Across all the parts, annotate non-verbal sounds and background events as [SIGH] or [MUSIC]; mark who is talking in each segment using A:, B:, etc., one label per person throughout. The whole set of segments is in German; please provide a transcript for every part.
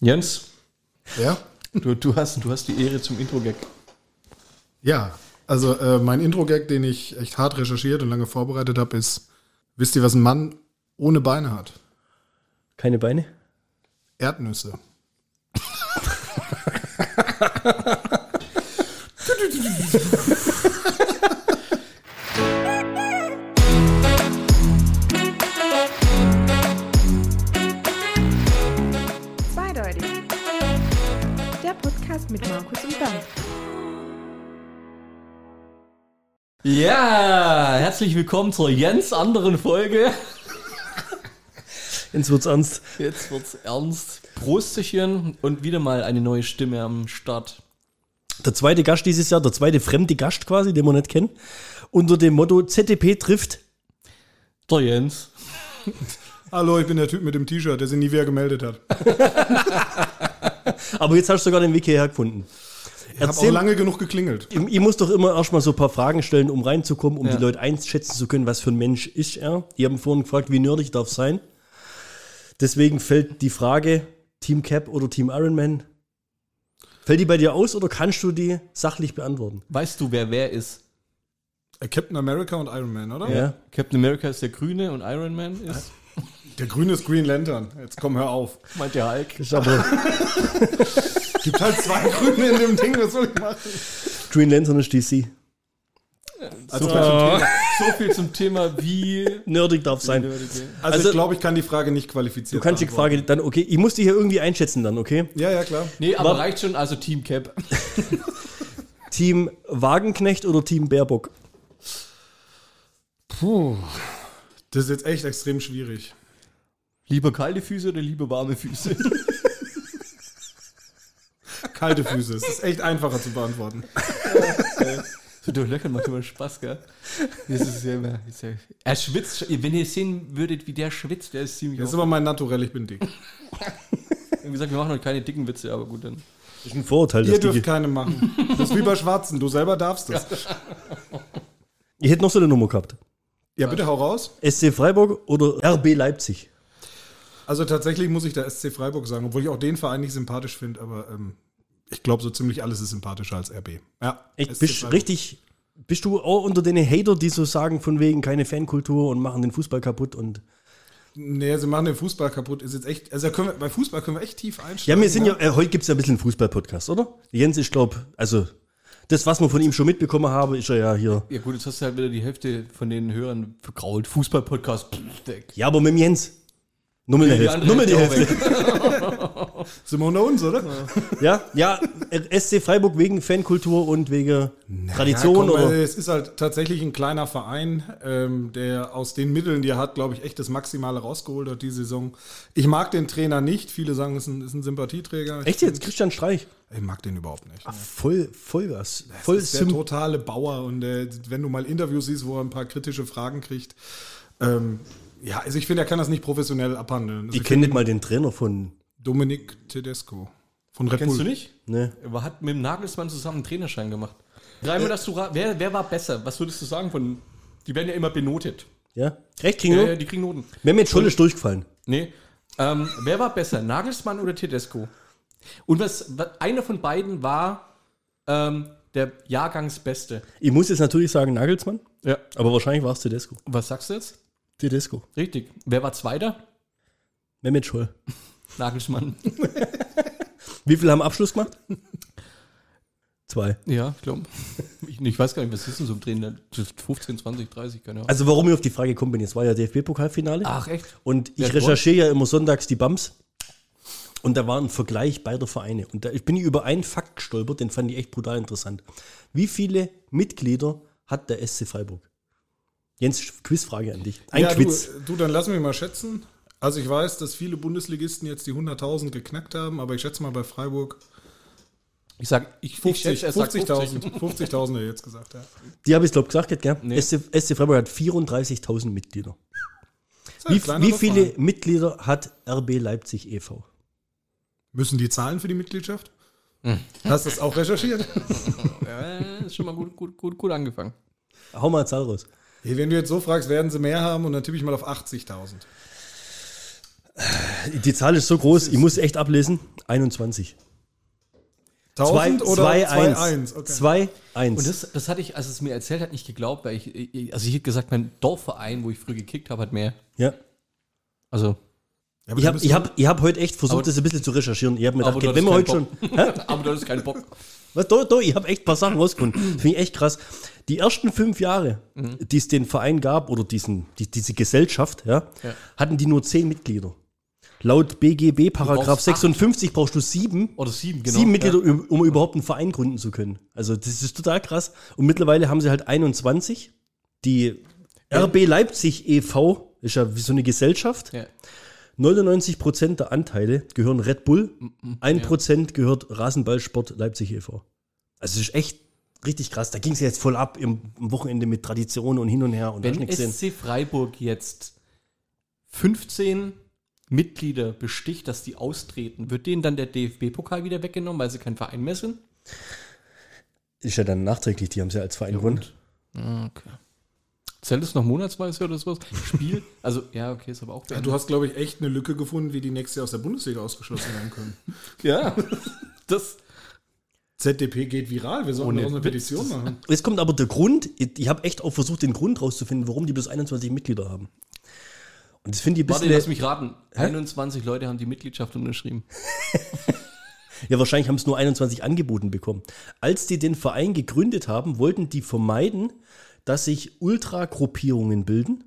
A: Jens,
B: Ja?
A: du, du, hast, du hast die Ehre zum Intro-Gag.
B: Ja. Also äh, mein Intro-Gag, den ich echt hart recherchiert und lange vorbereitet habe, ist, wisst ihr, was ein Mann ohne Beine hat?
C: Keine Beine?
B: Erdnüsse.
D: Zweideutig. Der Podcast mit Markus und Bernd.
E: Ja, herzlich willkommen zur Jens anderen Folge.
C: Jetzt wird's ernst.
E: Jetzt wird's ernst. Prostchen und wieder mal eine neue Stimme am Start.
C: Der zweite Gast dieses Jahr, der zweite fremde Gast quasi, den wir nicht kennen, unter dem Motto ZDP trifft.
E: Der Jens.
B: Hallo, ich bin der Typ mit dem T-Shirt, der sich nie wieder gemeldet hat.
C: Aber jetzt hast du sogar den Weg hierher gefunden.
B: Ich habe auch lange genug geklingelt.
C: Ich ich muss doch immer erstmal so ein paar Fragen stellen, um reinzukommen, um
E: Ja.
C: die Leute einschätzen zu können, was für ein Mensch ist er. Die haben vorhin gefragt, wie nerdig darf sein. Deswegen fällt die Frage, Team Cap oder Team Ironman, fällt die bei dir aus oder kannst du die sachlich beantworten?
E: Weißt du, wer wer ist?
B: Äh, Captain America und Iron Man, oder?
C: Ja.
E: Captain America ist der Grüne und Iron Man ist,
B: Der grüne ist Green Lantern. Jetzt komm, hör auf.
E: meint der Hulk.
C: Ist aber
B: Gibt halt zwei [LAUGHS] Grüne in dem Ding, was soll ich machen?
C: Green Lantern ist DC.
B: Also,
E: So viel zum Thema, wie.
C: Nerdig darf sein.
B: Also,
C: Also-
B: ich glaube, ich kann die Frage nicht qualifizieren.
C: Du kannst die Frage dann, okay, ich muss die hier irgendwie einschätzen dann, okay?
B: Ja, ja, klar.
E: Nee, aber
C: War-
E: reicht schon, also Team Cap.
C: Team Wagenknecht oder Team Baerbock?
B: Das ist jetzt echt extrem schwierig.
E: Lieber kalte Füße oder lieber warme Füße?
B: Kalte Füße. Es ist echt einfacher zu beantworten.
E: So durchlöchern macht immer Spaß, gell? Das ist ja immer. Ist ja, er schwitzt. schon. Wenn ihr sehen würdet, wie der schwitzt, der ist ziemlich.
B: Das ist
E: auf-
B: aber mein Naturell, ich bin dick.
E: Wie gesagt, wir machen heute keine dicken Witze, aber gut dann.
C: Das ist ein Vorurteil,
B: Ihr
C: das
B: dürft
C: die,
B: keine machen. Das ist wie bei Schwarzen. Du selber darfst es.
C: Ich hätte noch so eine Nummer gehabt.
B: Ja, bitte hau raus.
C: SC Freiburg oder RB Leipzig?
B: Also tatsächlich muss ich der SC Freiburg sagen, obwohl ich auch den Verein nicht sympathisch finde, aber ähm, ich glaube, so ziemlich alles ist sympathischer als RB. Ja.
C: Echt,
B: SC
C: bist
B: Freiburg.
C: richtig. Bist du auch unter den Hater, die so sagen, von wegen keine Fankultur und machen den Fußball kaputt und.
B: Nee, sie machen den Fußball kaputt. Ist jetzt echt, also da können wir, bei Fußball können wir echt tief einsteigen. ne?
C: Ja, wir sind ja, äh, heute gibt es ja ein bisschen einen Fußball-Podcast, oder? Jens, ich glaube, also das, was wir von ihm schon mitbekommen haben, ist er ja hier.
E: Ja gut, jetzt hast du halt wieder die Hälfte von den Hörern vergrault. Fußball-Podcast, pff, weg.
C: Ja, aber mit dem Jens. Nur mal die Hälfte. Nur mal die Hälfte.
B: Sind wir unter uns, oder?
C: Ja, ja, äh, SC Freiburg wegen Fankultur und wegen Tradition
B: Ja, komm,
C: oder.
B: äh, Es ist halt tatsächlich ein kleiner Verein, ähm, der aus den Mitteln, die er hat, glaube ich, echt das Maximale rausgeholt hat die Saison. Ich mag den Trainer nicht. Viele sagen, es ist ein, ist ein Sympathieträger.
C: Echt jetzt? Christian Streich?
B: Ich mag den überhaupt nicht.
C: Voll, voll was.
B: Das
C: Voll
B: ist der
C: Sim.
B: totale Bauer. Und äh, wenn du mal Interviews siehst, wo er ein paar kritische Fragen kriegt, ähm, ja, also ich finde, er kann das nicht professionell abhandeln. Also
C: Ich kenne nicht mal den Trainer von.
B: Dominik Tedesco von Red
E: Kennst
B: Bull.
E: du nicht?
C: Ne?
E: Er hat mit dem Nagelsmann zusammen einen Trainerschein gemacht.
C: Äh.
E: Dreimal, dass du ra- wer, wer war besser? Was würdest du sagen von. Die werden ja immer benotet.
C: Ja? Recht, kriegen
E: Ja,
C: wir?
E: ja, die kriegen Noten.
C: Mehmet Scholl ist durchgefallen.
E: Nee. Ähm, wer war besser? Nagelsmann oder Tedesco? Und was, was einer von beiden war ähm, der Jahrgangsbeste.
C: Ich muss jetzt natürlich sagen Nagelsmann,
E: Ja.
C: aber wahrscheinlich war es Tedesco.
E: Was sagst du jetzt?
C: Tedesco.
E: Richtig. Wer war Zweiter?
C: Mehmet Scholl.
E: Nagelsmann.
C: Wie viele haben Abschluss
B: [LAUGHS]
C: gemacht? Zwei.
E: [LAUGHS] Ja, ich glaube. Ich, ich weiß gar nicht, was ist denn so im Drehen? 15, 20, 30, keine Ahnung.
C: Also warum ich auf die Frage gekommen bin, jetzt war ja DFB-Pokalfinale.
E: Ach, echt?
C: Und ich
E: Ja,
C: recherchiere ja immer sonntags die Bums. Und da war ein Vergleich beider Vereine. Und da ich bin ich über einen Fakt gestolpert, den fand ich echt brutal interessant. Wie viele Mitglieder hat der SC Freiburg? Jens, Quizfrage an dich. Ein
B: ja,
C: Quiz.
B: Du, du, dann lass mich mal schätzen. Also ich weiß, dass viele Bundesligisten jetzt die 100.000 geknackt haben, aber ich schätze mal bei Freiburg
E: Ich sag, ich, ich
B: 50
E: schätze, er sagt
B: 50.000. 50.000 hätte ich jetzt gesagt, ja.
C: Die habe ich, glaube ich, gesagt, gell?
E: Nee.
C: SC, SC Freiburg hat 34.000 Mitglieder.
B: Ist ja ein
C: Wie,
B: kleiner
C: wie viele
B: Verein.
C: Mitglieder hat RB Leipzig e e.V.?
B: Müssen die zahlen für die Mitgliedschaft?
E: Hm.
B: Hast du das
E: [LAUGHS]
B: auch recherchiert?
E: Äh, ist schon mal gut, gut, gut, gut angefangen.
C: Hau mal eine Zahl raus.
B: Hey, wenn du jetzt so fragst, werden sie mehr haben und dann tippe ich mal auf 80.000.
C: Die Zahl ist so groß, ich muss echt ablesen. 21.
B: 1000 oder
C: 2-1.
B: 2-1. Okay.
C: 2-1.
E: Und das, das hatte ich, als es mir erzählt hat, nicht geglaubt, weil ich- ich, also ich hätte gesagt, mein Dorfverein, wo ich früher gekickt habe, hat mehr.
C: Ja.
E: Also,
B: Ja, aber
C: Ich
B: du
C: habe
B: bist
C: ich
B: doch-
C: hab, ich hab heute echt versucht,
E: Aber-
C: das ein bisschen zu recherchieren. Ich habe mir gedacht,
E: du
C: okay, wenn wir heute
E: hattest
C: schon.
E: keinen Bock. [LAUGHS] aber du hattest keinen Bock.
C: Was, doch, doch, ich habe echt ein paar Sachen rausgefunden. Das Finde ich echt krass. Die ersten fünf Jahre,
E: Mhm.
C: die es den Verein gab oder diesen, die, diese Gesellschaft, ja,
E: Ja.
C: hatten die nur zehn Mitglieder. Laut BGB Paragraph
E: brauchst
C: 56 brauchst du sieben,
E: Oder sieben, genau.
C: sieben Mitglieder, um, um überhaupt einen Verein gründen zu können. Also das ist total krass. Und mittlerweile haben sie halt 21. Die RB Leipzig e.V. ist ja wie so eine Gesellschaft.
E: Ja. Ja.
C: 99% der Anteile gehören Red Bull, 1% gehört Rasenballsport Leipzig e.V. Also es ist echt richtig krass. Da ging es ja jetzt voll ab im am Wochenende mit Tradition und hin und her und da hast
E: Wenn
C: nichts gesehen.
E: SC Freiburg jetzt 15 Mitglieder besticht, dass die austreten, wird denen dann der DFB-Pokal wieder weggenommen, weil sie kein Verein mehr sind?
C: Ist ja dann nachträglich, die haben es ja als Verein gewonnen.
E: Ah, Okay. Zählt es noch monatsweise oder sowas? [LAUGHS] Spiel? Also, ja, okay, ist aber auch
B: Ja,
E: beendet.
B: du hast, glaube ich, echt eine Lücke gefunden, wie die nächste aus der Bundesliga ausgeschlossen werden
C: [LAUGHS]
B: können.
E: Ja, das.
B: ZDP geht viral, wir sollen
E: Ohne
B: daraus eine
E: Witz,
B: Petition machen.
C: Jetzt kommt aber der Grund, ich ich habe echt auch versucht, den Grund rauszufinden, warum die bloß 21 Mitglieder haben. Und das finde ich ein
E: Warte,
C: bisschen...
E: lass mich raten. 21 Leute haben die Mitgliedschaft unterschrieben.
C: Ja, wahrscheinlich haben es nur 21 angeboten bekommen. Als die den Verein gegründet haben, wollten die vermeiden, dass sich Ultragruppierungen bilden.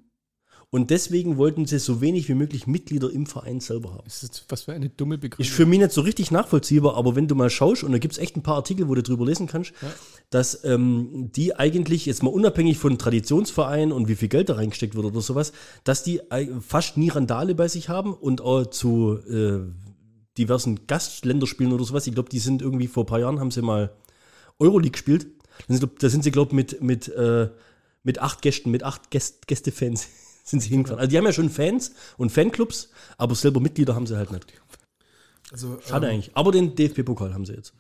C: Und deswegen wollten sie so wenig wie möglich Mitglieder im Verein selber haben.
E: Das ist was für eine dumme
C: Ist
E: Begründung.
C: für mich nicht so richtig nachvollziehbar, aber wenn du mal schaust, und da gibt es echt ein paar Artikel, wo du drüber lesen kannst, dass ähm, die eigentlich, jetzt mal unabhängig von Traditionsvereinen und wie viel Geld da reingesteckt wird oder sowas, dass die ei- fast nie Randale bei sich haben und auch zu äh, diversen Gastländerspielen oder sowas. Ich glaube, die sind irgendwie vor ein paar Jahren, haben sie mal Euroleague gespielt. Da sind, da sind sie, glaube ich, mit, mit, äh, mit acht Gästen, mit acht Gäst, Gästefans [LAUGHS] sind sie hingefahren. Also die haben ja schon Fans und Fanclubs, aber selber Mitglieder haben sie halt nicht.
B: Also,
C: Schade
B: ähm,
C: eigentlich. Aber den DFB-Pokal haben sie jetzt.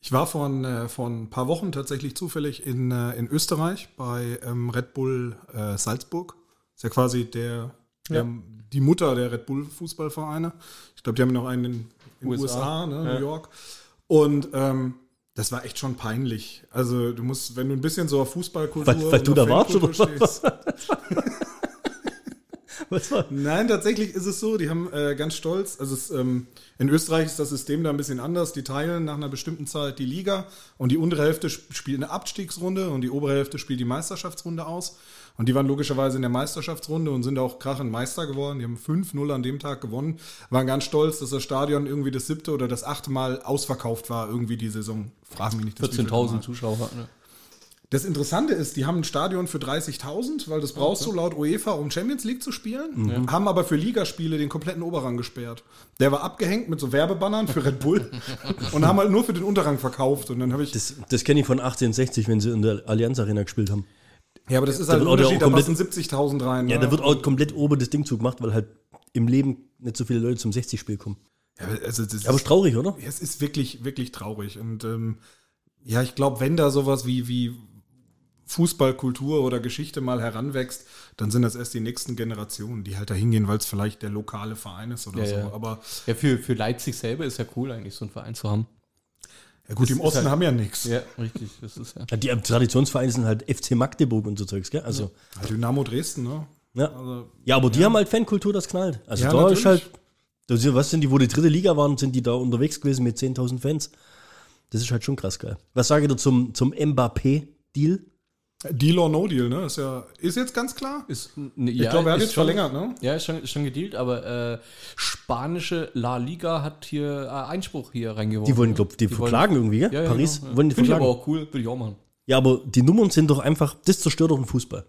B: Ich war vor ein, äh, vor ein paar Wochen tatsächlich zufällig in, äh, in Österreich bei ähm, Red Bull äh, Salzburg. Ist ja quasi der, der die Mutter der Red Bull Fußballvereine. Ich glaube, die haben noch einen in den USA,
E: USA,
B: ne,
E: ja.
B: New York. Und ähm, das war echt schon peinlich. Also du musst, wenn du ein bisschen so auf Fußballkultur
C: Weil- weil
B: und
C: du
B: auf
C: da warst,
B: Fankultur
C: oder
B: stehst,
C: Was war?
B: Nein, tatsächlich ist es so. Die haben äh, ganz stolz, also es, ähm, in Österreich ist das System da ein bisschen anders. Die teilen nach einer bestimmten Zeit die Liga und die untere Hälfte sp- spielt eine Abstiegsrunde und die obere Hälfte spielt die Meisterschaftsrunde aus. Und die waren logischerweise in der Meisterschaftsrunde und sind auch krachend Meister geworden. Die haben 5-0 an dem Tag gewonnen, waren ganz stolz, dass das Stadion irgendwie das siebte oder das achte Mal ausverkauft war, irgendwie die Saison. Frag mich nicht. das wievielte Mal.
E: 14.000 Zuschauer. Ne?
B: Das Interessante ist, die haben ein Stadion für 30.000, weil das brauchst du laut UEFA, um Champions League zu spielen,
C: Mhm.
B: haben aber für Ligaspiele den kompletten Oberrang gesperrt. Der war abgehängt mit so Werbebannern für Red
C: [LAUGHS]
B: Bull und haben halt nur für den Unterrang verkauft. Und dann habe ich.
C: Das, das kenne ich von 1860, wenn sie in der Allianz Arena gespielt haben.
B: ja, aber das ist halt ein
C: wird auch der
B: Unterschied, da
C: komplett-
B: passen 70.000 rein.
C: Ja,
B: ne?
C: da wird auch komplett oben das Ding zugemacht, weil halt im Leben nicht so viele Leute zum 60-Spiel kommen.
B: Ja, also das ist-
C: Aber ist traurig, oder?
B: Ja, es ist wirklich, wirklich traurig. Und ähm, ja, ich glaube, wenn da sowas wie, wie Fußballkultur oder Geschichte mal heranwächst, dann sind das erst die nächsten Generationen, die halt da hingehen, weil es vielleicht der lokale Verein ist oder
E: Ja,
B: so.
E: ja.
B: Aber
E: Ja, für, für Leipzig selber ist ja cool, eigentlich so einen Verein zu haben.
B: ja gut,
E: Das
B: im
E: ist
B: Osten
E: halt-
B: haben ja
E: [LAUGHS]
B: nichts.
E: Ja, richtig. Das ist ja.
C: Ja, Die ähm, Traditionsvereine sind halt FC Magdeburg und so Zeugs, gell? Also,
B: Dynamo Dresden, ne?
C: ja.
B: Also,
C: Ja, aber die haben halt Fankultur, das knallt. Also
B: Ja,
C: da
B: natürlich.
C: ist halt, da sind, was sind die, wo die dritte Liga waren, sind die da unterwegs gewesen mit 10.000 Fans. Das ist halt schon krass geil. Was sage ich da zum, zum Mbappé-Deal?
B: Deal or No Deal, ne? Ist ja, ist jetzt ganz klar.
E: Ist, ne,
B: Ich glaube, er hat
E: ist
B: jetzt
E: schon-
B: verlängert, ne?
E: Ja, ist schon, ist schon gedealt, aber äh, spanische La Liga hat hier äh, Einspruch hier reingeworfen.
C: Die wollen, glaub die,
E: Die wollen-
C: verklagen irgendwie, gell?
E: ja, ja,
C: Paris
E: Genau, ja.
C: wollen die
E: Finde ich
C: verklagen.
E: aber auch cool, würde ich auch machen.
C: Ja, aber die Nummern sind doch einfach, das zerstört doch den Fußball.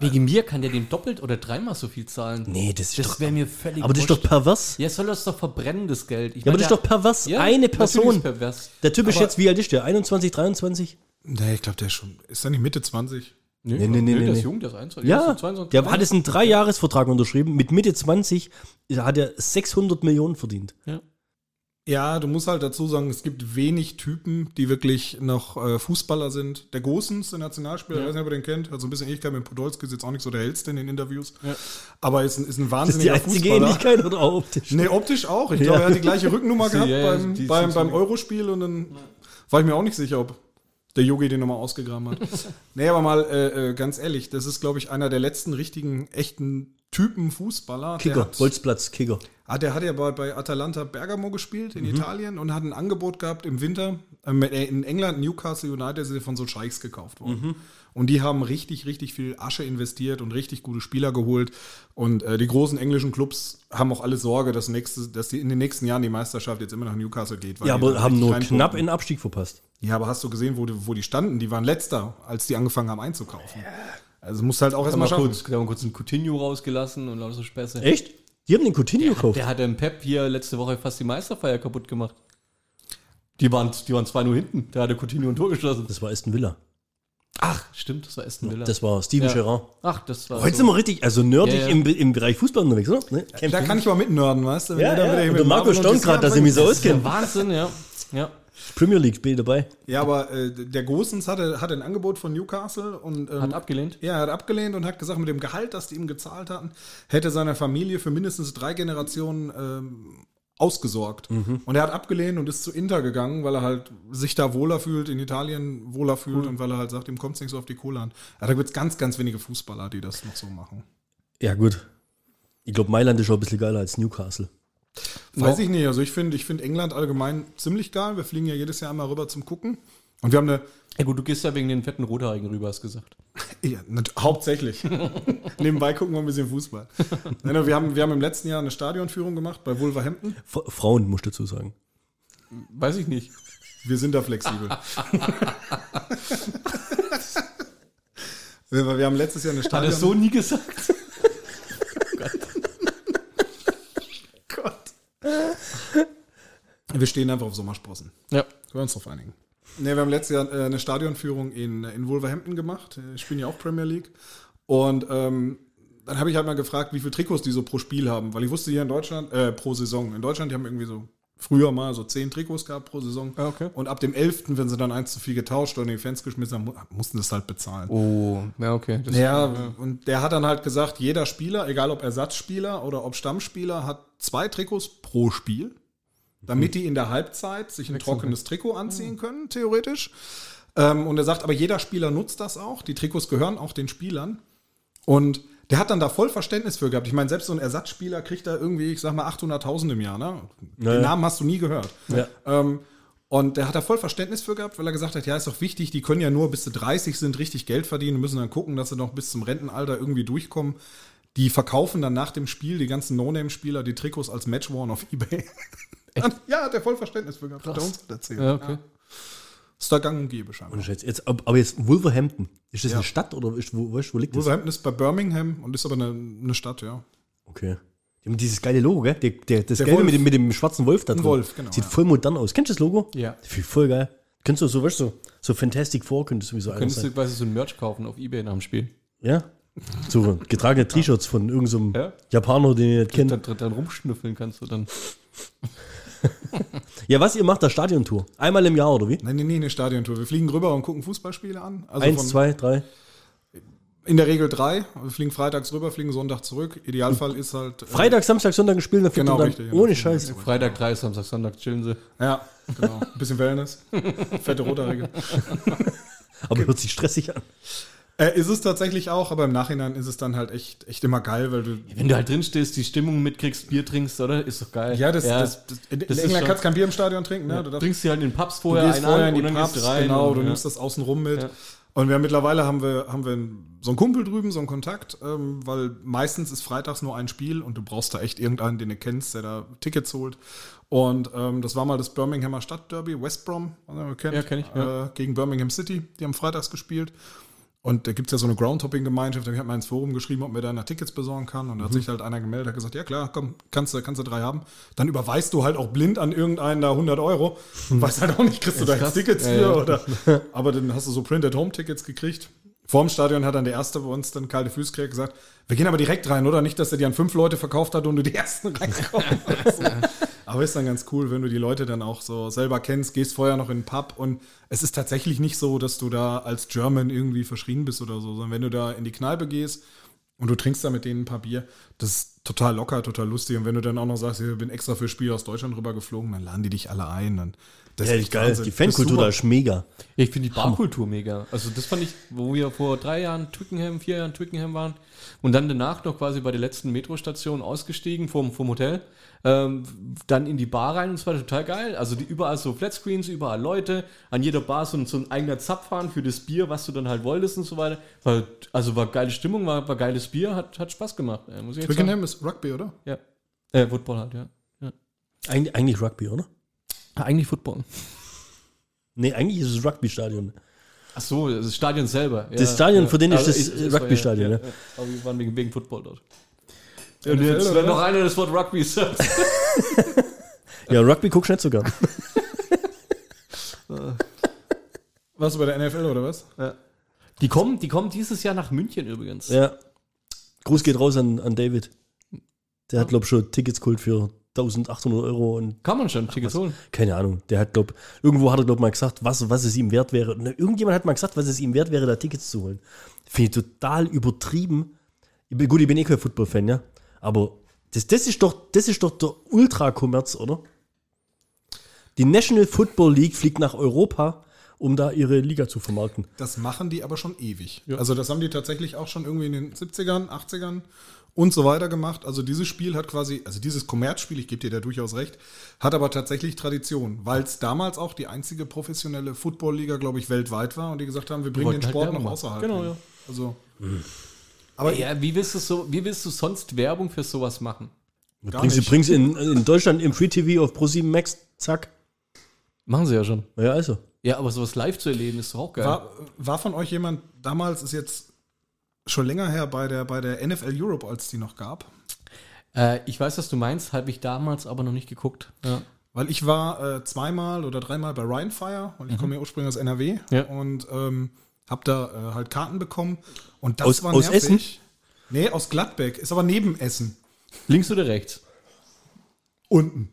E: Wegen mir kann der dem doppelt oder dreimal so viel zahlen.
C: Nee, das ist
E: das
C: doch-
E: wäre mir völlig
C: Aber das ist doch
E: wurscht.
C: pervers.
E: Ja, soll das doch verbrennen, das Geld. Ich
C: Ja, aber
E: mein,
C: das ist doch pervers.
E: ja,
C: Eine
E: natürlich
C: Person.
E: Ist pervers.
C: Der Typ ist
E: Aber-
C: jetzt, wie alt ist der? 21, 23?
B: Ne, ich glaube, der ist schon. Ist er nicht Mitte 20?
E: Nee,
C: Nee, nee, nee,
E: der
C: nee.
E: ist jung, der ist 21.
C: Ja,
E: ist 22.
C: der hat jetzt einen Dreijahresvertrag unterschrieben. Mit Mitte 20 hat er 600 Millionen verdient.
E: Ja.
B: Ja, du musst halt dazu sagen, es gibt wenig Typen, die wirklich noch äh, Fußballer sind. Der Gosens, der Nationalspieler, ich weiß nicht, ob ihr den kennt, hat so ein bisschen Ähnlichkeit mit Podolski, ist jetzt auch nicht so der hellste in den Interviews. Aber ist ein, ist ein
C: Das ist die
B: wahnsinniger
C: einzige
B: Fußballer.
C: Ähnlichkeit oder auch optisch?
B: Nee, optisch auch. Ich glaube, er hat die gleiche
E: [LAUGHS]
B: Rückennummer gehabt
E: ja, die
B: beim,
E: ist
B: beim,
E: so
B: beim
E: ziemlich-
B: Eurospiel und dann war ich mir auch nicht sicher, ob der Yogi den nochmal
E: [LAUGHS]
B: ausgegraben hat. nee, aber mal äh, äh, ganz ehrlich, das ist, glaube ich, einer der letzten richtigen, echten Typen Fußballer. Der
C: Kicker,
B: hat-
C: Bolzplatz, Kicker.
E: Oh,
B: Ah, der hat ja bei, bei Atalanta Bergamo gespielt
C: Mhm.
B: in Italien und hat ein Angebot gehabt im Winter. Ähm, äh, in England, Newcastle United sind von so Scheichs gekauft worden.
C: Mhm.
B: Und die haben richtig, richtig viel Asche investiert und richtig gute Spieler geholt. Und äh, die großen englischen Clubs haben auch alle Sorge, dass, nächstes, dass die in den nächsten Jahren die Meisterschaft jetzt immer nach Newcastle geht. weil
C: Ja,
B: die
C: aber
B: da
C: haben
B: richtig
C: nur
B: reinpumpen.
C: knapp in den Abstieg verpasst.
B: Ja, aber hast du gesehen, wo die, wo die standen? Die waren letzter, als die angefangen haben einzukaufen. Also musst halt auch
E: Mal
B: erstmal schaffen.
E: kurz, da haben wir kurz einen Coutinho rausgelassen und lauter so Späße.
C: Echt? Die haben den Coutinho gekauft.
E: Der hat dem Pep hier letzte Woche fast die Meisterfeier kaputt gemacht. Die waren, die waren 2-0 hinten. Da hatte Coutinho ein Tor geschossen.
C: Das war Aston Villa.
E: Ach, stimmt, das war Aston Villa.
C: Das war Steven
E: Ja.
C: Gerrard.
E: Ach, das war.
C: Heute sind wir richtig, also nerdig
E: Ja, ja.
C: Im, im Bereich Fußball unterwegs, oder? Ne?
B: Da kann ich mal mitnörden, weißt du? Wenn
C: Ja,
B: ihr dann
C: ja.
B: wieder hier
C: Und
B: mit
C: der Marco
B: Marvin und
C: staunt
B: Christian
C: gerade, dass ich mich so
B: anfangt.
E: Das ist ja
C: auskenne.
E: Wahnsinn, ja. ja.
C: Premier League Spiel dabei.
B: Ja, aber äh, der Gosens hatte, hatte ein Angebot von Newcastle und ähm,
E: Hat abgelehnt.
B: ja, er hat abgelehnt und hat gesagt, mit dem Gehalt, das die ihm gezahlt hatten, hätte seiner Familie für mindestens drei Generationen ähm, ausgesorgt. Und er hat abgelehnt und ist zu Inter gegangen, weil er halt sich da wohler fühlt, in Italien wohler fühlt und weil er halt sagt, ihm kommt es nicht so auf die Kohle an. Ja, da gibt es ganz, ganz wenige Fußballer, die das noch so machen.
C: Ja, gut. Ich glaube, Mailand ist schon ein bisschen geiler als Newcastle.
B: Weiß ich nicht. Also ich finde ich find England allgemein ziemlich geil. Wir fliegen ja jedes Jahr einmal rüber zum Gucken. Und wir haben eine
E: Ja, gut, du gehst ja wegen den fetten Rothaarigen rüber, hast gesagt.
B: Ja, nat- hauptsächlich. Nebenbei gucken wir ein bisschen Fußball. Nein, aber wir, haben, wir haben im letzten Jahr eine Stadionführung gemacht bei Wolverhampton.
C: F Frauen, muss ich dazu sagen.
E: Weiß ich nicht.
B: Wir sind da flexibel. wir, wir haben letztes Jahr eine
E: Hat er
B: Stadion...
E: so nie gesagt.
B: Gott. Wir stehen einfach auf Sommersprossen.
E: Ja.
B: Können wir uns drauf einigen. Nee, wir haben letztes Jahr äh, eine Stadionführung in, in Wolverhampton gemacht. Äh, Spielen ja auch Premier League. Und ähm, dann habe ich halt mal gefragt, wie viele Trikots die so pro Spiel haben. Weil ich wusste hier in Deutschland, äh, pro Saison. In Deutschland, die haben irgendwie so früher mal so zehn Trikots gehabt pro Saison.
E: Ja, okay.
B: Und ab dem 11., wenn sie dann eins zu viel getauscht oder in die Fans geschmissen haben, mu- mussten das halt bezahlen.
E: Oh, ja, okay. Das
B: Ja, und der hat dann halt gesagt, jeder Spieler, egal ob Ersatzspieler oder ob Stammspieler, hat zwei Trikots pro Spiel, damit die in der Halbzeit sich ein trockenes Trikot anziehen können, theoretisch. Ähm, und er sagt, aber jeder Spieler nutzt das auch. Die Trikots gehören auch den Spielern. Und der hat dann da voll Verständnis für gehabt. Ich meine, selbst so ein Ersatzspieler kriegt da irgendwie, ich sag mal, 800.000 im Jahr. Ne?
C: Naja.
B: Den Namen hast du nie gehört.
C: Ja.
B: Ähm, und der hat da voll Verständnis für gehabt, weil er gesagt hat, ja, ist doch wichtig, die können ja nur bis sie 30 sind richtig Geld verdienen und müssen dann gucken, dass sie noch bis zum Rentenalter irgendwie durchkommen. Die verkaufen dann nach dem Spiel die ganzen No-Name-Spieler die Trikots als Matchworn auf
C: [LAUGHS]
B: Ebay. ja, hat er voll Verständnis für gehabt. Hat er uns erzählt.
E: Ja, okay.
B: Ist da gang und gäbe scheinbar.
C: Und jetzt, jetzt, ab- aber jetzt Wolverhampton. Ist das eine Stadt oder ist, wo, weißt du, wo liegt das?
B: Wolverhampton ist bei Birmingham und ist aber eine, eine Stadt, ja.
C: Okay. Die haben dieses geile Logo, gell? Der, der, das
B: Der
C: geile
B: Wolf.
C: mit dem, mit dem schwarzen Wolf da drin.
B: Wolf, genau,
C: Sieht
B: ja.
C: voll modern aus. Kennst du das Logo?
E: Ja.
C: Das find ich voll geil. Könntest du so, weißt du, so, so Fantastic Four könntest du sowieso einer
E: Könntest
C: sein.
E: du quasi so ein Merch kaufen auf Ebay nach dem Spiel?
C: Ja. So getragene T-Shirts von irgendeinem
E: Ja.
C: Japaner, den ihr nicht kennt.
E: Dann, dann rumschnüffeln kannst du dann.
C: Ja, was ihr macht, da Stadiontour. Einmal im Jahr, oder wie?
B: Nein, nein, nein, eine Stadiontour. Wir fliegen rüber und gucken Fußballspiele an. Also
C: Eins,
B: von-
C: zwei, drei.
B: In der Regel drei. Wir fliegen freitags rüber, fliegen Sonntag zurück. Idealfall ist halt. äh,
C: Freitag, Samstag, Sonntag spielen, dann fliegt
B: Genau,
C: ihr dann
B: richtig, ja.
C: ohne Scheiß.
E: Freitag 3, Samstag, Sonntag chillen sie.
B: Ja, genau. Ein
E: [LAUGHS]
B: bisschen Wellness. Fette Rothaarige.
C: Aber hört sich stressig an.
B: Äh, ist es tatsächlich auch, aber im Nachhinein ist es dann halt echt, echt immer geil, weil du.
E: Wenn du halt drin stehst, die Stimmung mitkriegst, Bier trinkst, oder? Ist doch geil.
B: Ja, das, Das, das, in
E: Das ist
B: England
E: schon-
B: kannst du kein Bier im Stadion trinken, ne? Du darfst
E: trinkst dir halt in den Pubs
B: Du
E: vorher einen
B: gehst vorher
E: an
B: in die
E: und dann gehst
B: Pubs,
E: du rein.
B: genau,
E: und,
B: du
E: ja.
B: nimmst das außen rum mit.
E: Ja.
B: Und wir haben mittlerweile haben wir, haben wir einen- so einen Kumpel drüben, so einen Kontakt, ähm, weil meistens ist freitags nur ein Spiel und du brauchst da echt irgendeinen, den du kennst, der da Tickets holt. Und ähm, das war mal das Birminghamer Stadtderby, West Brom, was ihr kennt,
E: Ja, kenn ich, ja.
B: äh, gegen Birmingham City. Die haben freitags gespielt. Und da gibt es ja so eine Groundtopping-Gemeinschaft. Da hat man ins Forum geschrieben, ob mir da einer Tickets besorgen kann.
E: Mhm.
B: Und da hat sich halt einer gemeldet, hat gesagt, ja klar, komm, kannst du, kannst du drei haben. Dann überweist du halt auch blind an irgendeinen da 100 Euro. Und weißt halt auch nicht, kriegst du da jetzt
E: Hm. krass.
B: Tickets
E: Ja,
B: für?
E: ja. [LAUGHS]
B: Oder? Aber dann hast du so Print-at-Home-Tickets gekriegt. Vorm Stadion hat dann der Erste bei uns dann kalte Füße gekriegt, gesagt, wir gehen aber direkt rein, oder? Nicht, dass er die an fünf Leute verkauft hat und du die Ersten reinkommst. aber Aber ist dann ganz cool, wenn du die Leute dann auch so selber kennst, gehst vorher noch in den Pub und es ist tatsächlich nicht so, dass du da als German irgendwie verschrien bist oder so, sondern wenn du da in die Kneipe gehst und du trinkst da mit denen ein paar Bier, das ist total locker, total lustig. Und wenn du dann auch noch sagst, ich bin extra für Spiel aus Deutschland rübergeflogen, dann laden die dich alle ein. Und das
C: Ja,
B: echt
C: geil.
B: Wahnsinn.
C: Die
B: Das ist
C: Fankultur
B: super.
C: da ist mega.
E: Ich finde die Barkultur mega. Also das fand ich, wo wir vor drei Jahren Twickenham, vier Jahren Twickenham waren und dann danach noch quasi bei der letzten Metrostation ausgestiegen vom, vom Hotel, ähm, dann in die Bar rein und es war total geil. Also die, überall so Flatscreens, überall Leute, an jeder Bar so, ein- so ein eigener Zapfhahn für das Bier, was du dann halt wolltest und so weiter. War, also war geile Stimmung, war, war geiles Bier, hat, hat Spaß gemacht. äh, muss ich jetzt sagen.
B: Twickenham ist Rugby, oder?
E: Ja. Äh, Football halt, ja.
C: Eig eigentlich Rugby, oder?
E: Eigentlich Football.
C: Nee, eigentlich ist es Rugby-Stadion.
E: Ach so, das Stadion selber. Ja,
C: Das Stadion,
E: ja.
C: für den ist
E: Also,
C: das
E: es- es war
C: Rugby-Stadion,
E: Ja,
C: ne?
E: ja. Aber wir waren wegen, wegen Football dort. Und
B: NFL,
E: jetzt,
B: oder
E: wenn noch einer das Wort Rugby sagt.
C: Ja, Rugby guckst du nicht [LAUGHS] sogar.
B: Warst du bei der NFL oder was?
E: Die kommen, die kommen dieses Jahr nach München übrigens.
C: ja. Gruß geht raus an, an David. Der hat, glaube ich, schon Tickets geholt für 1800 Euro und
E: Kann man schon Tickets holen.
C: Keine Ahnung. Der hat, glaub, irgendwo hat er, glaub, mal gesagt, was, was es ihm wert wäre. Und irgendjemand hat mal gesagt, was es ihm wert wäre, da Tickets zu holen. Finde ich total übertrieben. Ich bin, gut, ich bin eh kein Football-Fan, ja. Aber das, das, ist doch, das ist doch der Ultrakommerz, oder? Die National Football League fliegt nach Europa, um da ihre Liga zu vermarkten.
B: Das machen die aber schon ewig. Also das haben die tatsächlich auch schon irgendwie in den 70ern, 80ern und so weiter gemacht. Also dieses Spiel hat quasi, also dieses Kommerzspiel, ich gebe dir da durchaus recht, hat aber tatsächlich Tradition, weil es damals auch die einzige professionelle Footballliga, glaube ich, weltweit war und die gesagt haben, wir bringen
E: wollten
B: den
E: halt
B: Sport
E: Werbung
B: noch
E: machen.
B: außerhalb.
E: Genau,
B: hin.
E: ja.
B: Also, aber
E: Ja, wie willst du so, wie willst du sonst Werbung für sowas machen?
B: Gar
C: Bringst du
B: nicht.
C: bringst in, in Deutschland im Free TV auf Pro7 Max, zack.
E: Machen sie ja schon.
C: Na Ja, also.
E: Ja, aber sowas live zu erleben ist doch auch geil.
B: War, war von euch jemand, damals ist jetzt schon länger her bei der, bei der NFL Europe, als die noch gab,
E: Äh, ich weiß, was du meinst, habe ich damals aber noch nicht geguckt. Ja.
B: Weil ich war äh, zweimal oder dreimal bei Ryan Fire und ich
C: Mhm.
B: komme ja ursprünglich aus NRW
E: Ja.
B: und ähm, habe da äh, halt Karten bekommen und das
C: Aus-
B: war
C: aus Essen?
B: Nee, aus Gladbeck, ist aber neben Essen.
E: Links oder rechts?
C: [LAUGHS]
B: Unten.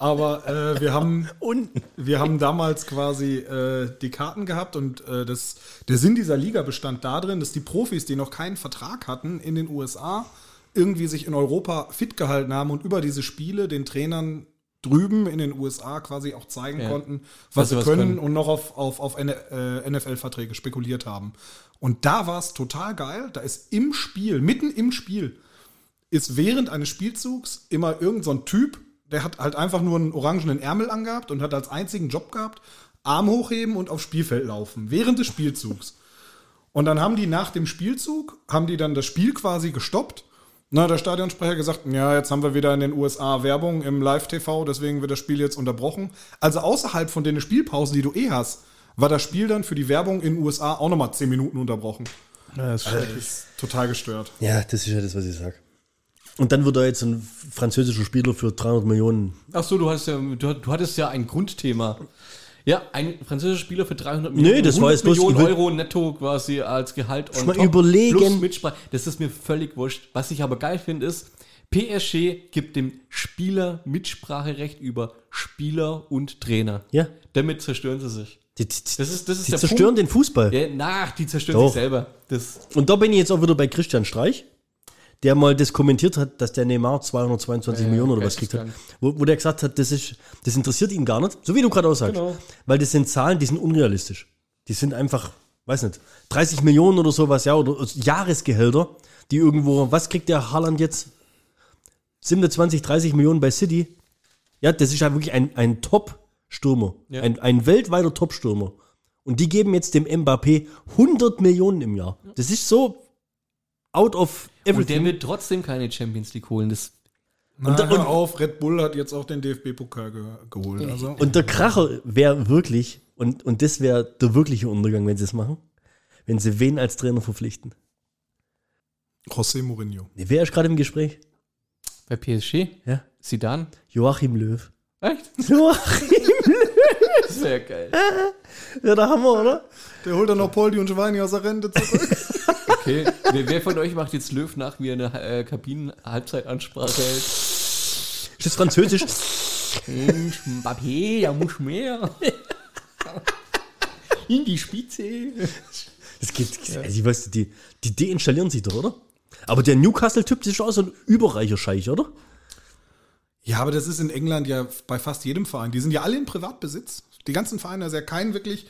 B: aber äh, wir haben
C: Unten.
B: wir haben damals quasi äh, die Karten gehabt und äh, das, der Sinn dieser Liga bestand darin, dass die Profis, die noch keinen Vertrag hatten in den USA, irgendwie sich in Europa fit gehalten haben und über diese Spiele den Trainern drüben in den USA quasi auch zeigen
E: Ja.
B: konnten, was
E: sie
B: sie
E: was
B: können,
E: können.
B: und noch auf, auf, auf N- äh, NFL-Verträge spekuliert haben. Und da war es total geil. Da ist im Spiel, mitten im Spiel, ist während eines Spielzugs immer irgend so ein Typ, der hat halt einfach nur einen orangenen Ärmel angehabt und hat als einzigen Job gehabt, Arm hochheben und aufs Spielfeld laufen, während des Spielzugs. Und dann haben die nach dem Spielzug, haben die dann das Spiel quasi gestoppt. Na, der Stadionsprecher gesagt, ja, jetzt haben wir wieder in den USA Werbung im Live-TV, deswegen wird das Spiel jetzt unterbrochen. Also außerhalb von den Spielpausen, die du eh hast, war das Spiel dann für die Werbung in den USA auch nochmal 10 Minuten unterbrochen. Also,
E: das ist
B: Das ist total gestört.
C: Ja, das ist ja das, was ich sag. Und dann wird da jetzt ein französischer Spieler für 300 Millionen
E: Ach so, du hattest ja, du, du hattest ja ein Grundthema. Ja, ein französischer Spieler für 300 Millionen,
C: Nee, das war jetzt bloß-
E: Millionen
C: ich will-
E: Euro netto quasi als Gehalt
C: mal überlegen.
E: plus Mitsprache. Das ist mir völlig wurscht. Was ich aber geil finde ist, PSG gibt dem Spieler Mitspracherecht über Spieler und Trainer.
C: Ja.
E: Damit zerstören sie sich.
C: Die, die, die,
E: Das ist- das ist
C: die
E: der
C: zerstören den Fußball.
E: Ja, nach, die zerstören
C: Doch.
E: sich selber. Das,
C: Und da bin ich jetzt auch wieder bei Christian Streich, der mal das kommentiert hat, dass der Neymar 222 Millionen oder was kriegt hat. Wo, wo der gesagt hat, das, ist, das interessiert ihn gar nicht. So wie du gerade aussagst.
E: Genau.
C: Weil das sind Zahlen, die sind unrealistisch. Die sind einfach, weiß nicht, 30 Millionen oder sowas, ja, oder Jahresgehälter, die irgendwo, was kriegt der Haaland jetzt? 27, 30 Millionen bei City. Ja, das ist ja wirklich ein, ein Top-Stürmer.
E: Ja.
C: Ein, ein weltweiter Top-Stürmer. Und die geben jetzt dem Mbappé 100 Millionen im Jahr. Das ist so out of
E: und der
C: everything.
E: wird trotzdem keine Champions League holen. Das,
B: Na,
C: da-
B: hör
C: und-
B: auf, Red Bull hat jetzt auch den DFB-Pokal ge geholt. Also,
C: Und der Kracher wäre wirklich, und, und das wäre der wirkliche Untergang, wenn sie es machen, wenn sie wen als Trainer verpflichten.
B: José Mourinho.
C: Nee, Wer ist gerade im Gespräch?
E: bei PSG?
C: Ja.
E: Zidane?
C: Joachim Löw. [LAUGHS]
E: Echt?
C: Joachim
E: Das wäre geil.
C: Ja, da haben wir, oder?
B: Der holt dann noch Poldi und Giovanni aus der Rente zurück.
E: Okay, wer, wer von euch macht jetzt Löw nach, wie er eine äh, Kabinen-Halbzeitansprache hält?
C: Ist das Französisch?
E: Mbappé, da muss mehr. [LAUGHS] In die Spitze.
C: Das gibt, also ich weiß, die, die deinstallieren sich doch, oder? Aber der Newcastle-Typ, das ist auch so ein überreicher Scheich, oder?
B: Ja, aber das ist in England ja bei fast jedem Verein. Die sind ja alle in Privatbesitz. Die ganzen Vereine, also ja kein wirklich.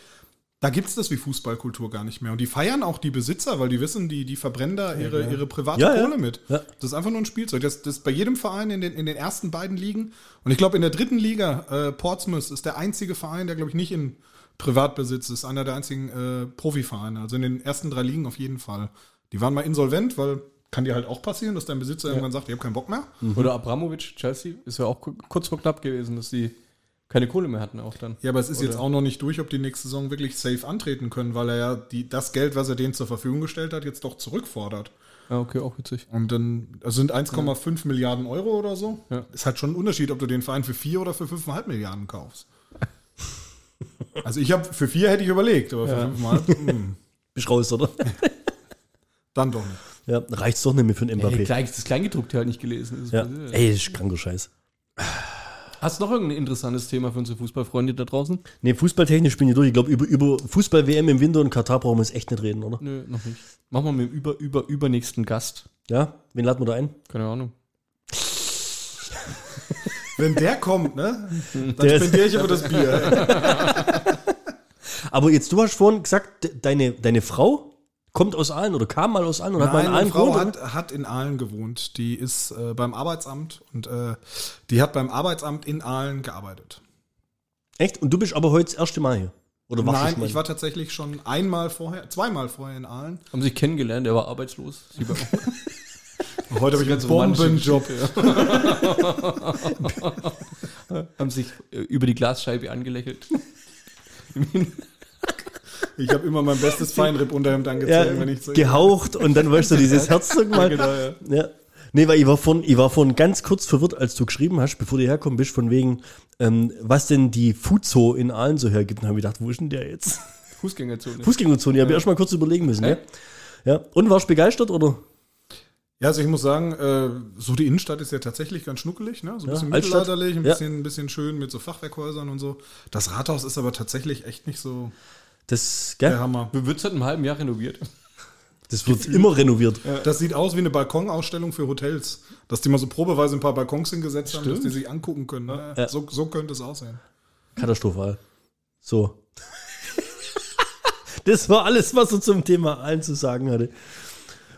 B: Da gibt es das wie Fußballkultur gar nicht mehr. Und die feiern auch die Besitzer, weil die wissen, die, die verbrennen da ihre, ihre private
C: Ja, ja.
B: Kohle mit.
C: Ja.
B: Das ist einfach nur ein Spielzeug. Das, das ist bei jedem Verein in den, in den ersten beiden Ligen. Und ich glaube, in der dritten Liga, äh, Portsmouth ist der einzige Verein, der, glaube ich, nicht in Privatbesitz ist. Einer der einzigen äh, Profivereine. Also in den ersten drei Ligen auf jeden Fall. Die waren mal insolvent, weil kann dir halt auch passieren, dass dein Besitzer irgendwann sagt, ich habe keinen Bock mehr.
E: Oder Abramovic, Chelsea, ist ja auch ku- kurz vor knapp gewesen, dass die keine Kohle mehr hatten auch dann.
B: Ja, aber es ist jetzt auch noch nicht durch, ob die nächste Saison wirklich safe antreten können, weil er ja die, das Geld, was er denen zur Verfügung gestellt hat, jetzt doch zurückfordert.
E: Ja, Ah, okay, auch witzig.
B: Und dann also sind 1,5 Milliarden Euro oder so.
E: Ja.
B: Ist halt schon ein Unterschied, ob du den Verein für 4 oder für 5,5 Milliarden kaufst.
C: [LAUGHS]
B: Also ich habe für 4 hätte ich überlegt, aber für 5,5
C: [LAUGHS]
B: hm,
C: Bist raus, oder?
B: dann doch nicht.
C: Ja, reicht's doch nicht mehr für einen
E: Ey,
C: Mbappé.
E: Klein, das Kleingedruckte halt nicht gelesen. Das
C: Ja.
E: ist blöd.
C: Ey, das ist kranker Scheiß.
E: Hast du noch irgendein interessantes Thema für unsere Fußballfreunde da draußen?
C: Nee, fußballtechnisch bin ich durch. Ich glaube, über, über Fußball-WM im Winter und Katar brauchen wir jetzt echt nicht reden, oder?
E: Nö, noch nicht. Machen wir mit dem über, über, übernächsten Gast.
C: Ja? Wen laden wir da ein?
E: Keine Ahnung.
B: Wenn der kommt, ne, dann
C: Der ist-
B: spendiere ich aber das
C: [LAUGHS]
B: Bier.
C: Aber jetzt, du hast vorhin gesagt, de- deine, deine Frau kommt aus Aalen oder kam mal aus Aalen und hat mal in
B: meine
C: Aalen
B: Frau
C: gewohnt,
B: hat, hat in Aalen gewohnt. Die ist äh, beim Arbeitsamt und äh, die hat beim Arbeitsamt in Aalen gearbeitet.
C: oder? Echt? Und du bist aber heute das erste Mal hier? Oder warst du
B: Nein,
C: schon mal?
B: ich war tatsächlich schon einmal vorher, zweimal vorher in Aalen.
E: Haben sich kennengelernt, er war arbeitslos. Sie war
B: Heute habe ich einen Bombenjob.
E: haben sich äh, über die Glasscheibe angelächelt.
B: Ich habe immer mein
C: [LAUGHS]
B: bestes Feinripp unterhemd
C: ja,
B: angezogen, wenn ich zu
C: gehaucht und dann
B: [LAUGHS]
C: weißt du dieses Herzdruck mal.
B: Genau,
C: ja. Nee, weil ich war, vorhin, ich war vorhin ganz kurz verwirrt, als du geschrieben hast, bevor du herkommen bist, von wegen, ähm, was denn die Fuzo in Aalen so hergibt. Und habe ich gedacht, wo ist denn der jetzt?
E: Fußgängerzone.
C: Fußgängerzone, ich habe erst mal kurz überlegen müssen. Ja. Ja. Und warst du begeistert oder?
B: Ja, also ich muss sagen, äh, so die Innenstadt ist ja tatsächlich ganz schnuckelig, ne? So ein bisschen
C: Altstadt.
B: mittelalterlich, ein
C: Ja.
B: bisschen, ein bisschen schön mit so Fachwerkhäusern und so. Das Rathaus ist aber tatsächlich echt nicht so
C: Das, gell?
B: der Hammer.
E: Wird seit einem halben Jahr renoviert.
C: das wird immer renoviert.
B: Das sieht aus wie eine Balkonausstellung für Hotels, dass die mal so probeweise ein paar Balkons hingesetzt haben, dass die sich angucken können. Ne?
C: Ja.
B: So, so könnte es aussehen.
C: Katastrophal. So. [LAUGHS] das war alles, was er zum Thema allen zu sagen hatte.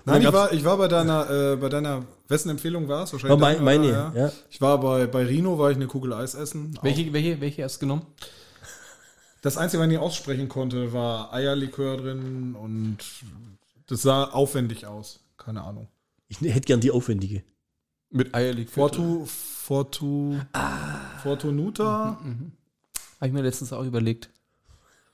B: Nein, ich
C: gab's-
B: war, ich war bei deiner, äh, bei deiner, wessen Empfehlung war es?
C: War
B: Wahrscheinlich
C: mein,
B: deine,
C: meine,
B: oder?
C: ja.
B: Ich war bei, bei Rino, war ich eine Kugel Eis essen. Auch
E: Welche, welche, welche hast du genommen?
B: Das Einzige, was ich nicht aussprechen konnte, war Eierlikör drin und das sah aufwendig aus. Keine Ahnung.
C: Ich hätte gern die aufwendige.
E: Mit Eierlikör. Fortu.
B: Fortu, Fortu, Fortunuta.
E: Habe ich mir letztens auch überlegt.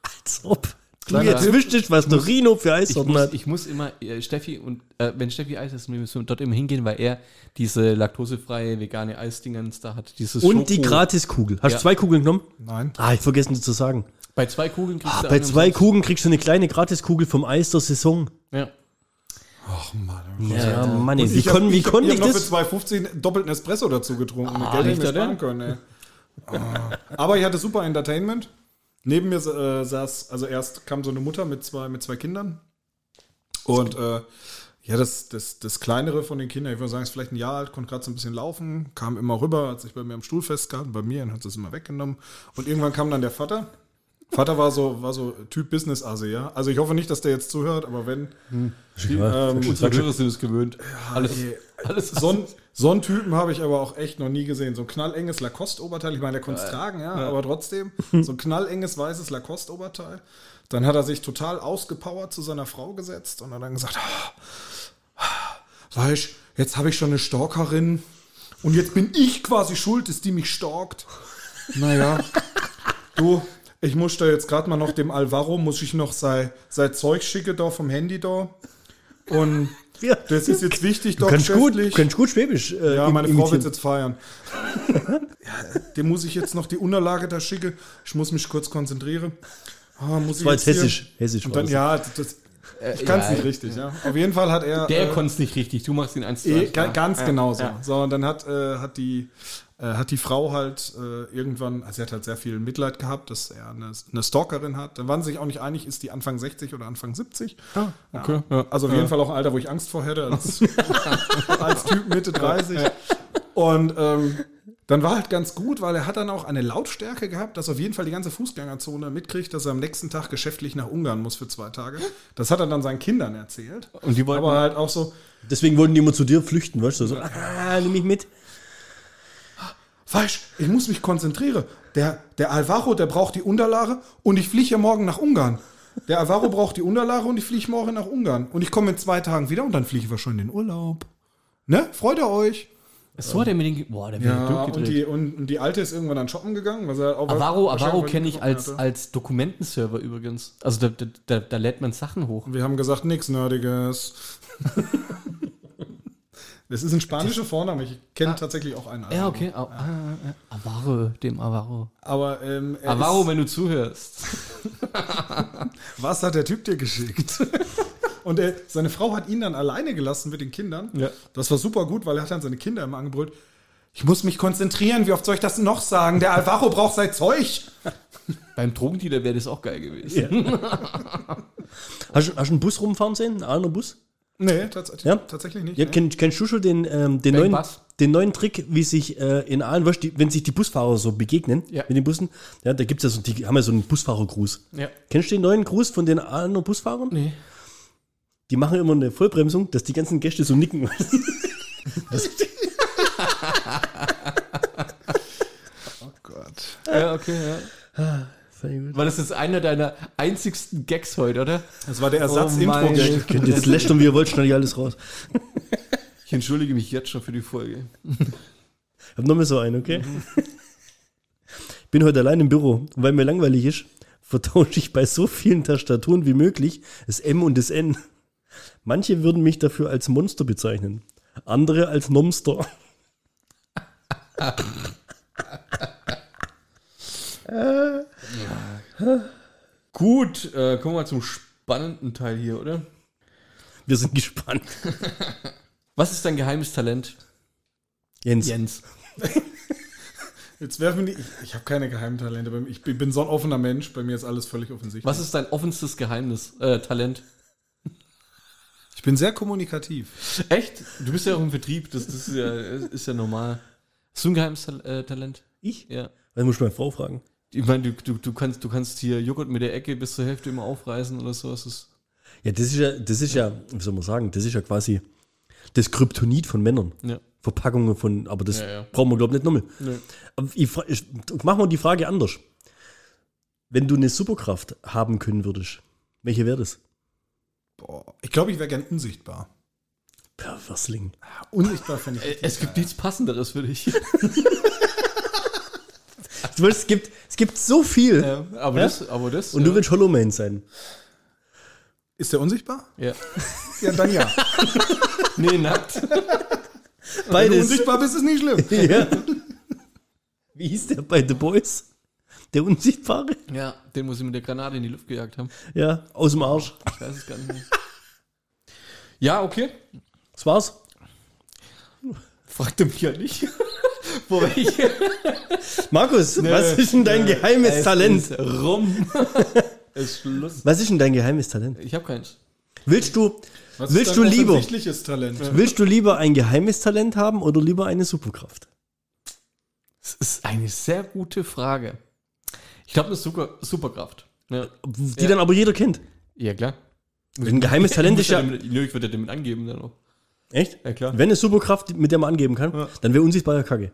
C: Als ob. Du
E: Kleiner-
C: jetzt wüsstest, was der Rino für
E: Ich
C: Eissorten
E: muss,
C: hat.
E: ich muss immer, äh, Steffi und äh, wenn Steffi Eis essen, will, müssen wir dort immer hingehen, weil er diese laktosefreie vegane Eisdingens da hat. Dieses
C: Und die
E: Schoko-
C: Gratiskugel. Hast du
E: Ja.
C: zwei Kugeln genommen?
B: Nein.
C: Ah, ich vergessen sie zu sagen.
E: Bei zwei Kugeln kriegst
C: Ach,
E: du
C: Ah, bei
E: eine
C: zwei
E: umsonst.
C: Kugeln kriegst du eine kleine Gratiskugel vom Eis der Saison.
E: Ja.
B: Ach Mann.
C: Ja, Mann, ey, wie,
B: hab-
C: kon, wie
B: hab-
C: konnte ich,
B: hab noch
C: das? Ah,
B: für 2,50 einen doppelten Espresso dazu getrunken. Mit Geld hätte ich mir
E: Richter, ne?
B: sparen können, ey. Ah. Aber ich hatte super Entertainment. Neben mir äh, saß, also erst kam so eine Mutter mit zwei, mit zwei Kindern. Und äh, ja, das, das, das kleinere von den Kindern, ich würde sagen, ist vielleicht ein Jahr alt, konnte gerade so ein bisschen laufen, kam immer rüber, hat sich bei mir am Stuhl festgehalten, bei mir und hat das immer weggenommen. Und irgendwann kam dann der Vater. Vater war so, war so Typ Business-Ase, ja. Also ich hoffe nicht, dass der jetzt zuhört, aber wenn, ähm,
E: Hm, Unsere Hörer sind es gewöhnt. Alles,
B: ey.
E: alles
B: so, einen- so einen Typen habe ich aber auch echt noch nie gesehen. So ein knallenges Lacoste-Oberteil. Ich meine, der konnte es tragen, ja, aber
C: [LAUGHS]
B: trotzdem. So ein knallenges weißes Lacoste-Oberteil. Dann hat er sich total ausgepowert zu seiner Frau gesetzt und hat dann gesagt, ah, ah, sag ich, jetzt habe ich schon eine Stalkerin und jetzt bin ich quasi schuld, dass die mich stalkt.
C: [LAUGHS]
B: Naja, du, ich muss da jetzt gerade mal noch dem Alvaro, muss ich noch sein, sein Zeug schicke da vom Handy da. Und
C: Ja.
B: das ist jetzt wichtig,
C: Du
B: doch
C: kannst gut, du
B: schriftlich.
C: kannst gut Schwäbisch äh,
B: Ja,
C: im-
B: meine Frau
C: imitieren.
B: wird jetzt feiern. [LAUGHS] ja, dem muss ich jetzt noch die Unterlage da schicke. Ich muss mich kurz konzentrieren. Ah, muss ich
C: war
B: jetzt
C: jetzt
B: hier-
C: hessisch. Hessisch
B: Und
C: war
B: dann,
C: das.
B: ja, das, Ich kann es nicht richtig, ja. Auf jeden Fall hat er.
E: Äh, Der
B: äh,
E: konnte es nicht richtig. Du machst ihn eins zu
B: Eh,
E: eins.
B: ga,
E: Ja.
B: ganz
E: Ja,
B: genau so.
E: ja.
B: So, und dann hat, äh, hat, die, äh, hat die Frau halt äh, irgendwann, also sie hat halt sehr viel Mitleid gehabt, dass er eine, eine Stalkerin hat. Dann waren sie sich auch nicht einig, ist die Anfang 60 oder Anfang 70.
E: okay, ja.
B: Also auf jeden Fall auch ein Alter, wo ich Angst vor hätte,
E: [LAUGHS]
B: als, als Typ Mitte 30. Und ähm, dann war halt ganz gut, weil er hat dann auch eine Lautstärke gehabt, dass auf jeden Fall die ganze Fußgängerzone mitkriegt, dass er am nächsten Tag geschäftlich nach Ungarn muss für zwei Tage. Das hat er dann seinen Kindern erzählt.
E: Und die wollten-
B: Aber halt auch so,
C: Deswegen wollten die immer zu dir flüchten, weißt du? So, ah, nimm mich mit.
B: Falsch, ich muss mich konzentrieren. Der, der Alvaro, der braucht die Unterlage und ich fliege ja morgen nach Ungarn. Der Alvaro braucht die Unterlage und ich fliege morgen nach Ungarn. Und ich komme in zwei Tagen wieder und dann fliege ich wahrscheinlich in den Urlaub. Ne? Freut ihr euch?
E: So hat er mir den. ge- Boah, der wird ja,
B: und die, und, und die Alte ist irgendwann dann shoppen gegangen. Was er auch
E: Avaro,
B: wahrscheinlich
E: Avaro
B: weil die
E: kenne ich
B: getrunken
E: als,
B: hatte.
E: als Dokumentenserver übrigens. Also da, da, da, da lädt man Sachen hoch.
B: Wir haben gesagt,
E: [LAUGHS]
B: nix Nerdiges. das ist ein spanischer Vorname. Ich kenne tatsächlich auch einen.
E: Ah. Ja,
B: Alvaro.
E: okay. Au- ah, ah, ah. Avaro, dem Avaro.
B: Aber ähm, er
E: Avaro,
B: ist-
E: wenn du zuhörst.
B: Was hat der Typ dir geschickt? [LAUGHS] Und er, seine Frau hat ihn dann alleine gelassen mit den Kindern.
E: Ja.
B: Das war super gut, weil er hat dann seine Kinder immer angebrüllt. Ich muss mich konzentrieren. Wie oft soll ich das noch sagen? Der Alvaro braucht sein Zeug.
E: Beim Drogendealer wäre das auch geil gewesen.
C: Hast du hast du einen Bus rumfahren sehen? Einen anderen Bus?
B: Nee, tats
C: Ja.
B: tatsächlich nicht.
C: Ja,
B: nee.
C: kenn, kennst du schon den, ähm, den,
E: Welchen
C: neuen,
E: Bus?
C: den neuen Trick, wie sich äh, in Aalen, weißt, du, die, wenn sich die Busfahrer so begegnen
E: Ja.
C: mit den Bussen, ja, da gibt's ja so, die haben ja so einen Busfahrergruß.
E: Ja.
C: Kennst du den neuen Gruß von den Aalener Busfahrern?
E: Nee.
C: Die machen immer eine Vollbremsung, dass die ganzen Gäste so nicken. [LAUGHS]
E: Ja, okay, ja. War das jetzt einer deiner einzigsten Gags heute, oder?
B: Das
E: Oh
B: war der ersatz intro
E: meine-
C: Könnt jetzt lästern, wie ihr wollt, schneide ich alles raus.
E: Ich entschuldige mich jetzt schon für die Folge.
C: Ich hab noch mehr so einen, okay? Bin heute allein im Büro und weil mir langweilig ist, vertausche ich bei so vielen Tastaturen wie möglich das M und das N. Manche würden mich dafür als Monster bezeichnen, andere als Nomster.
E: Gut, äh, kommen wir zum spannenden Teil hier, oder?
C: Wir sind gespannt.
E: Was ist dein geheimes Talent,
C: Jens,
E: Jens?
B: Jetzt werfen die. Ich, ich habe keine geheimen Talente. bei mir. Ich bin bin so ein offener Mensch. Bei mir ist alles völlig offensichtlich.
E: Was ist dein offenstes Geheimnis, äh, Talent?
B: Ich bin sehr kommunikativ.
E: Echt? Du bist ja auch im Vertrieb, das, das ist, ja, ist ja normal. Hast du ein geheimes Tal äh, Talent?
C: ich?
E: Ja.
C: Das muss ich meine Frau fragen.
E: Ich meine, du, du, du, kannst, du kannst hier Joghurt mit der Ecke bis zur Hälfte immer aufreißen oder so. Das ist
C: Ja, das ist ja, das ist ja, wie soll man sagen, das ist ja quasi das Kryptonit von Männern.
E: Ja.
C: Verpackungen von, aber das
E: Ja, ja.
C: brauchen wir, glaube ich, nicht nochmal. Aber Ich, fra- ich, machen wir die Frage anders. Wenn du eine Superkraft haben können würdest, welche wäre das?
B: Boah. Ich glaube, ich wäre gern unsichtbar. Äh,
C: Perversling.
B: Unsichtbar finde ich.
E: es gibt nichts Passenderes für dich.
C: Du weißt, es, gibt, es gibt so
E: [LAUGHS]
C: viel.
E: Ja, aber,
C: Ja?
E: das, aber das. äh,
C: Und
E: ja.
C: du willst Hollow
E: [LAUGHS]
C: Man sein.
B: Ist der unsichtbar?
E: Ja.
B: Ja, dann [LAUGHS] ja.
E: Nee, nackt.
B: Wenn du
C: Beides.
B: unsichtbar bist, ist nicht schlimm.
C: Ja. Wie hieß der bei The Boys? Der Unsichtbare?
E: Ja, den muss ich mit der Granate in die Luft gejagt haben.
C: Ja, aus dem Arsch.
E: Ich weiß es gar nicht mehr. Ja, okay.
C: Das war's.
E: Fragt er mich ja nicht. Wo welche?
C: Markus, was ist denn dein geheimes Talent?
E: rum. ist Schluss.
C: Was ist denn dein geheimes Talent?
E: Ich habe keins.
C: Willst du,
B: Was
C: willst
B: ist
C: du
B: dein
C: lieber,
B: offensichtliches Talent.
C: willst du lieber ein geheimes Talent haben oder lieber eine Superkraft?
E: Das ist eine sehr gute Frage. Ich glaube, eine Super Superkraft. Ja,
C: Die
E: Ja.
C: dann aber jeder kennt.
E: ja klar. [LAUGHS]
C: Ein geheimes Talent
E: Ich
C: ist
E: würde
C: ja.
E: damit, nö, ich würde damit angeben dann auch.
C: Echt?
E: Ja, klar.
C: Wenn eine Superkraft, mit der man angeben kann,
E: Ja.
C: dann wäre unsichtbar ja kacke.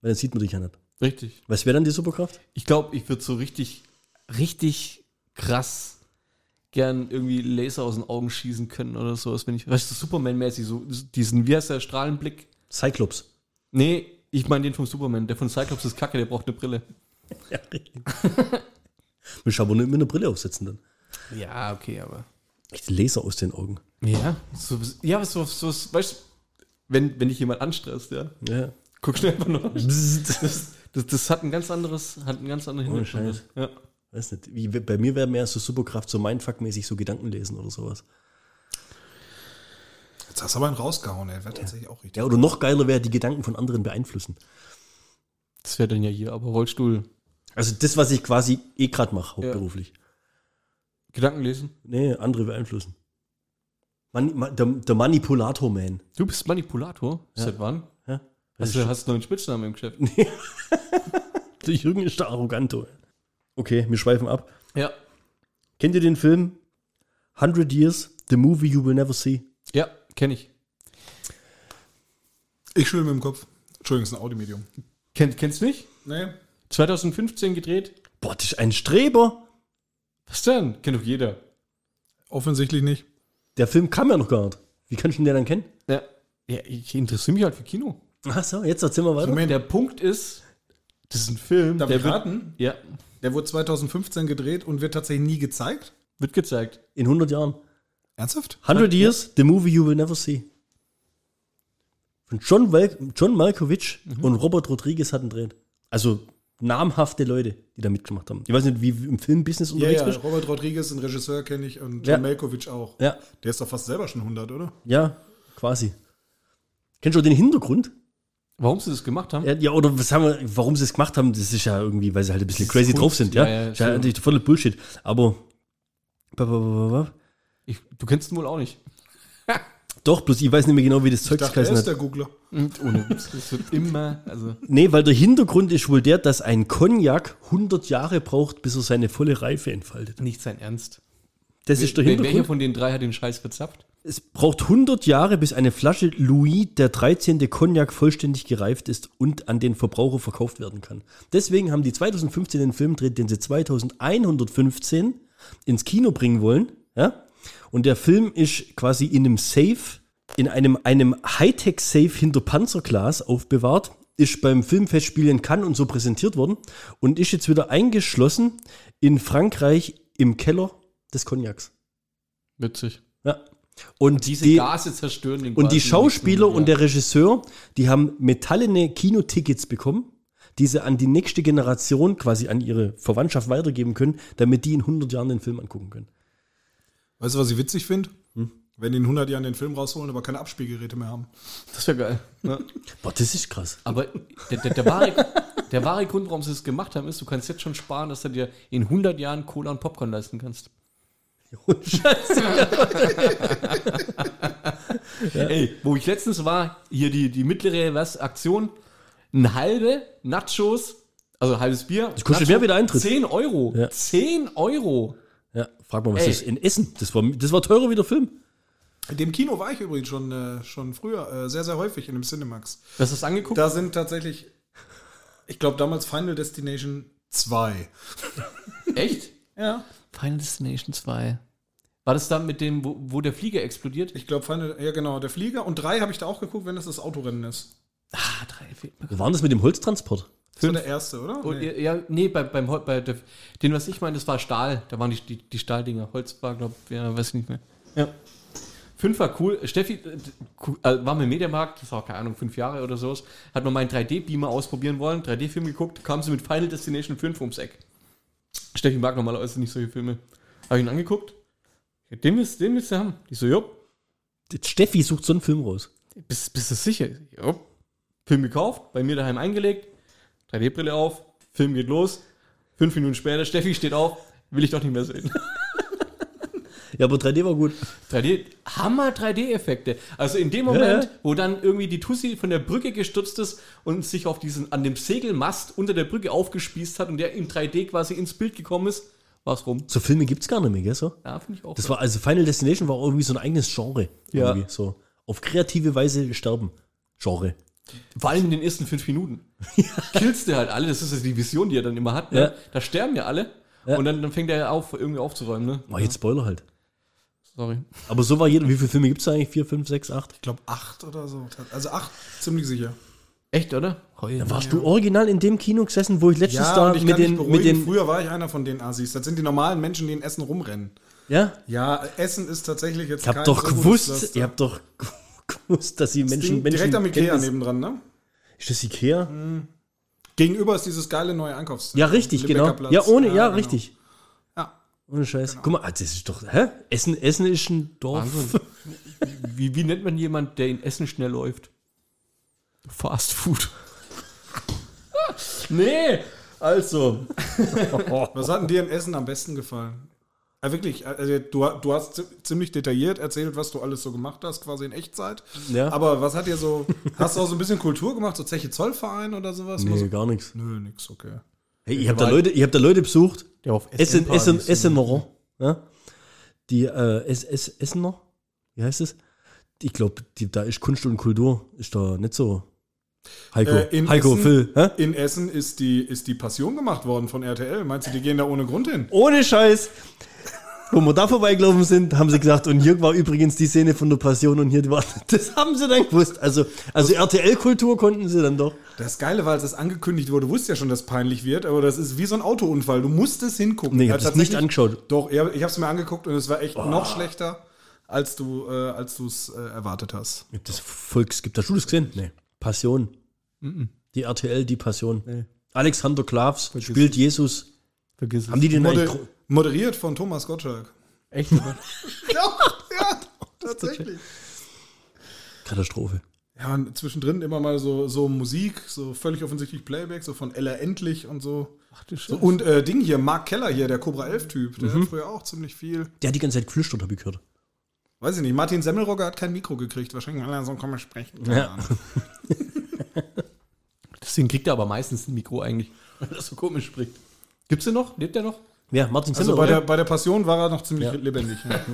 C: Weil dann sieht man dich ja nicht.
E: Richtig.
C: Was wäre dann die Superkraft?
E: Ich glaube, ich würde so richtig, richtig krass gern irgendwie Laser aus den Augen schießen können oder sowas, wenn ich, weißt du, Superman-mäßig, so diesen, wie heißt der, Strahlenblick?
C: Cyclops.
E: Nee, ich meine den vom Superman. Der von Cyclops ist kacke, der braucht eine Brille.
C: Ja, richtig. Willst du aber nicht mit einer Brille aufsetzen dann.
E: Ja, okay, aber.
C: Echt Laser aus den Augen.
E: Ja, so, ja, so, so, so weißt du, wenn, wenn dich jemand anstresst, ja,
C: Ja. [LAUGHS]
E: guck schnell einfach nur.
C: Bzzzt.
E: Das, das, das hat ein ganz anderes, hat einen ganz anderen
C: Ohne
E: Hintergrund.
C: Scheiß.
E: Ja.
C: Weiß nicht, wie, bei mir wäre mehr so Superkraft, so Mindfuck-mäßig so Gedanken lesen oder sowas.
B: Jetzt hast du aber einen rausgehauen, ey. Wäre tatsächlich auch richtig.
C: Ja, oder noch geiler wäre, die Gedanken von anderen beeinflussen.
E: Das wäre dann ja hier, aber Rollstuhl.
C: Also das, was ich quasi eh gerade mache, hauptberuflich.
E: Gedanken lesen.
C: Nee, andere beeinflussen. Man, man, der, der Manipulator-Man.
E: Du bist Manipulator?
C: Ja.
E: Seit wann?
C: Ja?
E: Hast du hast einen neuen Spitznamen im Geschäft?
C: Der Jürgen ist der Arroganto. Okay, wir schweifen ab.
E: [LAUGHS] Ja.
C: Kennt ihr den Film 100 Years, the movie you will never see?
E: Ja, kenne ich.
B: Ich schwimme mit dem Kopf. Entschuldigung, ist ein Audiomedium.
E: Kenn, kennst du nicht?
B: Nee.
E: 2015 gedreht?
C: Boah, das ist ein Streber.
E: Was denn? Kennt doch jeder.
B: Offensichtlich nicht.
C: Der Film kam ja noch gar nicht. Wie kannst du den dann kennen?
E: Ja. ja ich interessiere mich halt für Kino.
C: Ach so, jetzt erzähl mal weiter.
B: Moment,
E: Der Punkt ist, das ist ein Film,
B: darf
E: der
B: ich
E: wird,
B: raten?
E: ja,
B: Der wurde 2015 gedreht und wird tatsächlich nie gezeigt.
E: wird gezeigt.
C: In 100 Jahren.
B: Ernsthaft?
C: 100 Years, the movie you will never see. Von John, Wel John Malkovich und Robert Rodriguez hatten dreht. Also namhafte Leute, die da mitgemacht haben. Ich weiß nicht, wie du im Filmbusiness
B: Ja,
C: unterwegs
B: ja.
C: bist.
B: Robert Rodriguez, ein Regisseur, kenne ich. Und
C: Ja.
B: John Malkovich auch.
C: Ja,
B: Der ist doch fast selber schon 100, oder?
C: ja, quasi. Kennst du den Hintergrund?
E: Warum sie das gemacht haben?
C: Ja, ja, oder was haben wir, warum sie es gemacht haben, das ist ja irgendwie, weil sie halt ein bisschen
E: Das
C: crazy
E: ist
C: drauf
E: Kunst.
C: sind, ja.
E: Ja, ja,
C: ist ja
E: so.
C: natürlich voll Bullshit. Aber
E: Ich, du kennst ihn wohl auch nicht.
C: doch, bloß ich weiß nicht mehr genau, wie das
B: Ich
C: Zeug
B: dachte, er
C: geheißen
B: ist
C: hat.
B: der Googler.
E: Ohne Witz. Das wird immer, also.
C: Nee, weil der Hintergrund ist wohl der, dass ein Cognac 100 Jahre braucht, bis er seine volle Reife entfaltet.
E: Nicht sein Ernst.
C: Das ist der
E: Wer- Welcher
C: Hintergrund.
E: von den drei hat den Scheiß verzapft?
C: Es braucht 100 Jahre, bis eine Flasche Louis der 13. Cognac vollständig gereift ist und an den Verbraucher verkauft werden kann. Deswegen haben die 2015 den Film gedreht, den sie 2115 ins Kino bringen wollen. Ja? Und der Film ist quasi in einem Safe, in einem, einem Hightech-Safe hinter Panzerglas aufbewahrt. Ist beim Filmfestspiel in Cannes und so präsentiert worden und ist jetzt wieder eingeschlossen in Frankreich im Keller des Cognacs.
E: Witzig.
C: Ja. Und
E: Diese
C: die,
E: Gase zerstören den
C: und die
E: quasi
C: Schauspieler
E: nächsten-
C: und der Regisseur, die haben metallene Kinotickets bekommen, die sie an die nächste Generation, quasi an ihre Verwandtschaft weitergeben können, damit die in 100 Jahren den Film angucken können.
B: Weißt du, was ich witzig finde?
C: Hm?
B: Wenn die in 100 Jahren den Film rausholen, aber keine Abspielgeräte mehr haben.
E: Das wäre geil.
C: Boah, das ist krass.
E: Aber der, der, der, wahre, der wahre Grund, warum sie es gemacht haben, ist, du kannst jetzt schon sparen, dass du dir in 100 Jahren Cola und Popcorn leisten
C: [LAUGHS]
E: kannst. Ey, wo ich letztens war, hier die, die mittlere was, Aktion, ein halbe Nachos, also ein halbes Bier. Das
C: kostet mehr wie der Eintritt.
E: 10 Euro.
C: Ja.
E: 10 Euro.
C: Ja, frag mal, was
E: Ey.
C: ist in Essen? Das war, das war teurer wie der Film.
B: In dem Kino war ich übrigens schon, äh, schon früher äh, sehr, sehr häufig in dem Cinemax.
E: Hast du das angeguckt?
B: Da sind tatsächlich, ich glaube damals Final Destination 2.
E: Echt?
B: Ja.
E: Final Destination 2. War das dann mit dem, wo, wo der Flieger explodiert?
B: Ich glaube Final, ja genau, der Flieger. Und 3 habe ich da auch geguckt, wenn das das Autorennen ist.
E: Ah, drei, vier.
C: Wo war denn das mit dem Holztransport?
B: Das war der erste, oder?
E: Und ihr- Ja, nee, bei, beim, Hol- bei der, den, was ich meine, das war Stahl. Da waren die, die, die Stahldinger. Holz war, glaube ich, ja, weiß ich nicht mehr. Ja. Fünf war cool. Steffi, äh, cool, äh, war mir im Mediamarkt, das war keine Ahnung, fünf Jahre oder sowas, hat man meinen 3D-Beamer ausprobieren wollen, 3D-Film geguckt, kam sie mit Final Destination 5 ums Eck. Steffi mag normalerweise nicht solche Filme. Habe ich ihn angeguckt? Den willst, den willst du haben. Ich so, jupp.
C: Steffi sucht so einen Film raus.
E: Bist, bist du sicher? Ja. Film gekauft, bei mir daheim eingelegt, 3D-Brille auf, Film geht los. Fünf Minuten später, Steffi steht auf, will ich doch nicht mehr [LAUGHS] sehen.
C: Ja, aber 3D war gut.
E: 3D, Hammer 3D-Effekte. Also in dem Moment,
C: Ja, ja.
E: wo dann irgendwie die Tussi von der Brücke gestürzt ist und sich auf diesen, an dem Segelmast unter der Brücke aufgespießt hat und der in 3D quasi ins Bild gekommen ist, war's rum.
C: So Filme gibt's gar nicht mehr, gell? So?
E: Ja, finde ich auch.
C: Das war, also Final Destination war irgendwie so ein eigenes Genre.
E: Ja.
C: Irgendwie, So. Auf kreative Weise sterben. Genre.
E: Vor allem in den ersten fünf [LAUGHS] Minuten. Killst du halt alle, das ist jetzt die Vision, die er dann immer hat. Ne?
C: Ja.
E: Da sterben ja alle.
C: Ja.
E: Und dann, dann fängt er ja auf, irgendwie aufzuräumen. Ne?
C: War jetzt Spoiler halt.
E: Sorry.
C: Aber so war jeder. Wie viele Filme gibt's da eigentlich? Vier, fünf, sechs, acht?
B: Ich glaube 8 oder so. Also 8, ziemlich sicher.
E: Echt, oder?
C: Da warst du original in dem Kino gesessen, wo ich letztens da
B: und ich
C: mit
B: kann dich
C: den, mit
B: beruhigen.
C: den,
B: Früher war ich einer von den Assis. Das sind die normalen Menschen, die in Essen rumrennen.
C: ja,
B: Ja, Essen ist tatsächlich jetzt
C: ich hab
B: kein
C: doch
B: so gutes
C: gewusst,
B: Pflaster.
C: ihr habt doch gewusst, dass die
B: Das
C: Menschen,
B: Ding
C: Menschen
B: direkt am Ikea Mhm.
C: Kenntnis-
B: nebendran, ne?
C: Ist das Ikea?
B: Gegenüber ist dieses geile neue Einkaufszentrum.
C: Ja, richtig, genau.
B: Lübecker Platz.
C: Ja, ohne, ja,
B: genau.
C: richtig. Ohne Scheiß. Guck mal, ah, das ist doch, hä? Essen, Essen ist ein Dorf. [LAUGHS]
E: Wahnsinn. [LAUGHS] wie, wie nennt man jemand, der in Essen schnell läuft? Fast Food. [LAUGHS] nee, also.
C: Oh.
B: Was hat denn dir im Essen am besten gefallen? Ja, wirklich, also du, du hast zi- ziemlich detailliert erzählt, was du alles so gemacht hast, quasi in Echtzeit.
C: Ja.
B: Aber was hat dir so, hast du auch so ein bisschen Kultur gemacht, so Zeche Zollverein oder sowas? Mal
C: Nee,
B: so,
C: gar nichts.
B: nö, nix, okay.
C: Hey, ich habe da, Leute- ich hab da Leute besucht.
A: Ja, auf
C: Essen,
A: Partys
C: Essen,
A: und-
C: Essener. Ja? Die äh, es, es, Essener, wie heißt es? Ich glaube, da ist Kunst und Kultur, ist da nicht so. Heiko,
B: Äh, in
C: Heiko
B: Essen-
C: Phil. Hä?
B: In Essen ist die, ist die Passion gemacht worden von RTL. Meinst du, die gehen da ohne Grund hin?
C: Ohne Scheiß. Wo wir da vorbeigelaufen sind, haben sie gesagt, und hier war übrigens die Szene von der Passion und hier war. [LAUGHS] Das haben sie dann gewusst. Also, also RTL-Kultur konnten sie dann doch.
B: Das Geile war, als das angekündigt wurde, wusste ja schon, dass es peinlich wird, aber das ist wie so ein Autounfall. Du musst es hingucken.
C: Nee, ich
B: Ja,
C: habe das nicht
B: tatsächlich-
C: angeschaut.
B: Doch, ja, ich habe es mir angeguckt und es war echt noch schlechter, als du äh, als du es äh, erwartet hast.
C: Ich hab das Volks, gibt das Schuldes gesehen? Nee. Passion.
B: Mhm.
C: Die RTL, die Passion. Alexander Klavs spielt Jesus.
A: Vergiss es.
C: Haben die den
B: Moder
C: eigentlich gro-
B: moderiert von Thomas
C: [LAUGHS]
B: Gottschalk.
A: Echt?
B: ja, ja, tatsächlich.
C: Katastrophe.
B: Ja, und zwischendrin immer mal so, so Musik, so völlig offensichtlich Playback, so von Ella Endlich und so. Ach,
E: du
B: so und äh, Ding hier, Mark Keller hier, der Cobra 11-Typ, der
C: Mhm.
B: hat früher auch ziemlich viel.
C: Der hat die ganze Zeit geflüstert, habe ich gehört.
B: Weiß ich nicht, Martin Semmelrogge hat kein Mikro gekriegt, wahrscheinlich weil er so komisch sprechen kann.
C: Ja.
E: Deswegen kriegt er aber meistens ein Mikro eigentlich, [LAUGHS] weil er so komisch spricht. Gibt's den noch? Lebt er noch?
C: Ja, Martin Zimmer.
B: Also bei der,
C: oder?
B: bei der Passion war er noch ziemlich
C: Ja.
B: lebendig.
C: [LAUGHS]
B: Ja.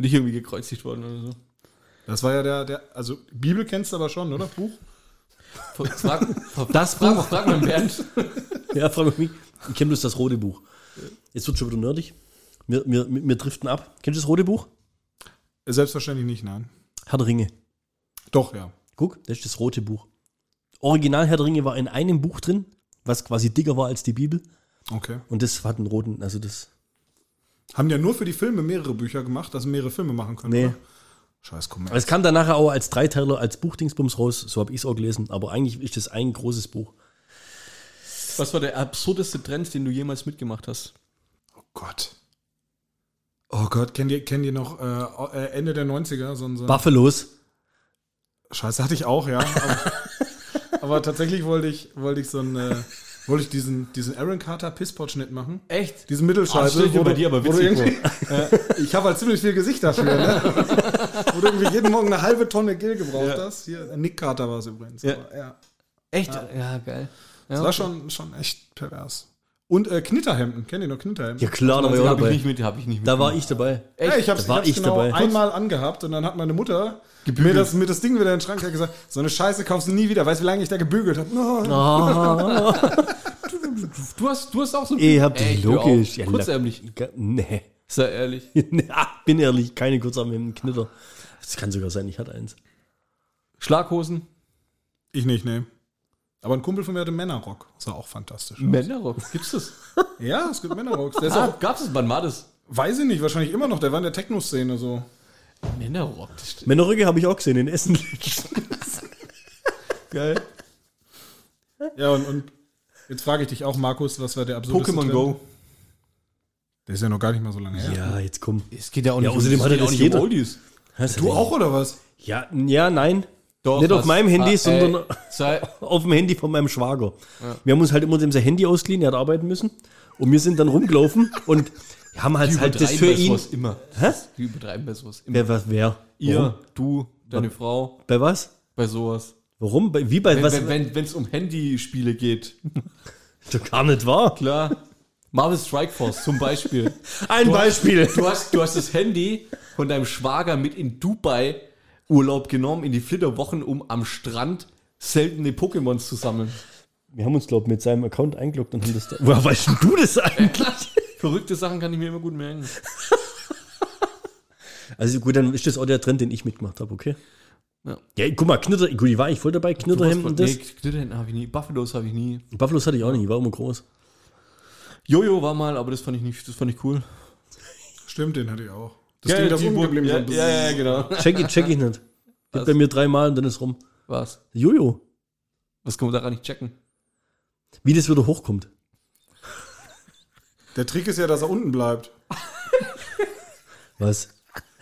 E: Nicht irgendwie gekreuzigt worden oder so.
B: Das war ja der, der, also Bibel kennst du aber schon, oder? Buch?
E: Frag, [LAUGHS] das frag, Buch. frag mal [LAUGHS] Bernd.
C: ja, frag mich. Ich kenne bloß das rote Buch. Jetzt wird schon wieder nerdig. Wir, wir, wir driften ab. Kennst du das rote Buch?
B: Selbstverständlich nicht, nein.
C: Herr der Ringe.
B: Doch, ja.
C: Guck, das ist das rote Buch. Original Herr der Ringe war in einem Buch drin, was quasi dicker war als die Bibel.
B: Okay.
C: Und das hat einen roten, also das.
B: Haben ja nur für die Filme mehrere Bücher gemacht, dass sie mehrere Filme machen können.
C: Nee.
B: oder? Scheiß
C: Aber
B: Kommerz.
C: es kam dann nachher auch als Dreiteiler, als Buchdingsbums raus. So habe ich es auch gelesen. Aber eigentlich ist das ein großes Buch.
E: Was war der absurdeste Trend, den du jemals mitgemacht hast?
B: Oh Gott. Oh Gott, kennt ihr, kennt ihr noch äh, äh, Ende der 90er? So, ein- so ein-
C: Buffalos.
B: Scheiße, hatte ich auch,
C: [LAUGHS]
B: ja. Aber, aber tatsächlich wollte ich, wollte ich so einen, äh, wollte ich diesen, diesen Aaron Carter Pisspot-Schnitt machen.
E: Echt?
B: Diesen Mittelscheitel.
E: Ah, stell ich mir
B: wo
E: bei
B: du-
E: dir aber
B: wo du
E: witzig
B: irgendwie- [LAUGHS] äh, Ich habe halt ziemlich viel Gesicht dafür, ne? [LAUGHS] wo du irgendwie jeden Morgen eine halbe Tonne Gel gebraucht hast. Hier, äh, Nick Carter war es übrigens.
E: Ja.
B: aber, ja.
E: Echt? Ja, geil.
B: Das war schon, schon echt pervers. Und äh, Knitterhemden, kennt ihr noch Knitterhemden?
C: Ja, klar, da war ich auch
E: Habe Also, ich
C: dabei.
E: nicht mit, habe ich nicht mit.
C: Da war ich dabei.
B: Ja, ich hab's,
C: Da war
B: ich hab's
C: ich
B: genau
C: dabei.
B: einmal angehabt und dann hat meine Mutter mir das, mir das Ding wieder in den Schrank hat gesagt, so eine Scheiße kaufst du nie wieder. Weißt du, wie lange ich da gebügelt habe?
E: du, hast, du hast auch so ein
C: Ihr habt
E: Echt, hör auf.
C: logisch. Ja,
E: Kurzärmlich.
C: la- ga- Nee.
E: Sei ehrlich.
C: [LAUGHS] Ja, Ah, bin ehrlich, keine Kurzarme im Knitter. Das kann sogar sein, ich hatte eins.
E: Schlaghosen.
B: Ich nicht, nee. Aber ein Kumpel von mir hatte Männerrock. Das war auch fantastisch.
E: Männerrock. Gibt's das?
B: Ja, es gibt Männerrocks.
C: [LAUGHS]
B: Der ist
E: Ah,
B: auch,
E: gab's das? Wann war das?
B: weiß ich nicht, wahrscheinlich immer noch. Der war in der Techno-Szene so.
E: Männerrock.
C: Männerrücke habe ich auch gesehen in Essen. [LAUGHS]
E: Geil.
B: Ja, und, und jetzt frage ich dich auch, Markus, was war der absurde
E: Pokémon Go.
B: Der ist ja noch gar nicht mal so lange her.
C: ja, jetzt komm.
E: Es geht ja auch
C: Ja,
E: um-
C: außerdem
E: es
C: hat
E: geht
C: er
E: auch
C: das
E: nicht um
C: jeder.
E: Oldies.
B: Du auch, oder was?
C: Ja, n- ja, nein.
E: Doch,
C: Nicht auf
E: was-
C: meinem Handy,
E: Ah,
C: sondern- [LAUGHS] halt
E: ey, Sei,
C: Auf dem Handy von meinem Schwager. Wir haben uns halt immer dem sein Handy ausgeliehen, er hat arbeiten müssen. Und wir sind
E: [LAUGHS]
C: dann rumgelaufen und haben halt, halt das für ihn.
E: sowas immer.
C: Hä?
E: Die übertreiben bei sowas immer.
C: Wer, was, wer?
E: Ihr,
C: Warum?
E: du, deine Frau,
C: Bei was?
E: bei sowas.
C: Warum? Bei, wie bei was?
E: Wenn es wenn, wenn's um Handyspiele geht,
C: Doch gar nicht wahr.
E: klar. Marvel Strike Force zum
C: [LAUGHS]
E: Beispiel.
C: Ein
E: Du
C: Beispiel.
E: Hast, du, hast, du hast das Handy von deinem Schwager mit in Dubai Urlaub genommen, in die Flitterwochen, um am Strand seltene Pokémons zu [LAUGHS] sammeln.
C: Wir haben uns, glaube ich, mit seinem Account eingeloggt und haben das da. [LAUGHS] Woher weißt denn du das eigentlich?
E: Verrückte Sachen kann ich mir immer gut merken.
C: [LAUGHS] Also gut, dann ist das auch der Trend, den ich mitgemacht habe, okay?
E: Ja.
C: Ja. guck mal, Knitter, gut, die war ich voll dabei, Knitterhemden, das.
E: Nee, Knitterhemden habe ich nie. Buffalos habe ich nie.
C: Buffalos hatte ich auch nicht, die war immer groß.
E: Jojo war mal, aber das fand ich nicht, das fand ich cool.
B: Stimmt, den hatte ich auch. Das Ding, das
E: die
B: umgeblieben
E: ja,
B: ist.
E: ja, ja, genau.
C: Check ich, check ich [LAUGHS] nicht. Gib bei mir dreimal und dann ist rum.
E: Was?
C: Jojo,
E: Was kann man daran nicht checken?
C: wie das wieder hochkommt.
B: Der Trick ist ja, dass er unten bleibt.
C: Was?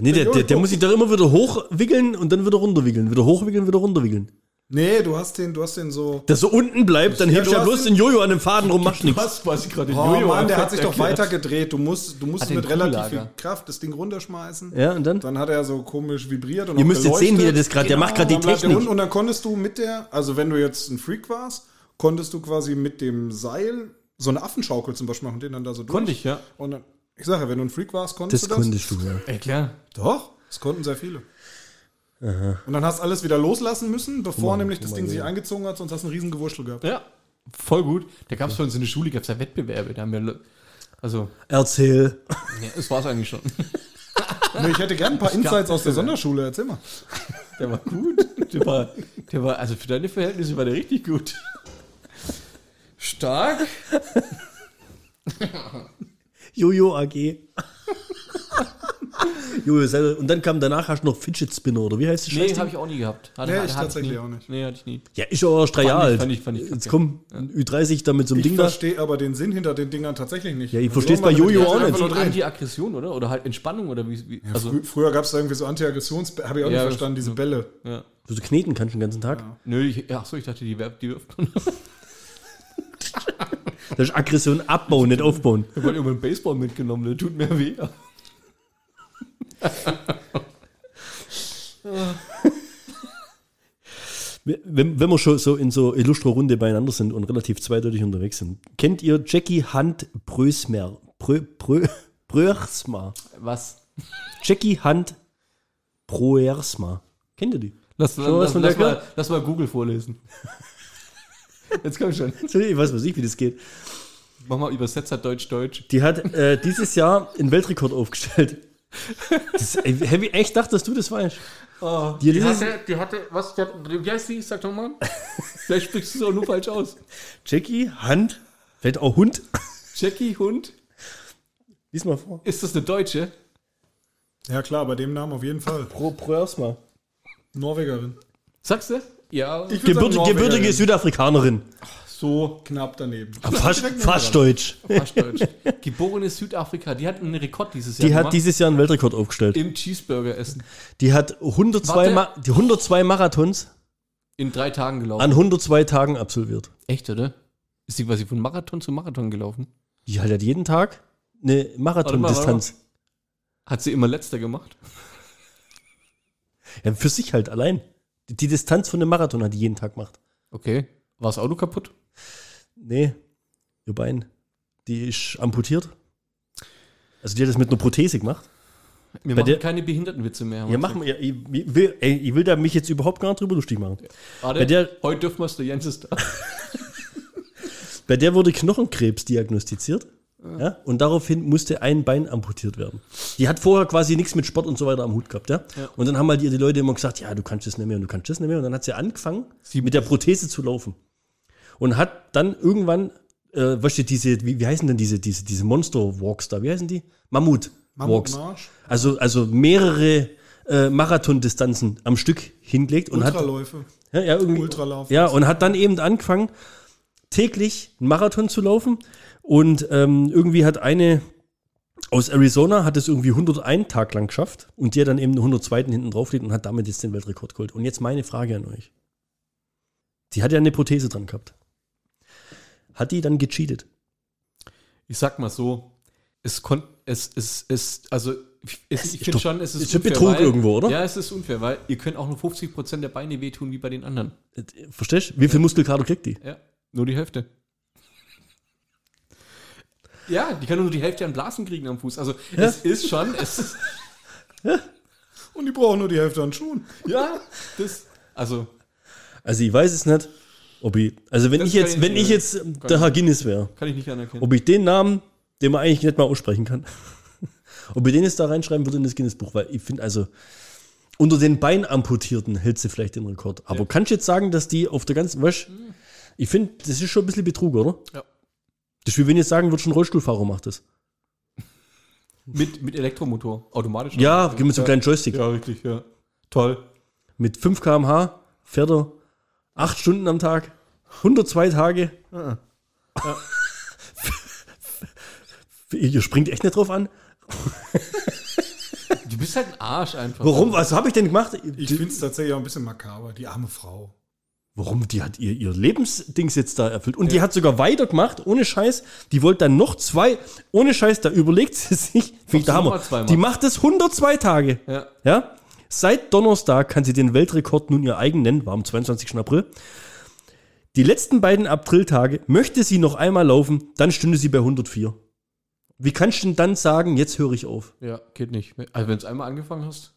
C: Nee, der, der, der muss sich doch immer wieder hochwickeln und dann wieder runterwickeln. Wieder hochwickeln, wieder runterwickeln.
B: Nee, du hast den, du hast den so.
C: Dass er unten bleibt, dann
B: Ja,
C: hebt
B: du
C: er
B: hast
C: bloß
B: ihn-
C: den Jojo an dem Faden rum, macht nichts.
E: Was quasi gerade
B: Oh Mann, der
E: einfach
B: hat sich doch
E: erklärt.
B: weiter gedreht. Du musst, du musst
E: Hat den
B: mit relativ
E: Kugellager.
B: viel Kraft das Ding runterschmeißen.
C: Ja, und dann? Genau,
B: Dann hat er so komisch vibriert und
C: Ihr
B: auch
C: müsst jetzt sehen, wie der
B: geleuchtet.
C: das gerade, der macht gerade die
B: Dann bleibt der
C: Technik.
B: unten und dann konntest du mit der, also wenn du jetzt ein Freak warst, konntest du quasi mit dem Seil so eine Affenschaukel zum Beispiel machen, und den dann da so durch.
E: Konnte ich, ja.
B: Und dann, ich sage, wenn du ein Freak warst, konntest
C: Das
B: du das?
C: konntest du, ja.
E: Ey, klar.
B: Doch, das konnten sehr viele. Und dann hast du alles wieder loslassen müssen, bevor nämlich
C: oh
B: das Ding sich eingezogen hat, sonst hast du einen riesen Gewurschtel gehabt.
E: Ja, voll gut. Da gab es bei uns in der Schule, gab es ja Wettbewerbe. Da haben wir, Le- also,
C: Erzähl.
E: ja, das war es eigentlich schon.
B: Nee, ich hätte gern ein paar Insights aus der Sonderschule, erzähl mal.
E: Der war gut. Der war, der war, also für deine Verhältnisse war der richtig gut. Stark.
C: Jojo AG. [LAUGHS] Jojo selber. Und dann kam danach hast du noch Fidget Spinner, oder wie heißt die
E: Nee,
C: Scheiße?
E: habe ich auch nie gehabt. Hatte,
B: Nee,
E: hatte-
B: ich
E: hatte
B: tatsächlich
E: nie.
B: auch nicht.
E: Nee, hatte ich nie.
C: ja, ist ja auch erst drei
E: Fand
C: Jahre
E: ich-
C: alt.
E: fand ich- fand ich
C: Jetzt
E: kacke.
C: komm, ein Ü30 da mit so einem
B: Ich
C: Ding da.
B: verstehe aber den Sinn hinter den Dingern tatsächlich nicht.
C: Ja, ich
B: Also
C: versteh's
B: irgendwann mit
C: bei Jojo
B: den
C: auch
B: Dingern
C: nicht.
B: einfach nur drehen.
E: Anti-Aggression, oder? Oder halt Entspannung, oder wie. wie also,
B: Frü- Früher gab es da irgendwie so Antiaggressions... Habe ich
E: Ja,
B: auch nicht
E: das-
B: verstanden, diese Bälle.
E: ja.
C: Du so kneten kannst den ganzen Tag.
E: Nö, ich, ach so, ich dachte, die, werb- die wirft. Ich
C: Das ist Aggression abbauen, nicht aufbauen.
E: wollte immer einen Baseball mitgenommen, der tut mir weh.
C: Wenn, wenn wir schon so in so illustrer Runde beieinander sind und relativ zweideutig unterwegs sind, kennt ihr Jackie Hunt Brösmer? Brö, Brö, [LAUGHS] Bröersma?
E: Was?
C: Jackie Hunt Bröersma. Kennt ihr die?
E: Lass,
C: mal was
E: lass,
C: von
E: lass,
C: der
E: mal, lass mal Google vorlesen. Jetzt komm schon.
C: Ich weiß was ich, wie das geht.
E: Mach mal Übersetzer Deutsch-Deutsch.
C: Die hat äh, dieses Jahr einen Weltrekord aufgestellt. Das, ey, hab ich echt gedacht, dass du das weißt.
E: Oh.
C: die, hat dieses,
E: die hatte, was, die hat, wie heißt die? Sag doch mal. Vielleicht sprichst du es auch nur falsch aus.
C: Jackie Hunt, vielleicht auch Hund.
E: Jackie Hund,
C: Lies mal vor.
E: ist das eine Deutsche?
B: Ja klar, bei dem Namen auf jeden Fall.
C: Pro, Bröersma.
B: Norwegerin.
E: Sagst du? Ja.
B: Ich würd
C: Gebürtige,
B: sagen,
C: gebürtige Südafrikanerin.
B: So knapp daneben.
C: Ah, Fast, fast deutsch.
E: Fast Deutsch. Geborene Südafrika, die hat einen Rekord dieses Jahr
C: Die hat
E: gemacht.
C: dieses Jahr einen Weltrekord aufgestellt.
E: Im Cheeseburger essen.
C: Die hat 102,
E: Warte.
C: Ma die 102 Marathons
E: In drei Tagen gelaufen.
C: an 102 Tagen absolviert.
E: Echt, oder? Ist die quasi von Marathon zu Marathon gelaufen?
C: Die hat halt jeden Tag eine Marathondistanz.
E: Hat sie immer letzter gemacht?
C: Ja, für sich halt allein. Die, die Distanz von einem Marathon hat die jeden Tag gemacht.
E: Okay. War das Auto kaputt?
C: Nee, ihr Bein. Die ist amputiert. Also die hat das mit einer Prothese gemacht. Also
E: Wir
C: Bei
E: machen
C: der-
E: keine Behindertenwitze mehr.
C: Ja, mach mal. Ja, ich, ich will, ey, ich will da mich jetzt überhaupt gar nicht drüber lustig machen.
E: Warte,
C: bei der-
E: heute dürfen wir es, der Jens ist da.
C: Bei der wurde Knochenkrebs diagnostiziert. Ja, und daraufhin musste ein Bein amputiert werden. Die hat vorher quasi nichts mit Sport und so weiter am Hut gehabt. Ja? Und dann haben halt ihr die Leute immer gesagt, ja, du kannst das nicht mehr und du kannst das nicht mehr. Und dann hat sie angefangen, mit der Prothese zu laufen. Und hat dann irgendwann, äh, weißt du, diese, wie, wie heißen denn diese, diese, diese Monster-Walks da? Wie heißen die? Mammut-Walks.
B: Mammutmarsch.
C: Also, also mehrere äh, Marathondistanzen am Stück hingelegt und hat
B: Ultraläufe.
C: ja, ja, irgendwie,
B: Ultralauf.
C: Ja, und hat dann eben angefangen, täglich einen Marathon zu laufen. Und ähm, irgendwie hat eine aus Arizona hat es irgendwie 101 Tag lang geschafft und die hat dann eben den 102. hinten drauf liegt und hat damit jetzt den Weltrekord geholt. Und jetzt meine Frage an euch. Die hat ja eine Prothese dran gehabt. Hat die dann gecheatet?
E: Ich sag mal so, es kon es es es also ich- es, ich
C: ist
E: finde
C: doch-
E: schon, es ist,
C: ist schon Betrug
E: weil,
C: irgendwo, oder?
E: Ja, es ist unfair, weil ihr könnt auch nur 50% der Beine wehtun wie bei den anderen.
C: Äh, Verstehst du? Wie viel Muskelkater kriegt die?
E: Ja, nur die Hälfte. Ja, die kann nur die Hälfte an Blasen kriegen am Fuß. Also es ist schon, es ist,
B: Und die brauchen nur die Hälfte an Schuhen.
E: [LAUGHS] ja, das, also
C: Also ich weiß es nicht, ob ich, also wenn
E: Das
C: ich
E: kann
C: jetzt,
E: ich
C: wenn
E: nicht,
C: ich
E: ja.
C: jetzt äh, der Herr Guinness wäre,
E: kann ich nicht anerkennen.
C: ob ich den Namen, den man eigentlich nicht mal aussprechen kann, [LAUGHS] ob ich den jetzt da reinschreiben würde in das Guinness-Buch, weil ich finde, also unter den Beinamputierten hält sie vielleicht den Rekord. Aber kannst du jetzt sagen, dass die auf der ganzen, weißt du, ich finde, das ist schon ein bisschen Betrug, oder?
E: Ja.
C: Das ist wie wenn ich jetzt sagen würde, schon ein Rollstuhlfahrer macht das.
E: Mit, mit Elektromotor, automatisch.
C: Ja, mit so einem kleinen Joystick.
E: ja, richtig, ja. Toll.
C: Mit 5 km/h fährt er 8 Stunden am Tag, 102 Tage. [LAUGHS] Ihr springt echt nicht drauf an?
E: Du bist halt ein Arsch einfach.
C: Warum? Was habe ich denn gemacht?
B: Ich
C: Die-
B: finde es tatsächlich auch ein bisschen makaber, die arme Frau.
C: Warum? Die hat ihr, ihr Lebensdings jetzt da erfüllt. Und die hat sogar weitergemacht, ohne Scheiß. Die wollte dann noch zwei, ohne Scheiß, da überlegt [LAUGHS] sie sich, wie
E: sie
C: der Hammer.
E: nochmal zwei macht.
C: Die macht es 102 Tage.
E: Ja.
C: ja. Seit Donnerstag kann sie den Weltrekord nun ihr eigen nennen, war am 22. April. Die letzten beiden Apriltage möchte sie noch einmal laufen, dann stünde sie bei 104. Wie kannst du denn dann sagen, jetzt höre ich auf?
E: Ja, geht nicht. Also wenn du es einmal angefangen hast.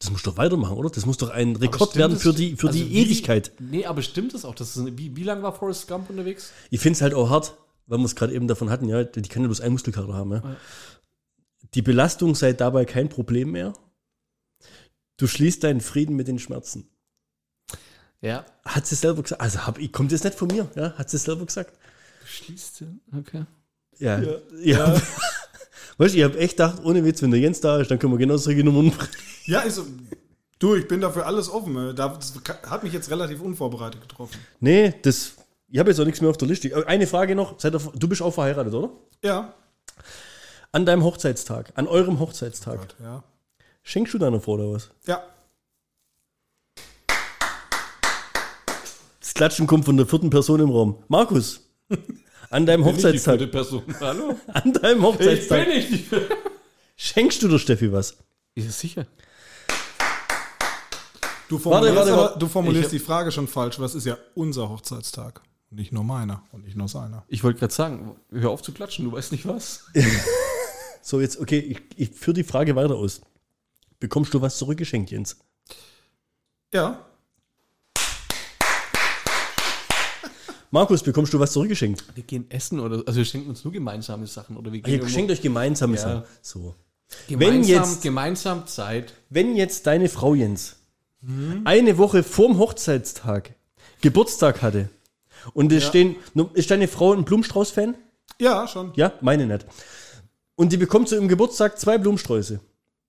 C: Das muss doch weitermachen, oder? Das muss doch ein Rekord
E: stimmt
C: werden
E: es-
C: für die, für
E: also
C: die
E: wie-
C: Ewigkeit.
E: Nee, aber stimmt es auch? Das ist eine, wie, wie lange war Forrest Gump unterwegs?
C: Ich finde es halt auch hart, weil wir es gerade eben davon hatten, ja, die kann ja bloß einen Muskelkater haben. Ja. Die Belastung sei dabei kein Problem mehr. Du schließt deinen Frieden mit den Schmerzen.
E: Ja.
C: Hat sie selber gesagt. Also hab, ich- kommt jetzt nicht von mir, ja? Hat sie selber gesagt.
E: Schließt du? Okay.
C: Ja. [LAUGHS] ja. weißt du, ich habe echt gedacht, ohne Witz, wenn der Jens da ist, dann können wir genau solche Nummern bringen.
B: Ja, also, du, ich bin dafür alles offen. äh, Da das hat mich jetzt relativ unvorbereitet getroffen.
C: Nee, das. Ich habe jetzt auch nichts mehr auf der Liste. Äh, Eine Frage noch. Seid ihr, du bist auch verheiratet, oder?
B: Ja.
C: An deinem Hochzeitstag, an eurem Hochzeitstag,
B: Ja.
C: schenkst du deiner Frau oder was?
B: Ja.
C: Das Klatschen kommt von der vierten Person im Raum. Markus, an deinem Hochzeitstag,
E: Person.
C: [LAUGHS]
E: Hallo?
C: an deinem Hochzeitstag,
E: nicht die vierte.
C: schenkst du der Steffi was?
E: Ist es sicher?
B: Du formulierst,
C: warte,
B: aber-
C: warte.
B: Du
E: Ich
B: formulierst
E: hab-
B: die Frage schon falsch. Was ist ja unser Hochzeitstag? Nicht nur meiner und nicht nur seiner.
E: Ich wollte gerade sagen, hör auf zu klatschen, du weißt nicht was.
C: So, jetzt, okay, ich, ich führe die Frage weiter aus. Bekommst du was zurückgeschenkt, Jens?
B: Ja.
C: Markus, bekommst du was zurückgeschenkt?
E: Wir gehen essen oder also wir schenken uns nur gemeinsame Sachen oder wir gehen
C: Ihr schenkt euch gemeinsame Sachen. So.
E: gemeinsam,
C: Wenn jetzt-
E: gemeinsam Zeit.
C: Wenn jetzt deine Frau, Jens, eine Woche vorm Hochzeitstag Geburtstag hatte und es stehen, ist deine Frau ein Blumenstrauß-Fan?
B: Ja, schon.
C: Ja, meine nicht. Und die bekommt zu ihrem Geburtstag zwei Blumensträuße.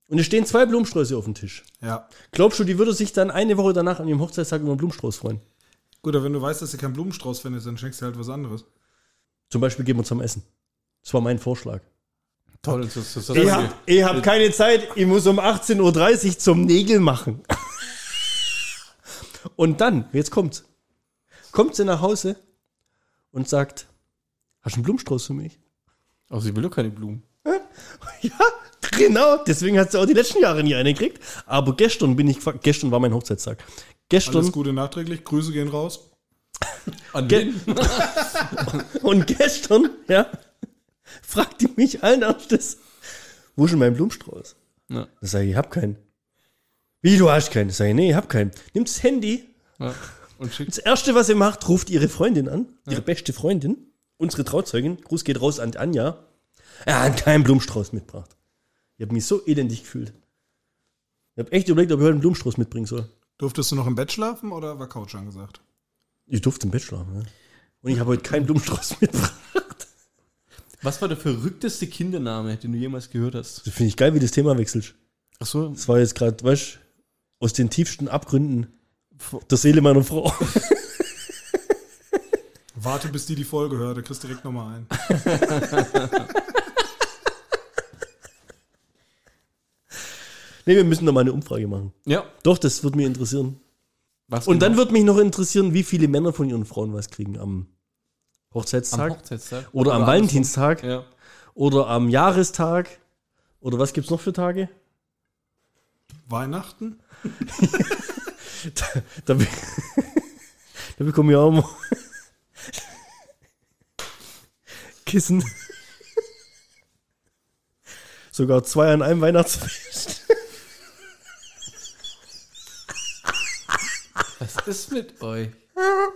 C: Und es stehen zwei Blumensträuße auf dem Tisch.
B: Ja.
C: Glaubst du, die würde sich dann eine Woche danach an ihrem Hochzeitstag über einen Blumenstrauß freuen?
B: Gut, aber wenn du weißt, dass du keinen Blumenstrauß findest, dann schenkst du halt was anderes.
C: Zum Beispiel gehen wir zum Essen. Das war mein Vorschlag.
E: Toll, das, das, das,
C: Ich
B: Also,
C: hab, ich hab keine Zeit, ich muss um 18.30 Uhr zum Nägel machen. [LAUGHS] und dann, jetzt kommt's. Kommt sie nach Hause und sagt, hast du einen Blumenstrauß für mich?
E: Aber sie Also will doch keine Blumen.
C: Ja, genau. Deswegen hat sie auch die letzten Jahre nie eine gekriegt. Aber gestern bin ich, gefa- gestern war mein Hochzeitstag. Gestern
B: Alles Gute nachträglich. Grüße gehen raus.
E: An
C: Ge-
E: wen?
C: und gestern, ja, fragt die mich allen Ernstes, wo ist denn mein Blumenstrauß?
E: [LAUGHS] Ja.
C: Da sage ich, ich hab keinen. Wie, du hast keinen? Sag ich, nee, ich hab keinen. Nimmt das Handy,
E: Ja. Und schickt
C: das erste, was sie macht, ruft ihre Freundin an, ihre beste Freundin, unsere Trauzeugin, Gruß geht raus an Anja. Er hat keinen Blumenstrauß mitgebracht. Ich habe mich so elendig gefühlt. Ich habe echt überlegt, ob ich heute einen Blumenstrauß mitbringen soll.
B: Durftest du noch im Bett schlafen oder war Couch angesagt?
C: Ich durfte im Bett schlafen. Ja. Und ich habe heute keinen Blumenstrauß [LAUGHS] mitgebracht.
E: Was war der verrückteste Kindername, den du jemals gehört hast?
C: Das finde ich geil, wie das Thema wechselt.
E: Achso,
C: Das war jetzt gerade, weißt du, aus den tiefsten Abgründen der Seele meiner Frau. [LAUGHS]
B: Warte, bis die die Folge hört, dann kriegst du direkt nochmal ein.
C: nee, wir müssen da mal eine Umfrage machen.
E: ja.
C: Doch, das würde mich interessieren.
E: Was
C: Und dann
E: genau?
C: würde mich noch interessieren, wie viele Männer von ihren Frauen was kriegen am Hochzeitstag.
E: am Hochzeitstag.
C: Oder am
E: andersrum.
C: Valentinstag
E: Ja.
C: oder am Jahrestag oder was gibt's noch für Tage?
B: Weihnachten?
C: Da, be [LAUGHS] da bekommen wir auch immer Kissen. Sogar zwei an einem Weihnachtsfest.
E: Was ist mit euch? Ah.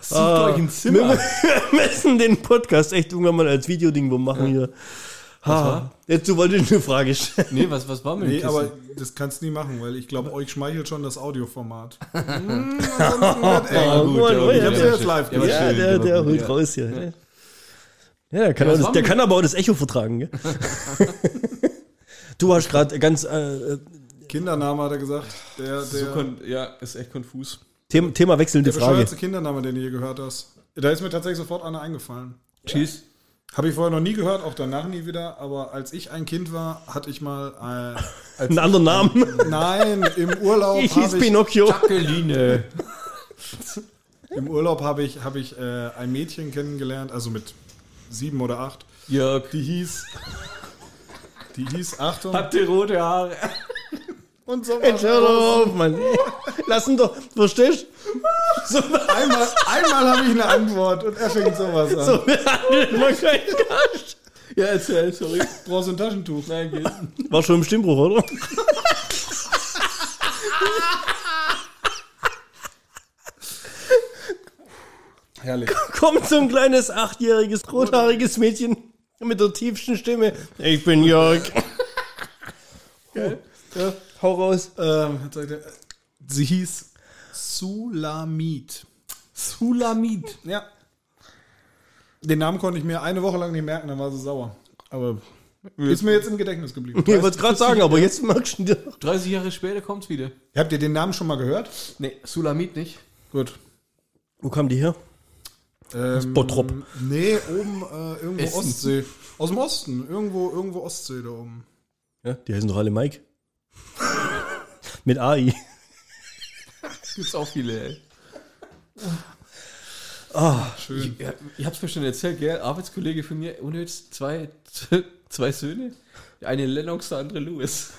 E: Sucht euch ein
C: Wir
E: Zimmer.
C: [LAUGHS] müssen den Podcast echt irgendwann mal als Videoding wo machen hier. Ha,
E: war?
C: jetzt du wolltest eine Frage stellen.
E: [LAUGHS] Nee, was, was war mit dem
B: Nee,
E: Kissen?
B: aber das kannst du nie machen, weil ich glaube, euch schmeichelt schon das Audioformat. Hm, ansonsten wird eng.
C: Ah,
E: gut,
C: Mann,
E: ja,
C: oh,
E: ja,
C: ich hab's
E: ja,
B: jetzt
E: schön.
B: live
E: Ja, war
C: Ja,
E: schön,
C: der,
E: war
C: der
E: gut,
C: holt
E: ja.
C: raus hier. Ja, der, kann,
E: Ja,
C: auch
E: was
C: das,
E: haben
C: der
E: wir?
C: kann aber auch das Echo
E: [LAUGHS]
C: vertragen. Gell? [LAUGHS] du hast gerade ganz äh,
B: Kindername hat er gesagt. Der, der,
E: So kon- ja, ist echt konfus.
C: Thema, Thema wechselnde
B: der
C: Frage.
B: bescheuerte Kindername, den du je gehört hast. Da ist mir tatsächlich sofort einer eingefallen.
E: Tschüss.
B: Habe ich vorher noch nie gehört, auch danach nie wieder. Aber als ich ein Kind war, hatte ich mal äh, als
C: Einen anderen Namen.
B: Nein, im Urlaub
C: [LAUGHS] Ich hieß
B: habe ich,
C: Pinocchio.
E: Jacqueline.
B: im Urlaub habe ich, habe ich äh, ein Mädchen kennengelernt, also mit sieben oder acht.
E: [LAUGHS] Jörg.
B: Die hieß, die hieß Achtung
E: Hatte rote Haare.
B: und so
C: Mensch, hör doch auf, Mann. Lass ihn doch, verstehst du? So,
B: Einmal, einmal habe ich eine Antwort und er fängt sowas
C: [LAUGHS]
B: an.
C: so behandelt man keinen Gast.
E: Ja, erzähl, sorry.
B: Brauchst du ein Taschentuch?
E: Nein, geht.
C: War schon im Stimmbruch, oder?
B: Herrlich.
C: Kommt so ein kleines achtjähriges, rothaariges Mädchen mit der tiefsten Stimme. Ich bin Jörg.
B: Ja.
C: Hau raus.
B: Ähm, jetzt sagt er, äh, sie hieß Sulamit.
E: Sulamit.
B: Ja. Den Namen konnte ich mir eine Woche lang nicht merken, dann war sie sauer. Aber ist mir jetzt im Gedächtnis geblieben.
C: Ich wollte gerade sagen, aber jetzt merkst du dir.
E: 30 Jahre später kommt's wieder.
B: Habt ihr den Namen schon mal gehört?
E: Nee, Sulamit nicht.
B: Gut.
C: Wo kam die her?
B: Ähm,
C: Bottrop.
B: Nee, oben äh, irgendwo
E: Essen.
B: Ostsee. Aus dem Osten. Irgendwo, irgendwo Ostsee da oben.
C: Ja, die heißen doch alle Mike. [LAUGHS] Mit AI.
E: Gibt's auch viele, ey.
B: Schön.
E: Ja, ich hab's mir schon erzählt, gell? Arbeitskollege von mir, ohne Witz, zwei, [LAUGHS] zwei Söhne. Der eine Lennox, der andere [LAUGHS] Lewis.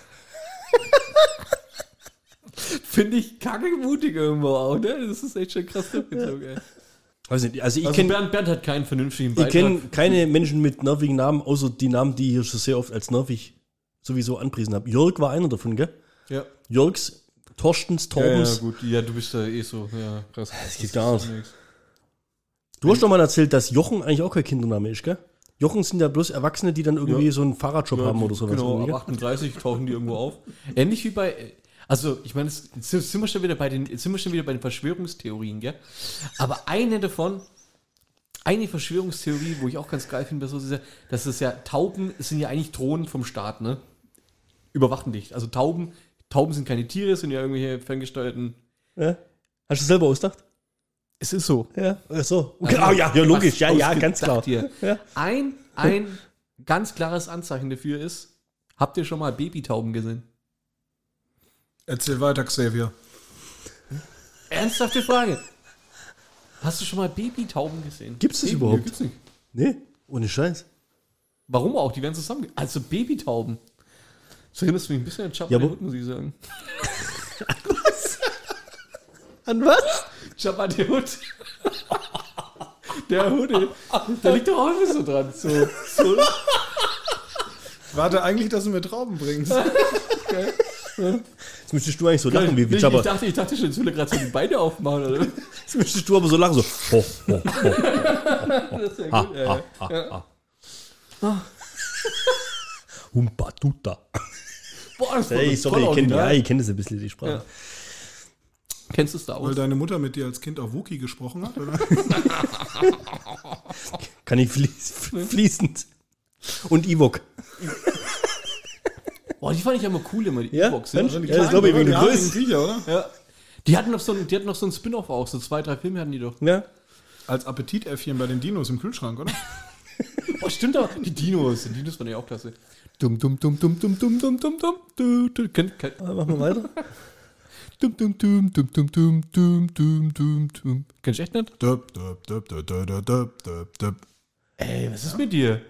E: Finde ich kackemutig irgendwo auch, ne? Das ist echt schon krass durchgezogen, ey.
C: Weiß nicht, also ich
E: Also
C: kenne
E: Bernd, Bernd hat keinen vernünftigen
C: ich
E: Beitrag.
C: kenn keine Menschen mit nervigen Namen, außer die Namen, die ich hier schon sehr oft als nervig sowieso anpriesen habe. Jörg war einer davon, gell?
E: ja.
C: Jörgs, Torstens,
E: Ja, ja,
C: Torbens.
E: gut, ja, du bist da eh so, ja, krass. Das
C: geht gar
E: ist
C: nicht.
E: nix.
C: Du hast doch mal erzählt, dass Jochen eigentlich auch kein Kindername ist, gell? Jochen sind ja bloß Erwachsene, die dann irgendwie
E: Ja.
C: so einen Fahrradjob haben oder sowas.
E: Genau,
C: irgendwie,
E: ab
C: gell?
E: 38 tauchen die irgendwo auf. Ähnlich wie bei, also ich meine, jetzt sind wir schon wieder bei den, jetzt sind wir schon wieder bei den Verschwörungstheorien, gell? Aber eine davon, eine Verschwörungstheorie, wo ich auch ganz geil finde, bei so ist ja, dass es ja Tauben sind ja eigentlich Drohnen vom Staat, ne? Überwachen dich. Also Tauben, Tauben sind keine Tiere, sind ja irgendwelche ferngesteuerten.
C: Ja? Hast du selber ausgedacht?
E: Es ist so.
C: Ja. Ach so. Okay, ah, ja, ja, logisch. Ja, ja, ganz klar.
E: Also, Hier.
C: Ja.
E: Ein, ein ganz klares Anzeichen dafür ist, habt ihr schon mal Babytauben gesehen?
B: Erzähl weiter, Xavier.
E: Ernsthafte Frage. Hast du schon mal Babytauben gesehen?
C: Gibt's das
E: Baby-
C: überhaupt?
E: Nee, gibt's nicht.
C: Nee, ohne Scheiß.
E: Warum auch? Die werden zusammen. Also Babytauben. Das erinnerst du mich ein bisschen an Chapter
C: Ja, aber-
E: Hood, muss ich sagen.
C: [LAUGHS] An was?
E: Chapter Hood. Der Hunde. Da liegt doch auch ein bisschen dran. So, so
B: Ich warte eigentlich, dass du mir Trauben bringst.
C: Jetzt müsstest du eigentlich so lachen wie, Ah, wie
E: ich,
C: Jabba.
E: ich, dachte, ich dachte schon, ich will gerade so die Beine aufmachen. Oder?
C: Jetzt müsstest du aber so lachen, so. Ho, ho, ho.
E: Das ist ja
C: Ha,
E: gut, ey.
C: ha, ha, ha.
B: Ah.
C: Humpa tuta.
E: Boah, das war
C: Ey,
E: das
C: sorry,
E: tolle
C: ich kenne ja,
E: Original.
C: ich kenn das ein bisschen, die Sprache.
E: Ja. Kennst du Star
B: Weil
E: Wars?
B: deine Mutter mit dir als Kind auf Wookie gesprochen hat, oder?
C: Kann ich fließ, fließend. Und Ewok.
E: Boah, die fand ich immer cool, immer die ne?
C: Ja?
E: E-Box.
C: Mensch, ja, das glaube ich wegen
B: Die
C: dem
B: haben
C: Größen.
B: den Krieger, oder?
E: Ja. Die hatten noch so ein, die hatten noch so ein Spin-off auch, so zwei, drei Filme hatten die doch.
C: Ja.
B: Als Appetitäffchen bei den Dinos im Kühlschrank, oder?
E: Oh, stimmt doch. Die Dinos, die Dinos waren ja auch klasse. Dum dum dum dum dum dum dum dum dum. Du, du, kenn, kenn.
C: Ah, Machen wir weiter.
E: Dum dum dum dum dum dum dum dum dum dum. Kennst du echt nicht?
B: Döp, döp, döp, döp, döp, döp, döp, döp.
E: Ey, was ist mit dir?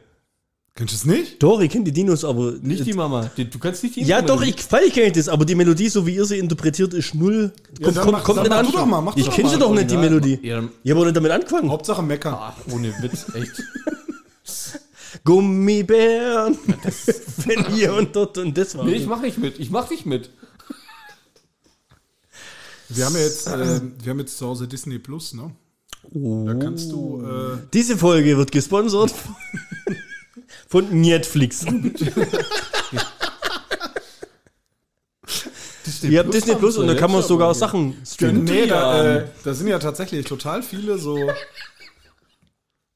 B: Kennst du es nicht?
C: Dori kennt die Dinos, aber äh,
E: Nicht die Mama. Die, du kannst nicht die
C: Ja,
E: Mama
C: doch,
E: nehmen.
C: ich, freilich kenne ich das, aber die Melodie, so wie ihr sie interpretiert, ist null. Kommt,
B: dann
C: kommt,
B: mach-
C: kommt
B: dann
C: nicht
B: mach
C: an.
B: du doch mal, mach du
C: ich
B: doch
C: kenne
B: mal
C: sie doch nicht, die
E: Original.
C: Melodie.
E: Ja, dann-
C: Ich habe nicht damit angefangen.
B: Hauptsache meckern.
E: Ach, ohne Witz, echt.
C: Gummibären. [LAUGHS] Wenn hier und dort und das war.
E: Nee, ich mach nicht mit. Ich mach nicht mit.
B: Wir haben ja jetzt, äh, wir haben jetzt zu Hause Disney Plus, ne? Da kannst du,
E: Oh.
B: äh,
C: Diese Folge wird gesponsert von Netflix.
E: Disney
C: Ihr habt Disney Plus und da kann man sogar auch Sachen streamen.
B: nee, da,
E: ja.
B: äh, da sind ja tatsächlich total viele so,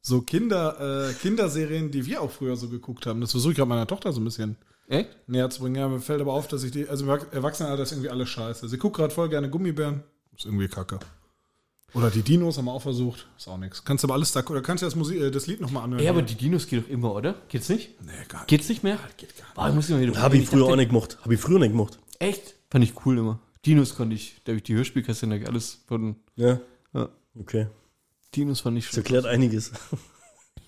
B: so Kinder, äh, Kinderserien, die wir auch früher so geguckt haben. Das versuche ich gerade meiner Tochter so ein bisschen
E: Echt?
B: näher zu bringen. Ja, mir fällt aber auf, dass Also ich die, also im Erwachsenenalter ist irgendwie alles scheiße. Sie guckt gerade voll gerne Gummibären. Ist irgendwie kacke. Oder die Dinos haben wir auch versucht. Ist auch nichts. Kannst aber alles da, oder kannst du das, Musik, äh, das Lied nochmal anhören?
E: Ja, aber die Dinos geht doch immer, oder? Geht's nicht?
B: nee, gar nicht.
E: Geht's nicht mehr?
B: Geht gar nicht.
E: Warum muss ich mal wieder
C: Habe ich früher
E: dachte,
C: auch nicht gemacht. Habe ich früher nicht gemacht.
E: Echt? Fand ich cool immer. Dinos konnte ich, da habe ich die Hörspielkasse alles von
C: Ja.
E: Ja.
C: Okay.
E: Dinos fand ich
C: Das erklärt einiges.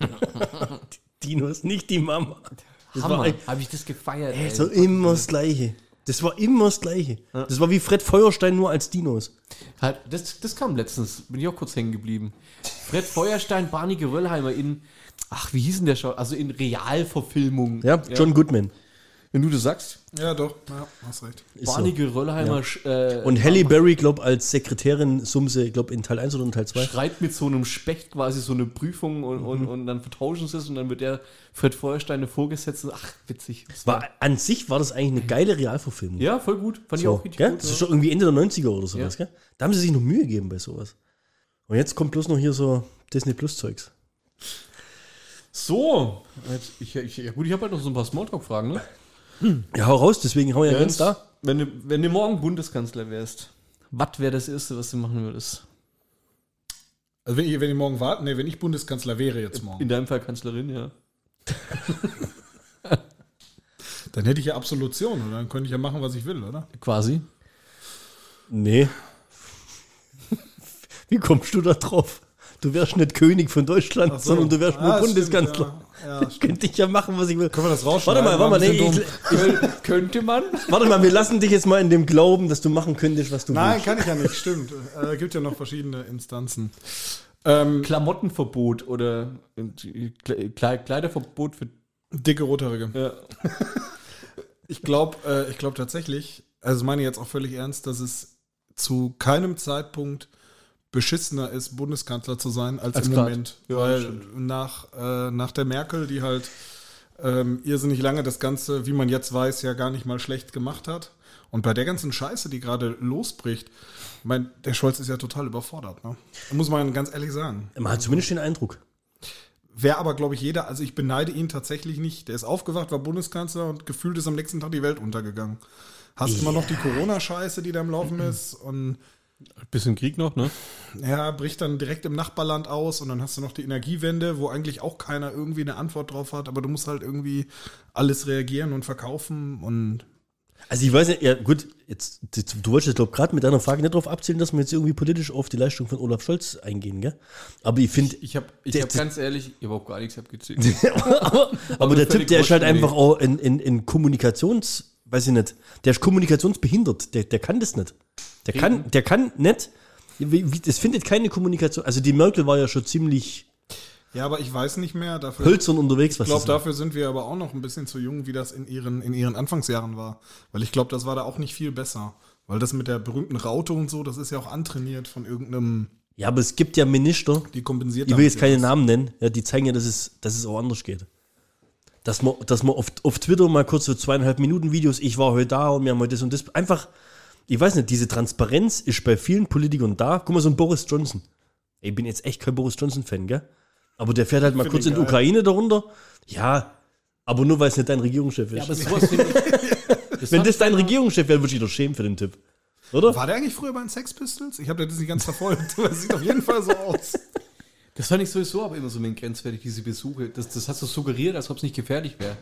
C: [LAUGHS] Die Dinos, nicht die Mama. Das war,
E: Hammer. Habe ich das gefeiert. ey.
C: das war immer das Gleiche. Das war immer das Gleiche. Das war wie Fred Feuerstein nur als Dinos.
E: Hat, das, das kam letztens, bin ich auch kurz hängen geblieben. Fred Feuerstein, Barney Geröllheimer in, ach, wie hieß denn der Schau? Also in Realverfilmung.
C: Ja, John Goodman.
E: Wenn du das sagst.
B: Ja, doch. Ja, hast recht.
C: Ist
E: Barney
C: so.
E: Geröllheimer sch, äh,
C: Und Halle Berry, glaube als Sekretärin Sumse, glaube in Teil 1 oder in Teil 2.
E: schreibt mit so einem Specht quasi so eine Prüfung und,
C: Mhm.
E: und, und dann vertauschen sie es und dann wird der Fred Feuerstein eine Vorgesetzte. Ach, witzig. Das
C: War, an sich war das eigentlich eine geile Realverfilmung.
E: ja, voll gut. Fand ich
C: So,
E: auch richtig
C: gell?
E: gut.
C: Das
E: ja.
C: ist schon irgendwie Ende der 90er oder sowas, gell? Da haben sie sich noch Mühe gegeben bei sowas. Und jetzt kommt bloß noch hier so Disney Plus Zeugs.
E: So, jetzt, ich, ich, ja gut, ich habe halt noch so ein paar Smalltalk-Fragen. Ne?
C: Ja, hau raus, deswegen
E: Äh,
C: hau ja ganz da.
E: Wenn, du, wenn du morgen Bundeskanzler wärst, was wäre das Erste, was du machen würdest?
B: Also wenn ich, wenn ich morgen warte, nee, wenn ich Bundeskanzler wäre jetzt morgen,
E: In deinem Fall Kanzlerin, ja.
B: dann hätte ich ja Absolution oder dann könnte ich ja machen, was ich will, oder?
E: Quasi.
C: Nee. Wie kommst du da drauf? Du wärst nicht König von Deutschland,
B: Ach so.
C: sondern du wärst
B: Ah,
C: nur
B: stimmt,
C: Bundeskanzler.
B: ja. Ja,
C: ich könnte ich ja machen, was ich will.
B: [LAUGHS] Können wir das
C: Warte
B: rausschneiden?
C: mal, warte mal, nee,
B: War ein bisschen
C: ich,
B: dumm.
E: könnte man?
C: warte mal, wir lassen dich jetzt mal in dem Glauben, dass du machen könntest, was du
B: Nein,
C: willst.
B: kann ich ja nicht, stimmt. Äh, gibt ja noch verschiedene Instanzen. Ähm,
E: Klamottenverbot oder Kle- Kle- Kleiderverbot für.
B: dicke Rothaarige.
E: Ja.
B: Ich glaube äh, ich glaub tatsächlich, also ich meine jetzt auch völlig ernst, dass es zu keinem Zeitpunkt beschissener ist, Bundeskanzler zu sein, als,
E: Als
B: im
E: grad.
B: Moment.
E: Ja, das
B: Weil
E: stimmt.
B: nach, äh, nach der Merkel, die halt ähm, irrsinnig lange das Ganze, wie man jetzt weiß, ja gar nicht mal schlecht gemacht hat. Und bei der ganzen Scheiße, die gerade losbricht, ich mein, der Scholz ist ja total überfordert. Ne? Muss man ganz ehrlich sagen.
C: Man hat zumindest den Eindruck.
B: Wäre aber, glaube ich, jeder, also ich beneide ihn tatsächlich nicht. Der ist aufgewacht, war Bundeskanzler und gefühlt ist am nächsten Tag die Welt untergegangen. Hast immer noch die Corona-Scheiße, die da im Laufen ist und
E: Bisschen Krieg noch, ne?
B: ja, bricht dann direkt im Nachbarland aus und dann hast du noch die Energiewende, wo eigentlich auch keiner irgendwie eine Antwort drauf hat, aber du musst halt irgendwie alles reagieren und verkaufen und
C: Also ich weiß nicht, ja gut, jetzt, jetzt du wolltest jetzt glaube gerade mit deiner Frage nicht darauf abzielen, dass wir jetzt irgendwie politisch auf die Leistung von Olaf Scholz eingehen, gell? Aber ich finde,
E: Ich habe ich
C: Der-
E: hab
C: der-
E: ganz ehrlich, ich habe auch gar nichts
C: [LAUGHS]
E: abgezählt.
C: aber, aber der Typ,
E: völlig
C: der ist halt
E: wurscht,
C: einfach
E: nee.
C: auch in, in, in Kommunikations, weiß ich nicht, der ist kommunikationsbehindert, der, der kann das nicht. Der kann, der kann nicht, wie, wie, es findet keine Kommunikation, also die Merkel war ja schon ziemlich
B: ja, aber ich weiß nicht mehr, dafür
C: hölzern unterwegs, was
B: Ich glaube,
C: das
B: dafür sind wir aber auch noch ein bisschen zu jung, wie das in ihren, in ihren Anfangsjahren war. Weil ich glaube, das war da auch nicht viel besser. Weil das mit der berühmten Raute und so, das ist ja auch antrainiert von irgendeinem,
C: Ja, aber es gibt ja Minister,
B: die kompensiert
C: ich will jetzt
B: damit
C: keine
B: ja
C: Namen nennen, ja, die zeigen ja, dass es, dass es auch anders geht. Dass man, dass man auf, auf Twitter mal kurz so zweieinhalb Minuten Videos, ich war heute da und wir haben heute das und das, einfach, ich weiß nicht, diese Transparenz ist bei vielen Politikern da. Guck mal, so ein Boris Johnson. Ich bin jetzt echt kein Boris Johnson-Fan, gell? Aber der fährt halt mal kurz in die Ukraine darunter. Ja, aber nur weil es nicht dein Regierungschef ist.
E: aber sowas finde ich.
C: Wenn das dein Regierungschef wäre, würde ich doch schämen für den Typ. Oder?
B: War der eigentlich früher bei den Sex Pistols? Ich habe das nicht ganz verfolgt, [LAUGHS] aber es sieht auf jeden Fall so aus.
E: Das fand ich sowieso aber immer so ein wenig grenzwertig, diese Besuche. Das, das hast du suggeriert, als ob es nicht gefährlich wäre.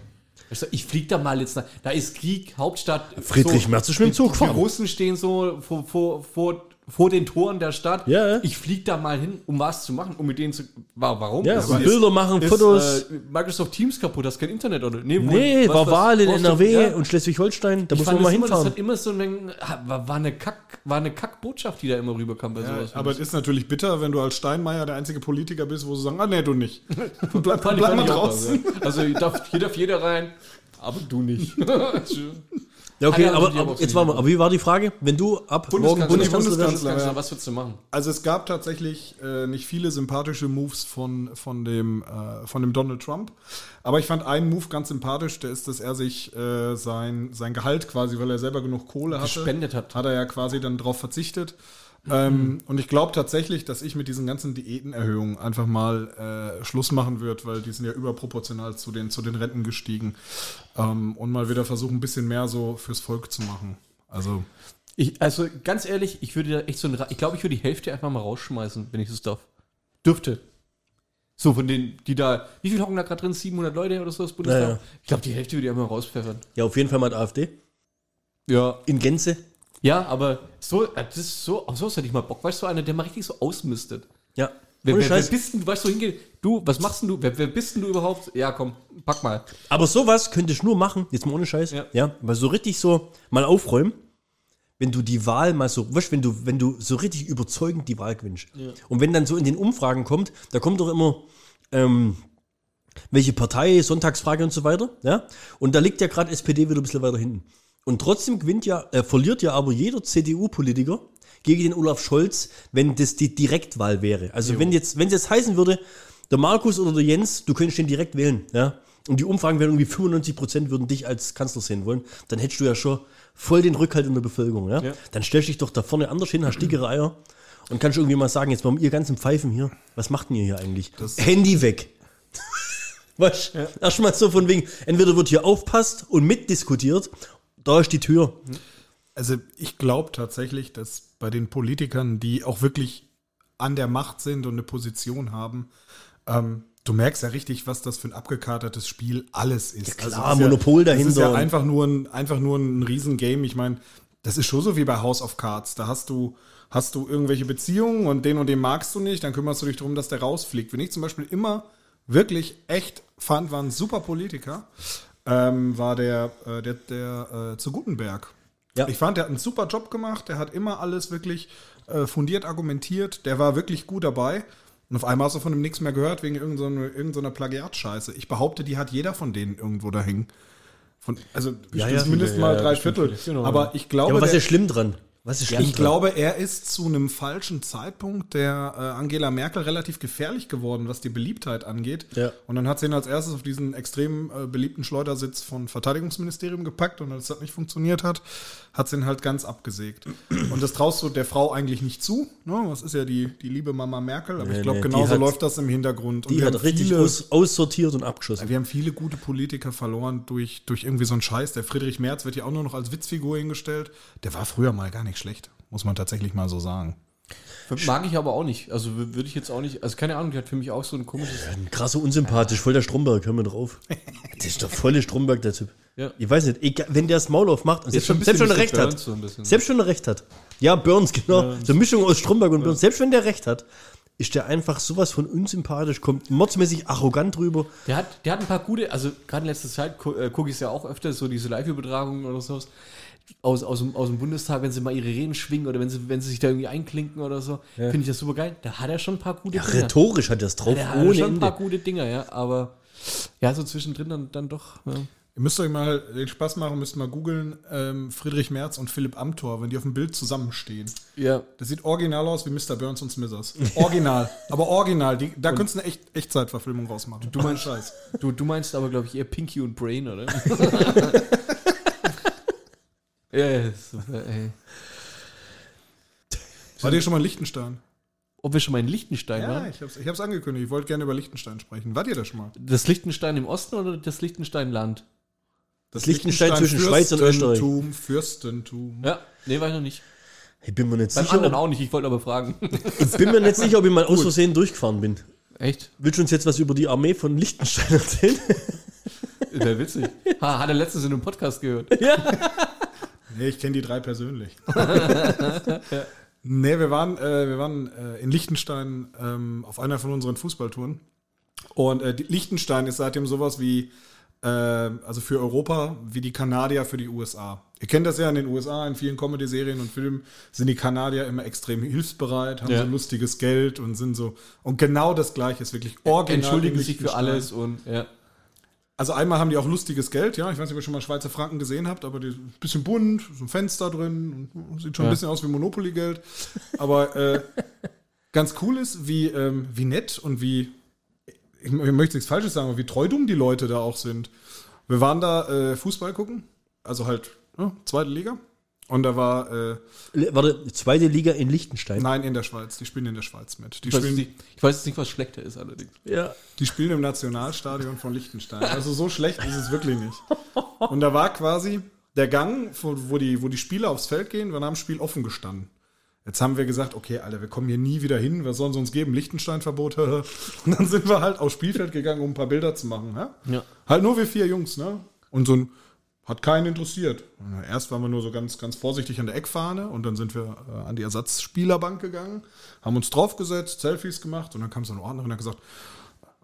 E: Weißt du, Ich flieg da mal jetzt nach. Da ist Krieg, Hauptstadt.
C: Friedrich Merz ist mit dem
E: die-
C: Zug
E: Die
C: gefahren.
E: Russen stehen so vor, vor, vor, vor den Toren der Stadt.
C: Ja, ja.
E: Ich flieg da mal hin, um was zu machen, um mit denen zu. Wa- Warum?
C: Ja,
E: Ist-
C: und Bilder machen,
E: ist,
C: Fotos.
E: Äh, Microsoft Teams kaputt, hast kein Internet oder? Nee, wo-
C: nee,
E: was-
C: war
E: was-
C: Wahl in
E: brauchst du-
C: NRW
E: ja.
C: und Schleswig-Holstein, da
E: Ich
C: muss
E: fand
C: man mal
E: das immer,
C: hinfahren.
E: Das hat immer so ein wenig, ah, war, war eine Kack, war eine Kackbotschaft, die da immer rüberkam bei sowas.
B: aber es ist natürlich bitter, wenn du als Steinmeier der einzige Politiker bist, wo sie sagen, ah nee, du nicht. Bleib,
E: Fand
B: bleib
E: ich- fand
B: mal
E: ich auch
B: draußen.
E: was, ja. Also hier darf,
C: [LAUGHS]
E: hier darf jeder rein, [LAUGHS] aber du nicht.
C: Ja, okay,
E: Ah, ja,
C: aber,
E: die haben
C: aber
E: auch
C: jetzt
E: so
C: warte mal, aber wie war die Frage? Wenn du ab morgen Bundeskanzler
B: Bundeskanzler.
C: wärst,
E: Bundeskanzler, was würdest du machen?
B: Also es gab tatsächlich äh, nicht viele sympathische Moves von, von, dem, äh, von dem Donald Trump. Aber ich fand einen Move ganz sympathisch, der ist, dass er sich äh, sein, sein Gehalt quasi, weil er selber genug Kohle hatte,
E: Gespendet hat. Mhm.
B: hat er ja quasi dann drauf verzichtet. Ähm, und ich glaube tatsächlich, dass ich mit diesen ganzen Diätenerhöhungen einfach mal äh, Schluss machen wird, weil die sind ja überproportional zu den, zu den Renten gestiegen. Ähm, und mal wieder versuchen, ein bisschen mehr so fürs Volk zu machen. Also
E: Ich, also ganz ehrlich, ich würde da echt so ein, Ra- ich glaube, ich würde die Hälfte einfach mal rausschmeißen, wenn ich das darf. Dürfte. So von denen, die da, wie viel hocken da gerade drin? 700 Leute oder so aus Bundestag?
C: Ja, ja.
E: Ich glaube, die Hälfte würde ich einfach rauspfeffern.
C: Ja, auf jeden Fall mal die AfD.
E: Ja,
C: In Gänze.
E: Ja, aber so, äh, das ist so, auf sowas hätte ich mal Bock. Weißt du, so einer, der mal richtig so ausmistet.
C: Ja.
E: Wer,
C: Ohne
E: wer, wer
C: Scheiß.
E: bist denn du, weißt du, hingeht, du, was machst denn du, wer, wer bist denn du überhaupt? Ja, komm, pack mal.
C: Aber sowas könntest du nur machen, jetzt mal ohne Scheiß.
E: Ja.
C: Ja. weil so richtig so mal aufräumen, wenn du die Wahl mal so, weißt, du, wenn du, wenn du so richtig überzeugend die Wahl gewinnst. Und wenn dann so in den Umfragen kommt, da kommt doch immer, ähm, welche Partei, Sonntagsfrage und so weiter, ja. Und da liegt ja gerade SPD wieder ein bisschen weiter hinten. Und trotzdem gewinnt ja, äh, verliert ja aber jeder CDU-Politiker gegen den Olaf Scholz, wenn das die Direktwahl wäre. Also wenn jetzt, wenn es jetzt heißen würde, der Markus oder der Jens, du könntest den direkt wählen, ja. Und die Umfragen wären irgendwie 95 Prozent würden dich als Kanzler sehen wollen, dann hättest du ja schon voll den Rückhalt in der Bevölkerung, ja.
E: Ja.
C: Dann stellst du dich doch da vorne anders hin, hast dickere Eier und kannst irgendwie mal sagen, jetzt mal ihr ganzen Pfeifen hier, was macht denn ihr hier eigentlich? Handy weg. Was? Erstmal so von wegen, entweder wird hier aufpasst und mitdiskutiert, da ist die Tür.
B: Also ich glaube tatsächlich, dass bei den Politikern, die auch wirklich an der Macht sind und eine Position haben, ähm, du merkst ja richtig, was das für ein abgekatertes Spiel alles ist. Also,
C: klar,
B: das ist
C: Monopol
B: Das ist
C: dahinter
B: ja
C: und-
B: einfach nur ein, einfach nur ein Riesengame. Ich meine, das ist schon so wie bei House of Cards. Da hast du, hast du irgendwelche Beziehungen und den und den magst du nicht, dann kümmerst du dich darum, dass der rausfliegt. Wenn ich zum Beispiel immer wirklich echt fand, war ein super Politiker, ähm, war der, äh, der, der äh, zu Gutenberg.
C: Ja.
B: Ich fand, der hat einen super Job gemacht. Der hat immer alles wirklich äh, fundiert argumentiert. Der war wirklich gut dabei. Und auf einmal hast du von dem nichts mehr gehört wegen irgendeiner so ne, irgend so einer Plagiatscheiße. Ich behaupte, die hat jeder von denen irgendwo da hängen. Von, also bestimmt
C: ja,
B: mindestens
E: viele,
B: mal
E: ja,
B: drei
E: bestimmt
B: Viertel.
E: viele. Genau.
B: Aber ich glaube,
C: Ja, aber was
B: der-
C: ist schlimm dran? Was ist schlimm
B: ich glaube, er ist zu einem falschen Zeitpunkt der äh, Angela Merkel relativ gefährlich geworden, was die Beliebtheit angeht.
C: Ja.
B: Und dann hat sie ihn als erstes auf diesen extrem äh, beliebten Schleudersitz von Verteidigungsministerium gepackt und als das nicht funktioniert hat, hat sie ihn halt ganz abgesägt. Und das traust du der Frau eigentlich nicht zu. Ne? Das ist ja die, die liebe Mama Merkel. Aber ich glaube,
C: nee, die
B: genauso
C: hat-
B: läuft das im Hintergrund. Und
C: Die
B: wir
C: hat
B: haben
C: richtig
B: viele-
C: aus, aussortiert und abgeschossen.
B: wir haben viele gute Politiker verloren durch, durch irgendwie so einen Scheiß. Der Friedrich Merz wird ja auch nur noch als Witzfigur hingestellt. Der war früher mal gar nicht schlecht, muss man tatsächlich mal so sagen.
E: Mag ich aber auch nicht. Also wür- würde ich jetzt auch nicht, also keine Ahnung, die hat für mich auch so ein komisches.
C: Krasse unsympathisch, voll der Stromberg, hör mir drauf. Das ist doch volle Stromberg, der Typ.
E: Ja.
C: Ich weiß nicht, egal, wenn der das Maul aufmacht und selbst,
E: schon ein
C: schon,
E: bisschen
C: selbst wenn er
E: wie
C: recht
E: Burns
C: hat.
E: so ein bisschen.
C: selbst wenn er recht hat. Ja, Burns, genau. So eine Mischung aus Stromberg und Burns. Selbst wenn der recht hat, ist der einfach sowas von unsympathisch, kommt mordsmäßig arrogant rüber.
E: Der hat, der hat ein paar gute, also gerade in letzter Zeit gu- äh, gucke ich ja auch öfter, so diese Live-Übertragungen oder sowas. Aus, aus, dem- aus dem Bundestag, wenn sie mal ihre Reden schwingen oder wenn sie, wenn sie sich da irgendwie einklinken oder so, finde ich das super geil. Da hat er schon ein paar gute
C: Ja,
E: Dinger.
C: rhetorisch hat er es drauf,
E: Der hat
C: ohne
E: schon ein paar
C: Ende.
E: gute Dinger, ja, aber ja, so zwischendrin dann, dann doch. Ja.
B: Ihr müsst euch mal den Spaß machen, müsst mal googeln, ähm, Friedrich Merz und Philipp Amthor, wenn die auf dem Bild zusammenstehen.
E: ja.
B: Das sieht original aus wie Mr. Burns und Smithers. [LAUGHS] Original. aber original. Die, da könntest du eine echt, Echtzeitverfilmung rausmachen. Du mein Scheiß.
E: Du, du meinst aber, glaube ich, eher Pinky und Brain, oder? [LAUGHS] ja, ja, super, ey.
B: War dir schon mal in Liechtenstein?
E: Ob wir schon mal in Liechtenstein waren?
B: ich hab's, ich hab's angekündigt. Ich wollte gerne über Liechtenstein sprechen. War dir das schon mal?
E: Das Liechtenstein im Osten oder das Liechtenstein-Land?
B: Das
C: Liechtenstein zwischen Schweiz und Österreich.
B: Fürstentum, Fürstentum.
E: Ja, nee, war ich noch nicht.
C: Ich bin mir nicht
E: Beim
C: sicher.
E: anderen
C: Ob,
E: auch nicht, ich wollte aber fragen.
C: ich bin mir nicht sicher, ob ich mal aus Versehen durchgefahren bin.
E: [LAUGHS] Echt?
C: Willst du uns jetzt was über die Armee von
E: [LAUGHS]
C: Liechtenstein erzählen?
E: Wäre [LAUGHS] witzig. Ha, hat er letztens in einem Podcast gehört.
B: Nee, ich kenne die
E: [LAUGHS]
B: drei persönlich. nee, wir waren, äh, wir waren äh, in Liechtenstein ähm, auf einer von unseren Fußballtouren. Und äh, die- Liechtenstein ist seitdem sowas wie, äh, also für Europa, wie die Kanadier für die USA. Ihr kennt das ja in den USA, in vielen Comedy-Serien und Filmen sind die Kanadier immer extrem hilfsbereit, haben
E: Ja.
B: so lustiges Geld und sind so. Und genau das Gleiche ist wirklich original.
E: Entschuldigen
B: in
E: sich für
B: Liechtenstein.
E: alles und ja.
B: Also einmal haben die auch lustiges Geld, ja. Ich weiß nicht, ob ihr schon mal Schweizer Franken gesehen habt, aber die sind ein bisschen bunt, so ein Fenster drin und sieht schon
E: Ja.
B: ein bisschen aus wie Monopoly-Geld. Aber äh, ganz cool ist, wie, ähm, wie nett und wie, ich, ich möchte nichts Falsches sagen, aber wie treu dumm die Leute da auch sind. Wir waren da äh, Fußball gucken, also halt ne, zweite Liga. Und da war, äh,
C: Le- Warte, zweite Liga in Liechtenstein.
B: nein, in der Schweiz, die spielen in der Schweiz mit. Die
E: Ich weiß, jetzt
B: spielen,
E: nicht, ich weiß jetzt nicht, was schlechter ist allerdings.
C: Ja.
B: Die spielen im Nationalstadion von Liechtenstein. Also so schlecht ist es wirklich nicht. Und da war quasi der Gang, wo wo die, wo die Spieler aufs Feld gehen, war nach dem Spiel offen gestanden. Jetzt haben wir gesagt, okay, Alter, wir kommen hier nie wieder hin, was sollen sie uns geben? Liechtenstein-Verbot. [LAUGHS] hä? Und dann sind wir halt aufs Spielfeld gegangen, um ein paar Bilder zu machen. Ja?
E: Ja.
B: Halt nur wir vier Jungs, ne? Und so ein hat keinen interessiert. Na, Erst waren wir nur so ganz, ganz vorsichtig an der Eckfahne und dann sind wir äh, an die Ersatzspielerbank gegangen, haben uns draufgesetzt, Selfies gemacht und dann kam so ein Ordner und hat gesagt,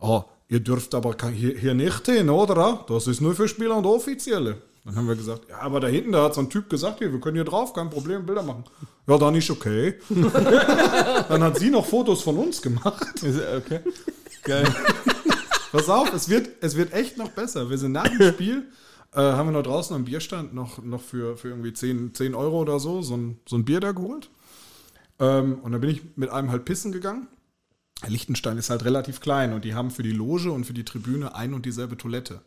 B: oh, ihr dürft aber kein- hier, hier nicht hin, oder? Das ist nur für Spieler und Offizielle. Dann haben wir gesagt, ja, aber da hinten, da hat so ein Typ gesagt, hier, wir können hier drauf, kein Problem, Bilder machen. Ja, dann ist okay. dann hat sie noch Fotos von uns gemacht.
A: Okay. Geil.
B: [LAUGHS] Pass auf, es wird, es wird echt noch besser. Wir sind nach
A: [LAUGHS]
B: dem Spiel, äh, haben wir noch draußen am Bierstand noch, noch für, für irgendwie 10, 10 Euro oder so so ein, so ein Bier da geholt. Ähm, und dann bin ich mit einem halt pissen gegangen. Liechtenstein ist halt relativ klein und die haben für die Loge und für die Tribüne ein und dieselbe Toilette.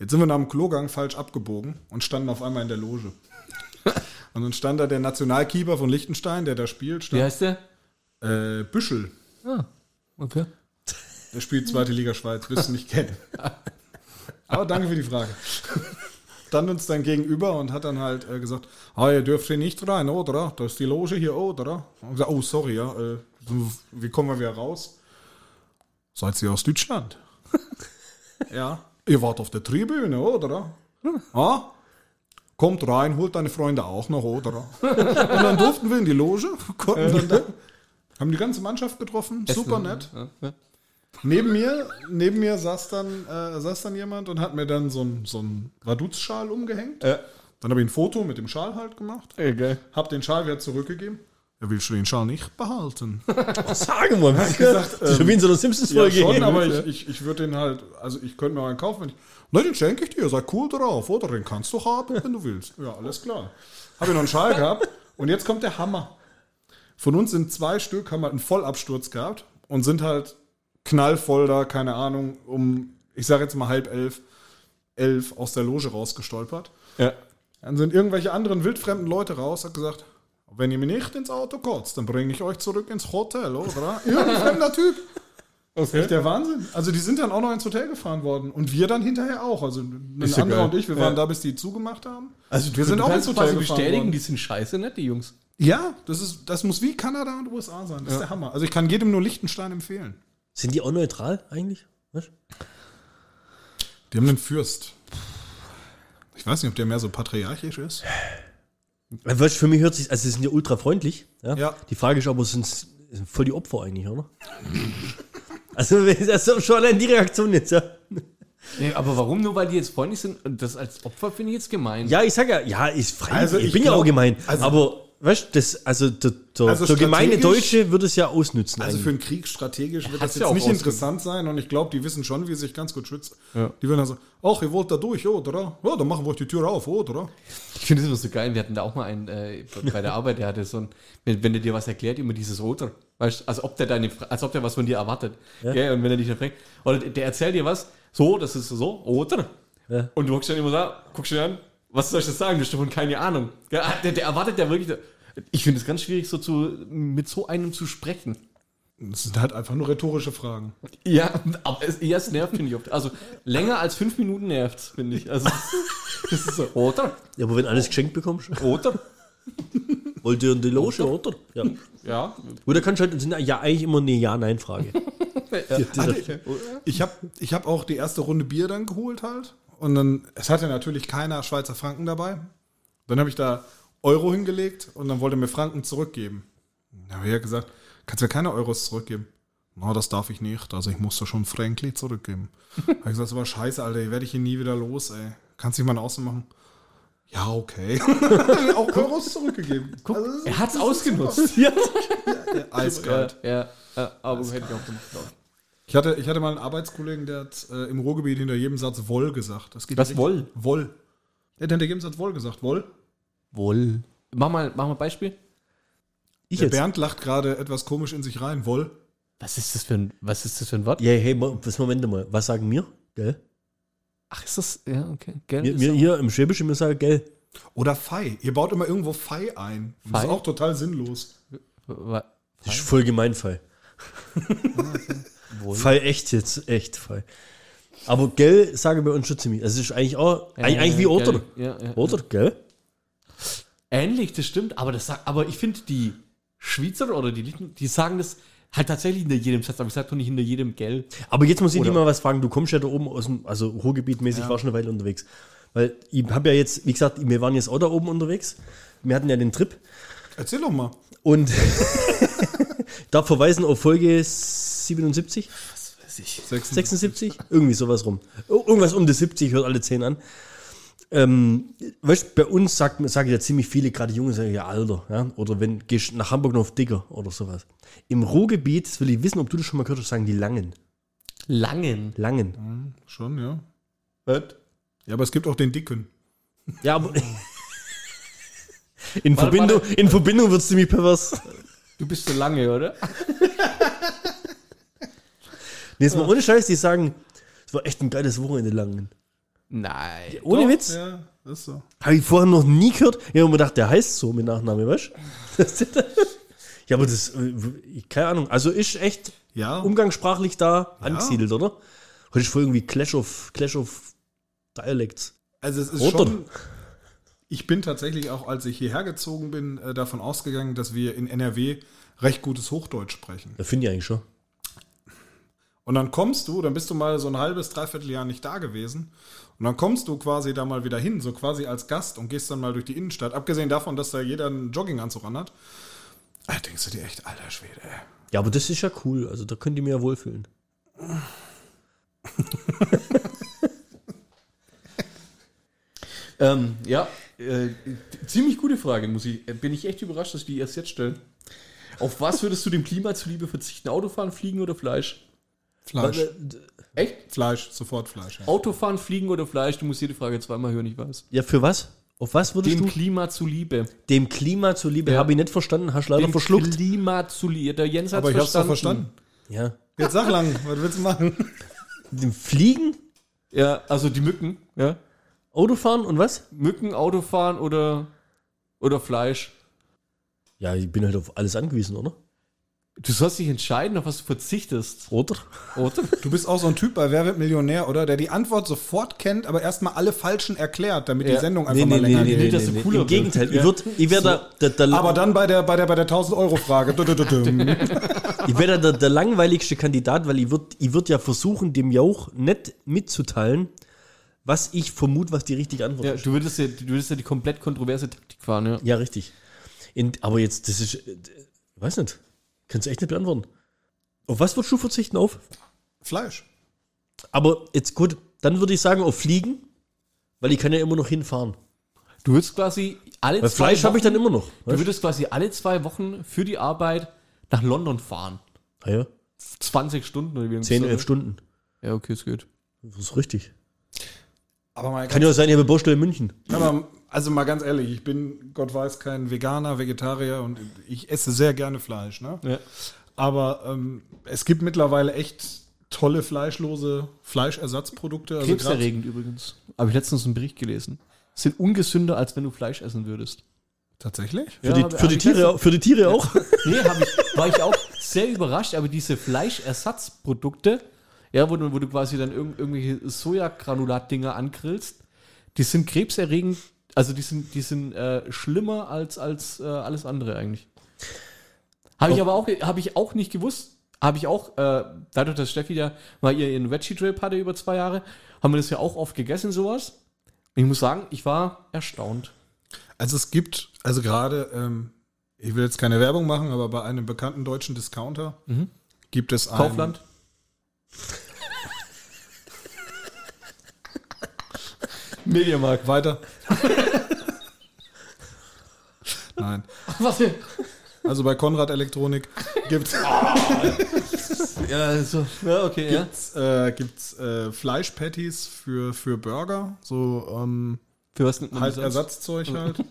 B: Jetzt sind wir nach dem Klogang falsch abgebogen und standen auf einmal in
A: [LAUGHS]
B: der Loge. Und dann stand da der Nationalkeeper von Liechtenstein, der da spielt,
E: Wie
B: stand,
E: heißt der?
B: äh, Büschel.
E: Ah, okay.
B: Der spielt zweite Liga Schweiz, wirst du nicht kennen. Aber danke für die Frage. Stand uns dann gegenüber und hat dann halt äh, gesagt, ah, ihr dürft hier nicht rein, oder? Da ist die Loge hier, oder? Und gesagt, oh, sorry, ja. Äh, so, wie kommen wir wieder raus? Seid ihr aus Deutschland? ja. Ihr wart auf der Tribüne, oder? Ah? Kommt rein, holt deine Freunde auch noch, oder? Und dann durften wir in die Loge, konnten dann da, haben die ganze Mannschaft getroffen, super nett. Neben mir, neben mir saß dann, äh, saß dann jemand und hat mir dann so einen so einen Vaduz-Schal umgehängt. Dann habe ich ein Foto mit dem Schal halt gemacht,
E: Egal.
B: habe den Schal wieder zurückgegeben. Ja, willst du den Schal nicht behalten?
C: Sagen wir mal.
B: gesagt, ähm,
C: Das ist schon wie in so einer Simpsons-Folge.
B: ja, schon,
C: [LAUGHS]
B: aber ich, ich, ich würde den halt, also ich könnte mir einen kaufen, wenn ich, ne, den schenke ich dir, sei cool drauf, oder? Den kannst du haben, wenn du willst. Ja, alles klar. Habe ich noch einen Schal gehabt und jetzt kommt der Hammer. Von uns sind zwei Stück, haben halt einen Vollabsturz gehabt und sind halt knallvoll da, keine Ahnung, um, ich sage jetzt mal halb elf, elf aus der Loge rausgestolpert.
E: Ja.
B: Dann sind irgendwelche anderen wildfremden Leute raus, hat gesagt, wenn ihr mir nicht ins Auto kotzt, dann bringe ich euch zurück ins Hotel, oder? Irgendein fremder Typ. Das ist echt der Wahnsinn. Also die sind dann auch noch ins Hotel gefahren worden. Und wir dann hinterher auch. Also ein
A: Ist ja
B: anderer
A: geil.
B: und ich, wir waren da, bis die zugemacht haben.
A: Also
B: wir sind
E: Du
B: auch ins
E: kannst
B: Hotel
E: quasi
B: gefahren
E: bestätigen,
B: worden.
E: die sind scheiße nett, die Jungs.
B: Ja, das, ist, das muss wie Kanada und USA sein. Das ist der Hammer. Also ich kann jedem nur Liechtenstein empfehlen.
C: Sind die auch neutral eigentlich? Was?
B: Die haben einen Fürst. Ich weiß nicht, ob der mehr so patriarchisch ist.
C: Weil, weißt du, Für mich hört sich, also sie sind ja ultra freundlich. Ja?
B: Ja.
C: Die Frage ist aber, sind voll die Opfer eigentlich, oder? [LAUGHS] also, wenn- das ist schon allein die Reaktion jetzt, ja.
E: Nee, aber warum? Nur weil die jetzt freundlich sind und das als Opfer finde ich jetzt gemein.
C: Ja, ich sag ja, ja, ich, frei,
B: Also
C: ich,
B: ich
C: bin ja
B: glaub-
C: auch gemein.
B: also-
C: aber weißt du, das, also der, der,
B: Also
C: der gemeine
B: strategisch-
C: Deutsche würde es ja ausnützen.
B: Also
C: eigentlich.
B: für einen Krieg strategisch wird
E: Hat's
B: das
E: ja
B: jetzt
E: auch
B: nicht
E: rausge-
B: interessant sein und ich glaube, die wissen schon, wie sie sich ganz gut schützen. Die würden dann sagen, ach, ihr wollt da durch, oder? Ja, dann machen wir euch die Tür auf, oder?
E: Ich finde das immer so geil. Wir hatten da auch mal einen äh, bei der Arbeit, der hatte so ein, wenn, wenn er dir was erklärt, immer dieses Roter. Weißt du, als ob der deine, Fra- als ob der was von dir erwartet. Ja. und wenn er dich dann fragt, oder der erzählt dir was, so, das ist so, Roter.
C: Ja.
E: Und du guckst dann immer da, guckst dir an, was soll ich das sagen? Du hast davon keine Ahnung. Ja, der, der erwartet ja wirklich. Ich finde es ganz schwierig, so zu, mit so einem zu sprechen.
B: Das sind halt einfach nur rhetorische Fragen.
E: Ja, aber es, ja, es nervt mich oft. Also länger als fünf Minuten nervt finde ich. Also, das ist so, oder?
C: ja, aber wenn alles geschenkt bekommst,
E: [LAUGHS] Oder?
C: wollt ihr in die Loge, oder? Ja.
E: Ja.
C: Oder kannst du halt, sind ja eigentlich immer
E: [LAUGHS]
C: eine Ja-Nein-Frage. Also,
B: Ich habe ich hab auch die erste Runde Bier dann geholt halt und dann, es hatte natürlich keiner Schweizer Franken dabei. Dann habe ich da Euro hingelegt und dann wollte er mir Franken zurückgeben. Dann habe ich ja gesagt, kannst mir keine Euros zurückgeben. Na, das darf ich nicht. Also ich musste schon
E: [LAUGHS]
B: Frankli zurückgeben. habe ich gesagt, das war scheiße, Alter, hier werde ich hier nie wieder los, ey. Kannst dich mal außen machen? Ja,
E: [LAUGHS]
B: okay. auch Euros zurückgegeben. Also Guck,
E: Er hat's [LAUGHS] ausgenutzt.
C: ja.
B: eiskalt.
E: äh, Ja, ja, aber hätte ich auch gemacht. glaub ich.
B: Ich hatte, ich hatte mal einen Arbeitskollegen, der hat äh, im Ruhrgebiet hinter jedem Satz Woll gesagt. Das geht
E: Was,
B: nicht.
E: Woll?
B: Woll. Der hat hinter jedem Satz Woll gesagt. Woll?
E: Woll. Mach mal, mach mal ein Beispiel.
C: Ich
B: der
C: jetzt.
B: Bernd lacht gerade etwas komisch in sich rein. Woll.
E: Was ist das für ein, was ist das für ein Wort?
C: Ja, hey, mo- was, Moment mal, was sagen wir? Gell?
E: Ach, ist das, ja, okay. Gell,
C: Wir,
E: ist
C: wir
E: so.
C: hier im Schwäbischen, wir sagen gell.
B: Oder Fei. Ihr baut immer irgendwo Fei ein. Und Das
E: Fei?
B: ist auch total sinnlos.
E: Wa-
C: Das
E: Ah,
C: ist voll gemein, Fall. Fall echt jetzt, echt Fall. Aber gell, sage bei uns schon ziemlich. Das ist eigentlich auch, eigentlich, eigentlich wie Oder.
E: gell. Ja, ja,
C: Oder, gell?
E: Ähnlich, das stimmt, aber, das, sagt- aber ich finde, die Schweizer oder die Litten, die sagen das halt tatsächlich hinter jedem Satz, aber ich sage doch nicht hinter jedem Gell.
C: Aber jetzt muss ich
E: Oder-
C: dich mal was fragen. Du kommst ja da oben aus dem, also Ruhrgebietmäßig war schon eine Weile unterwegs. Weil ich habe ja jetzt, wie gesagt, wir waren jetzt auch da oben unterwegs. Wir hatten ja den Trip
B: Erzähl doch mal.
C: und [LAUGHS] darf verweisen auf Folge 77, 76, irgendwie sowas rum. Ir- Irgendwas um die 70, hört alle 10 an. Ähm, weißt du, bei uns sagt, man- sagen ja ziemlich viele, gerade Junge, sagen ja Alter, ja? oder wenn gehst nach Hamburg noch auf Dicker oder sowas. Im Ruhrgebiet, das will ich wissen, ob du das schon mal gehört hast, sagen die Langen.
E: Langen.
C: Langen.
B: Schon, ja. Ja, aber es gibt auch den Dicken.
C: Ja, aber.
E: Warte,
C: In Verbindung, in Verbindung wird es ziemlich pervers.
E: Du bist so lange, oder?
C: Nee, jetzt mal ohne Scheiß, die sagen, es war echt ein geiles Wochenende lang.
E: Nein.
C: Ohne
B: Doch,
C: Witz.
B: Ja, ist so.
C: Habe ich vorher noch nie gehört. Ich habe mir gedacht, der heißt so mit Nachname, weißt du? Das- Ja, aber das, äh, ich- keine Ahnung. Also ist echt
B: Ja.
C: umgangssprachlich da angesiedelt, oder? Heute ist voll irgendwie Clash of, Clash of Dialects.
B: Also es ist
C: Oder?
B: schon. Ich bin tatsächlich auch, als ich hierher gezogen bin, äh, davon ausgegangen, dass wir in NRW recht gutes Hochdeutsch sprechen.
C: Da finde ich eigentlich schon.
B: Und dann kommst du, dann bist du mal so ein halbes, dreiviertel Jahr nicht da gewesen. Und dann kommst du quasi da mal wieder hin, so quasi als Gast und gehst dann mal durch die Innenstadt. Abgesehen davon, dass da jeder einen Jogginganzug anhat. Da denkst du dir echt, alter Schwede, ey.
C: Ja, aber das ist ja cool. Also da könnt ihr mir ja wohlfühlen.
E: Ähm, ja, äh, ziemlich gute Frage, muss ich. Bin ich echt überrascht, dass wir die erst jetzt stellen. Auf was würdest du dem Klima zuliebe verzichten? Autofahren, Fliegen oder Fleisch?
B: Fleisch.
E: Echt?
B: Fleisch, sofort Fleisch. Ja.
E: Autofahren, Fliegen oder Fleisch? Du musst jede Frage zweimal hören, ich weiß.
C: Ja, für was? Auf was würdest
E: Dem
C: du?
E: Klima zuliebe.
C: Dem Klima zuliebe
E: Ja.
C: habe ich nicht verstanden, hast leider Also verschluckt.
E: Klima zuliebe. Der Jens hat
B: Aber ich hab's doch verstanden.
C: ja.
B: Jetzt sag lang, was willst
E: [LAUGHS]
B: du machen?
C: Dem Fliegen,
E: Ja, also die Mücken. Ja.
C: Autofahren und was?
E: Mücken, Autofahren oder, oder Fleisch.
C: Ja, ich bin halt auf alles angewiesen, oder?
E: Du sollst dich entscheiden, auf was du verzichtest. Oh,
C: Oder? [LAUGHS]
E: Oder?
B: Du bist auch so ein Typ bei Wer wird Millionär, oder? Der die Antwort sofort kennt, aber erstmal alle Falschen erklärt, damit die
E: Ja.
B: Sendung einfach mal länger geht.
E: nee, dass du cooler
C: Im
E: wirst.
C: Gegenteil, ich
E: Ja.
C: würde, ich wäre da, der, der,
B: Aber dann bei der, bei der, bei der 1000-Euro-Frage. Dü- dü-
E: [LAUGHS]
B: dü- dü.
C: ich wär da der, der langweiligste Kandidat, weil ich würde ich würd ja versuchen, dem Jauch nicht mitzuteilen, was ich vermute, was die richtige Antwort
E: Ja,
C: ist.
E: du, würdest ja, du würdest ja die komplett kontroverse Taktik fahren, ja.
C: Ja, richtig. In, aber jetzt, das ist, äh, ich weiß nicht, kannst du echt nicht beantworten. Auf was würdest du verzichten? Auf?
B: Fleisch.
C: Aber jetzt gut, dann würde ich sagen auf Fliegen, weil ich kann ja immer noch hinfahren.
E: Du würdest quasi alle
C: Weil Fleisch habe ich dann immer noch.
E: Du würdest quasi alle zwei Wochen für die Arbeit nach London fahren.
C: Ah ja,
E: 20 Stunden oder wie
C: 10, 11 Stunden.
E: Ja, okay, ist gut.
C: Das ist richtig.
B: Aber mal
C: Kann ja auch sein, ich habe eine Baustelle in München.
B: Aber, also mal ganz ehrlich, ich bin, Gott weiß, kein Veganer, Vegetarier und ich esse sehr gerne Fleisch. Ne?
E: Ja.
B: Aber ähm, es gibt mittlerweile echt tolle fleischlose Fleischersatzprodukte. Also grad,
E: Krebserregend übrigens. Habe ich letztens einen Bericht gelesen. Sind ungesünder, als wenn du Fleisch essen würdest.
B: tatsächlich?
C: Für, die, für, die, Tiere, au- für die Tiere auch.
E: Nee, hab ich, war ich auch sehr überrascht, aber diese Fleischersatzprodukte, ja, wo du, wo du quasi dann irgend, irgendwelche Sojagranulat-Dinger angrillst, die sind krebserregend, also die sind, die sind äh, schlimmer als, als äh, alles andere eigentlich. Habe ich aber auch, habe ich auch nicht gewusst. Habe ich auch, äh, dadurch, dass Steffi ja mal ihr ihren Veggie-Trip hatte über zwei Jahre, haben wir das ja auch oft gegessen, sowas. Ich muss sagen, ich war erstaunt.
B: Also es gibt, also gerade, ähm, ich will jetzt keine Werbung machen, aber bei einem bekannten deutschen Discounter gibt es einen.
E: Mhm.
B: [LAUGHS]
E: Kaufland?
B: Mediamarkt. Weiter. Nein.
E: [LAUGHS] Was?
B: Also bei Konrad Elektronik gibt es.
E: Ja, so. ja okay, ja.
B: gibt's, äh, gibt's äh, Fleischpatties für, für Burger, so ähm,
E: Für was nimmt man
B: halt
E: das als-
B: Ersatzzeug halt. [LAUGHS]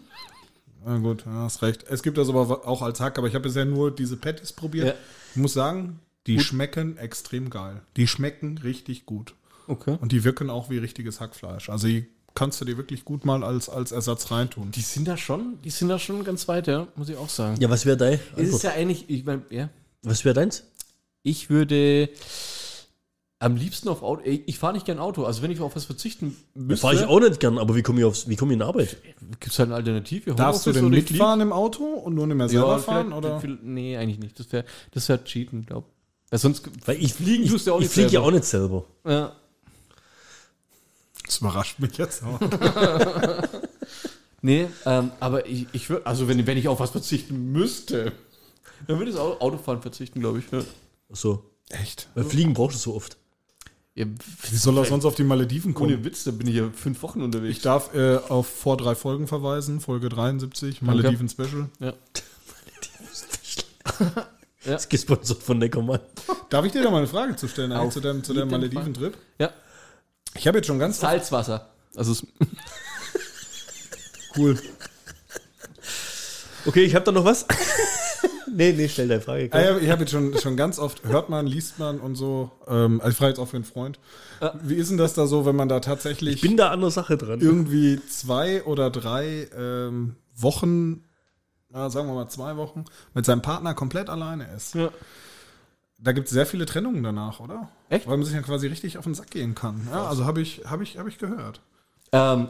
B: Na gut, ja, hast recht. Es gibt das aber wa- auch als Hack, aber ich habe bisher nur diese Patties probiert.
E: Ja.
B: Ich muss sagen, die schmecken extrem geil. Die schmecken richtig gut.
E: Okay.
B: Und die wirken auch wie richtiges Hackfleisch. Also die kannst du dir wirklich gut mal als, als Ersatz reintun.
E: Die sind da schon, die sind da schon ganz weit, ja, muss ich auch sagen. Also
C: Ja, also was wäre dein?
E: es ist
C: Antwort?
E: ja eigentlich, ich meine, ja,
C: Was wäre deins?
E: ich würde Am liebsten auf Auto. Ey, Ich fahre nicht gern Auto. Also wenn ich auf was verzichten
C: Das
E: müsste,
C: fahre ich auch nicht gern, aber wie komme ich, aufs, wie komme ich in Arbeit?
E: gibt es halt eine Alternative.
B: Darfst du
E: Homeoffice
B: denn
E: oder ich
B: mitfahren im Auto und nur nicht mehr
E: flieg?
B: selber
E: Ja,
B: fahren?
E: vielleicht-
B: Oder?
E: vielleicht- Nee, eigentlich nicht. Das wäre das wär Cheaten, glaube ich. Sonst äh,
C: Weil ich
E: Fliegen
C: ich,
E: tust du ja auch
C: ich
E: nicht
C: fliege ja
E: selber.
C: auch nicht selber.
E: Ja.
B: Das überrascht mich
E: [LAUGHS]
B: jetzt auch.
E: Nee, ähm, aber ich, ich würde, also wenn, wenn ich auf was verzichten müsste, dann würde ich auf Autofahren verzichten, glaube ich. Ja.
C: So.
B: Echt?
E: Also-
C: Weil Fliegen brauchst du so oft.
E: Ja,
B: Wie soll er sonst auf die Malediven
E: ohne
B: kommen?
E: Witz, da bin ich ja fünf Wochen unterwegs.
B: Ich darf äh, auf vor drei Folgen verweisen, Folge 73, Malediven Special.
C: Das ist gesponsert von Neckermann.
B: Darf ich dir da mal eine Frage zu stellen, eigentlich,
E: Auf
B: zu deinem, zu deinem
E: jeden
B: Malediven-Trip?
E: Ja.
B: Ich habe jetzt schon ganz
E: Salzwasser. Also es-
B: cool.
C: Okay, ich habe da noch was. [LAUGHS] nee, nee, stell deine Frage.
B: Ah, ja, ich habe jetzt schon, schon ganz oft, hört man, liest man und so. Ähm, also ich frage jetzt auch für einen Freund. Wie ist denn das da so, wenn man da tatsächlich
C: Ich bin da an der Sache dran.
B: irgendwie zwei oder drei ähm, Wochen, na, sagen wir mal zwei Wochen, mit seinem Partner komplett alleine ist?
E: Ja.
B: Da gibt es sehr viele Trennungen danach, oder?
E: Echt?
B: Weil man sich ja quasi richtig auf den Sack gehen kann. Ja, also habe ich, hab ich, hab ich gehört.
E: ähm,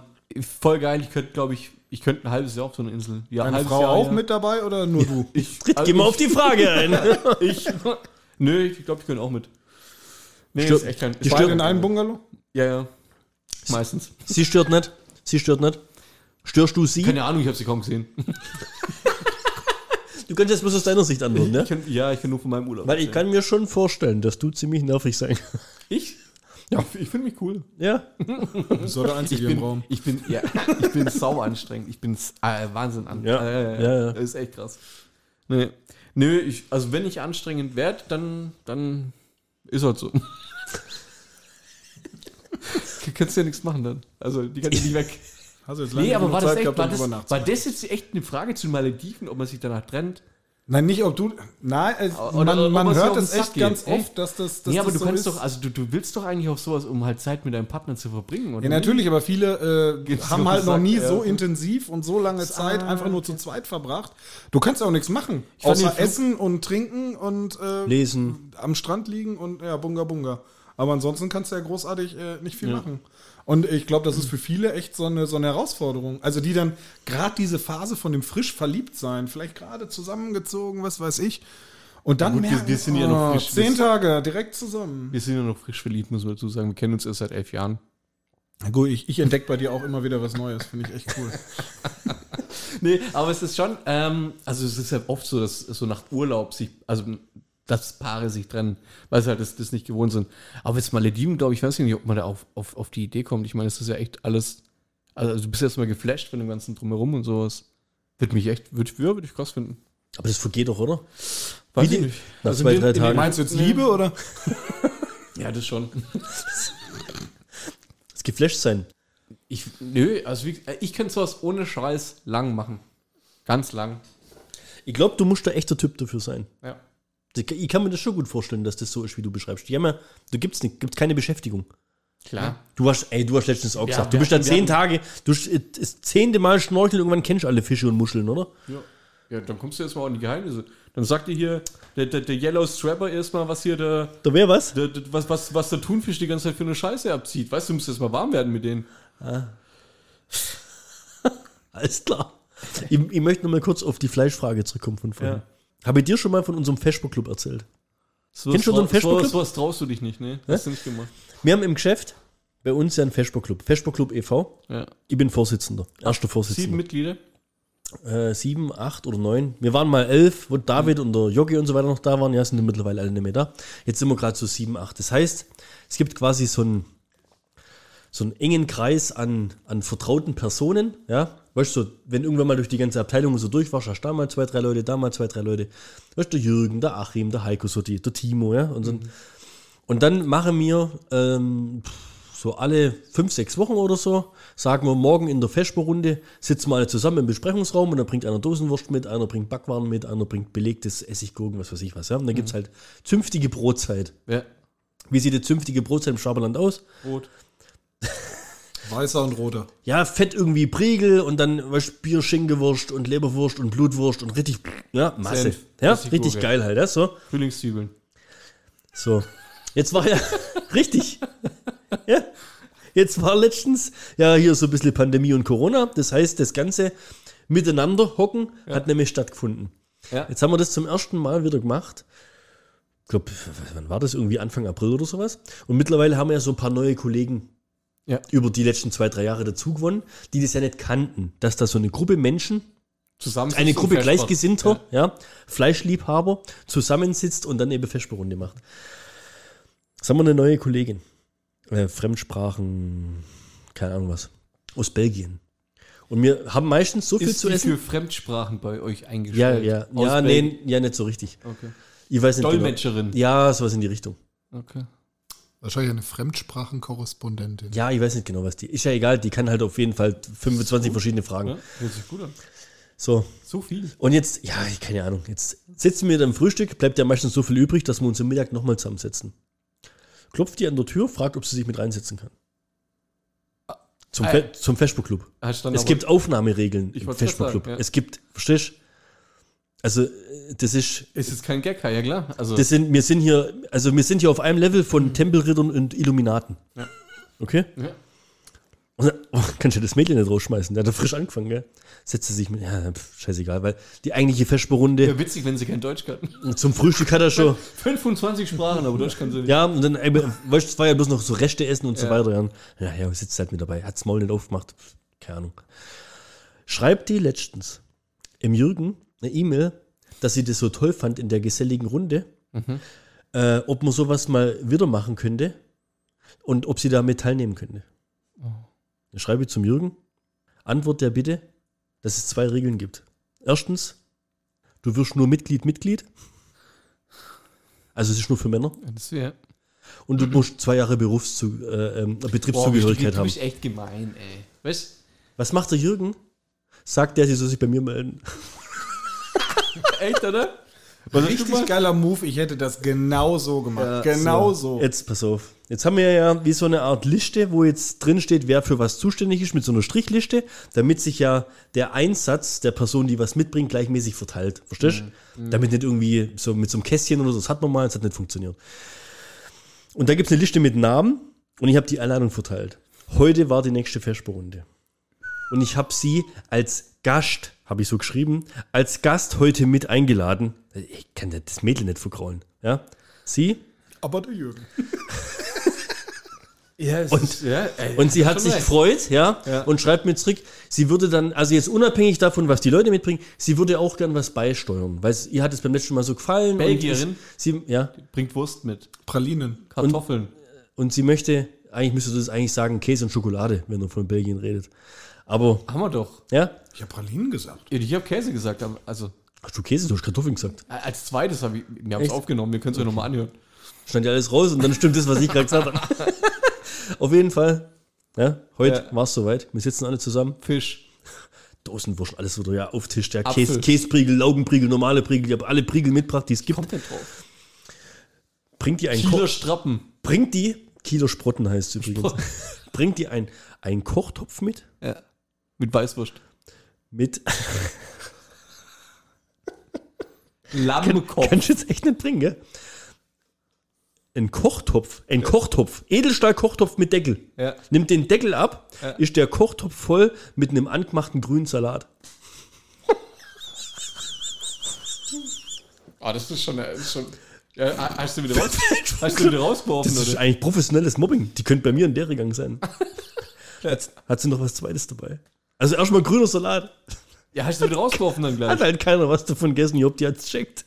E: voll geil, ich könnte, glaube ich, ich könnte ein halbes Jahr auf so eine Insel. Ja, ein
B: Deine
E: halbes
B: Frau
E: Jahr,
B: auch
E: ja.
B: mit dabei oder nur du?
E: Also Ich,
C: Tritt, geh mal auf die
E: [LAUGHS]
C: Frage ein.
E: Ich, nö, ich glaube, ich könnte auch mit. Nee,
C: Stirb-
E: kein.
C: die
E: ist
B: Beide
C: stirb-
B: in einem Bungalow?
E: Ja, ja. Meistens.
C: sie stört nicht. Sie stört nicht. Störst du sie?
E: Keine Ahnung, ich habe sie kaum gesehen.
B: Ne?
C: Du kannst jetzt bloß aus deiner Sicht antworten, ne?
E: Ich kenn, ja, ich kann nur von meinem Urlaub.
C: Weil ich
E: erzählen.
C: kann mir schon vorstellen, dass du ziemlich nervig sein kannst.
E: Ich? Ja. Ich, ich finde mich cool.
C: Ja.
B: Du bist doch der
E: Ich
B: Einzige im
E: bin,
B: Raum.
E: ich bin, ja, ich bin sau anstrengend. Ich bin s- äh, Wahnsinn an.
C: Ja,
E: Äh,
C: ja, ja.
E: Das ist echt krass. Nee. Nö, ich, also wenn ich anstrengend werde, dann, dann ist halt so. [LAUGHS] Du kannst ja nichts machen dann. Also die kannst du nicht weg.
B: Hast du jetzt
E: [LAUGHS] Nee, aber
B: genug
E: war das, echt,
B: gehabt,
E: war,
B: um drüber
E: das, war
B: nachzudenken?
E: das jetzt echt eine Frage zu den Malediven, ob man sich danach trennt?
B: Nein, nicht ob du. Nein, äh,
E: Oder- oder
B: man, man
E: ob es dir auf
B: hört
E: den
B: es
E: Sack
B: echt
E: geht,
B: ganz
E: ey.
B: oft, dass das. Dass
E: nee, aber
B: das
E: du
B: so
E: kannst
B: ist.
E: doch, also du, du willst doch eigentlich auf sowas, um halt Zeit mit deinem Partner zu verbringen, oder?
B: Ja,
E: nicht?
B: natürlich, aber viele äh,
E: Geht's
B: haben
E: auf
B: halt
E: den
B: noch
E: Sack,
B: nie
E: ja.
B: so intensiv und so lange Zeit einfach nur zu zweit verbracht. Du kannst ja auch nichts machen.
E: fand
B: Außer
E: den Flug-
B: essen und trinken und äh,
C: Lesen.
B: am Strand liegen und ja, bunga bunga. Aber ansonsten kannst du ja großartig äh, nicht viel machen. Und ich glaube, das ist für viele echt so eine, so eine Herausforderung. Also die dann gerade diese Phase von dem frisch verliebt sein, vielleicht gerade zusammengezogen, was weiß ich. Und dann
E: Gut, wir-
B: merken, oh,
E: wir sind ja noch frisch.
B: zehn Tage direkt zusammen.
E: Wir sind ja noch frisch verliebt, muss man dazu sagen. Wir kennen uns erst seit elf Jahren.
B: Na Gut, ich, ich entdecke bei dir auch immer wieder was Neues, finde ich echt cool.
E: Nee, aber es ist schon, ähm, also es ist ja oft so, dass so nach Urlaub sich, also dass Paare sich trennen, weil sie halt das, das nicht gewohnt sind. Aber jetzt Malediven, glaube ich, weiß ich nicht, ob man da auf, auf, auf die Idee kommt. Ich meine, es ist ja echt alles, also du bist erstmal geflasht von dem ganzen Drumherum und sowas. Würde mich echt, würde ja, würd ich krass finden.
C: Aber das vergeht doch, oder?
E: Weiß
C: Wie
E: ich
C: die-
E: nicht. Also
C: Nach
E: in
C: zwei,
E: den-
C: drei
E: in den
C: Tagen.
B: Meinst du jetzt Liebe oder?
E: Ja, das schon.
C: Das geflasht sein.
E: Ich, nö, also wie, ich könnte sowas ohne Scheiß lang machen. Ganz lang.
C: Ich glaube, du musst da echter Typ dafür sein.
E: Ja.
C: Ich kann mir das schon gut vorstellen, dass das so ist, wie du beschreibst. Die haben ja, da gibt's nicht, gibt's keine Beschäftigung.
E: Klar.
C: Du hast, ey, du hast letztens auch gesagt, du
E: wir
C: bist da
E: hatten- wir
C: zehn
E: hatten-
C: Tage, du hast, äh, das zehnte Mal schnorcheln, irgendwann kennst du alle Fische und Muscheln, oder?
E: Ja. ja, dann kommst du erstmal an die Geheimnisse. Dann sagt dir hier der, der, der Yellow Strapper erstmal, was hier der,
C: Da wäre was.
E: der, der was, was, was der Thunfisch die ganze Zeit für eine Scheiße abzieht. Weißt du, du musst erstmal warm werden mit denen.
C: Alles klar. Ich, ich möchte noch mal kurz auf die Fleischfrage zurückkommen von vorhin. Habe ich dir schon mal von unserem Facebook-Club erzählt?
E: So
C: Kennst du so einen Facebook-Club?
E: So was traust du dich nicht, ne? Hast du nicht gemacht.
C: Wir haben im Geschäft bei uns ja einen Facebook-Club. Facebook-Club e.V.
E: Ja.
C: Ich bin Vorsitzender, erster
E: Sieben
C: Vorsitzender.
E: Mitglieder.
C: äh, sieben, acht oder neun. Wir waren mal elf, wo David und der Jogi und so weiter noch da waren. Ja, sind mittlerweile alle nicht mehr da. Jetzt sind wir gerade so sieben, acht. Das heißt, es gibt quasi so einen, so einen engen Kreis an, an vertrauten Personen. Ja, weißt du, so, wenn irgendwann mal durch die ganze Abteilung so durch warst, hast du da mal zwei, drei Leute, da mal zwei, drei Leute. Weißt du, der Jürgen, der Achim, der Heiko Sotti, der Timo, ja. Und, so. und dann machen wir ähm, so alle fünf, sechs Wochen oder so, sagen wir morgen in der Feschbo-Runde, sitzen wir alle zusammen im Besprechungsraum und dann bringt einer Dosenwurst mit, einer bringt Backwaren mit, einer bringt belegtes Essiggurken, was weiß ich was. Ja? Und dann
E: Mhm.
C: gibt es halt zünftige Brotzeit.
E: Ja.
C: Wie sieht die zünftige Brotzeit im Schaberland aus?
E: Rot.
B: [LAUGHS] Weißer und roter.
C: Ja, Fett irgendwie Pregel und dann weißt, Bier, Schinkewurst und Leberwurst und Blutwurst und richtig, ja, Masse.
E: Senf,
C: ja,
E: Essiggurke.
C: richtig geil halt, ja, so.
E: Frühlingszwiebeln.
C: So. Jetzt war ja, [LAUGHS] richtig. Ja. Jetzt war letztens, ja, hier so ein bisschen Pandemie und Corona. Das heißt, das Ganze miteinander hocken hat nämlich stattgefunden.
E: Ja.
C: Jetzt haben wir das zum ersten Mal wieder gemacht. Ich glaube, wann war das? Irgendwie Anfang April oder sowas. Und mittlerweile haben wir ja so ein paar neue Kollegen
E: Ja.
C: über die letzten zwei, drei Jahre dazu gewonnen, die das ja nicht kannten, dass da so eine Gruppe Menschen
E: Zusammen
C: eine
E: sitzen und
C: Gruppe
E: Festsport.
C: Gleichgesinnter, ja. Fleischliebhaber, zusammensitzt und dann eben Feschberunde macht. Jetzt haben wir eine neue Kollegin. Äh, Fremdsprachen, keine Ahnung was. Aus Belgien. Und wir haben meistens so viel
E: Ist
C: um zu
E: die
C: essen.
E: für Fremdsprachen bei euch
C: Ja,
E: eingestellt?
C: ja.
E: Aus
C: Ja,
E: Belgien?
C: nee, ja, nicht so richtig.
E: Okay.
C: Ich weiß nicht genau.
E: Dolmetscherin.
C: Ja, sowas in die Richtung.
E: Okay.
F: Wahrscheinlich eine Fremdsprachenkorrespondentin.
C: Ja, ich weiß nicht genau, was die. Ist ja egal, die kann halt auf jeden Fall 25 verschiedene Fragen.
E: Ja, hört sich gut an.
C: So.
E: So viel.
C: Und jetzt, ja, ich keine Ahnung, jetzt sitzen wir dann am Frühstück, bleibt ja meistens so viel übrig, dass wir uns am Mittag nochmal zusammensetzen. Klopft die an der Tür, fragt, ob sie sich mit reinsetzen kann. Zum,
E: Ah,
C: Fe zum Facebook-Club.
E: Hast dann
C: Es
E: aber-
C: gibt Aufnahmeregeln
E: Ich
C: im
E: wollt's grad
C: Facebook-Club.
E: sagen, ja.
C: Es gibt, verstehst Also, äh, das ist,
E: Es ist kein Gag, ja klar. Also,
C: das sind, wir sind hier, also wir sind hier auf einem Level von Tempelrittern und Illuminaten. Okay?
E: Mhm. Ja.
C: Und dann, oh, [LAUGHS] kannst du das Mädchen nicht rausschmeißen? Der hat ja frisch angefangen, gell? Setzt sie sich mit, ja, pf, scheißegal, weil die eigentliche Feschberunde
E: wäre witzig, wenn sie kein Deutsch kann.
C: zum Frühstück hat er schon.
E: 25 Sprachen, aber Deutsch kann sie nicht.
C: Ja, und dann, äh, weißt du, es war ja bloß noch so Reste essen und so weiter. Ja, ja, ja sitzt halt mit dabei. Hat's Maul nicht aufgemacht. Keine Ahnung. Schreibt die letztens im Jürgen eine E-Mail, dass sie das so toll fand in der geselligen Runde, äh, ob man sowas mal wieder machen könnte und ob sie damit teilnehmen könnte. Dann schreibe ich zum Jürgen, Antwort der Bitte, dass es zwei Regeln gibt. Erstens, du wirst nur Mitglied, Mitglied. Also es ist nur für Männer
E: Das wäre.
C: und
E: Mhm.
C: du musst zwei Jahre Berufszu äh, ähm, Betriebszugehörigkeit haben.
E: echt gemein, ey. Weißt
C: Was macht der Jürgen? Sagt der, sie soll sich bei mir melden.
E: du? Echt, oder?
B: Richtig geiler Move, ich hätte das genauso gemacht. Genau genauso.
C: Jetzt pass auf. Jetzt haben wir ja wie so eine Art Liste, wo jetzt drin steht, wer für was zuständig ist, mit so einer Strichliste, damit sich ja der Einsatz der Person, die was mitbringt, gleichmäßig verteilt. Verstehst? Damit nicht irgendwie so mit so einem Kästchen oder so, das hat man mal, das hat nicht funktioniert. Und da gibt es eine Liste mit Namen und ich habe die Einladung verteilt. Heute war die nächste Feschberunde. Und ich habe sie als Gast, habe ich so geschrieben, als Gast heute mit eingeladen. Ich kann das Mädel nicht verkraulen. Ja? Sie
B: Aber du Jürgen.
E: [LAUGHS] Ja, es
C: Und-
E: ist- ja, ey,
C: Und sie hat
E: schon
C: sich
E: recht.
C: gefreut, ja,
E: Ja.
C: und schreibt mir zurück, sie würde dann, also jetzt unabhängig davon, was die Leute mitbringen, sie würde auch gern was beisteuern, weil es- ihr hat es beim letzten Mal so gefallen.
E: Belgierin?
C: Und es- sie, ja,
E: Bringt Wurst mit.
B: Pralinen.
E: Kartoffeln.
C: und sie möchte, eigentlich müsste das eigentlich sagen, Käse und Schokolade, wenn du von Belgien redet. Aber,
E: Haben wir doch.
C: ja,
B: Ich habe Pralinen gesagt.
E: Ich habe Käse gesagt, aber also
C: hast du Käse, du hast Kartoffeln gesagt.
E: als zweites habe ich. Wir haben es
C: Echt?
E: aufgenommen, wir können es ja nochmal anhören.
C: Stand ja alles raus und dann stimmt das, was ich gerade gesagt habe.
E: [LAUGHS]
C: Auf jeden Fall, ja, heute
E: Ja.
C: war es soweit, wir sitzen alle zusammen.
E: Fisch.
C: Dosenwurst, alles wieder, ja, auf Tisch, der
E: Apfel.
C: Käse, Käsepriegel, Laugenpriegel, normale Priegel, ich habe alle Priegel mitgebracht, die es gibt.
E: Kommt denn drauf?
C: Bringt die einen Ko
E: Kieler Strappen.
C: bringt die Kilo Sprotten heißt es übrigens. [LAUGHS] bringt die ein einen Kochtopf mit
E: Ja. Mit Weißwurst.
C: mit [LAUGHS]
E: Lammekopf.
C: kannst du jetzt echt nicht bringen, gell? Ein Kochtopf, ein Kochtopf, Edelstahl Kochtopf mit Deckel.
E: Ja.
C: Nimmt den Deckel ab,
E: Ja.
C: ist der Kochtopf voll mit einem angemachten grünen Salat.
E: Ah, das ist schon. Das ist schon ja, hast, du wieder raus, hast du wieder rausgeworfen,
C: Das ist
E: oder?
C: eigentlich professionelles Mobbing. Die könnte bei mir in der
E: [LAUGHS]
C: gegangen sein. hat, hat sie noch was zweites dabei? Also erstmal grüner Salat.
E: Ja, hast du wieder rausgeworfen dann
C: Hat
E: gleich.
C: halt keiner was davon gegessen. Ich hab die hat's checkt.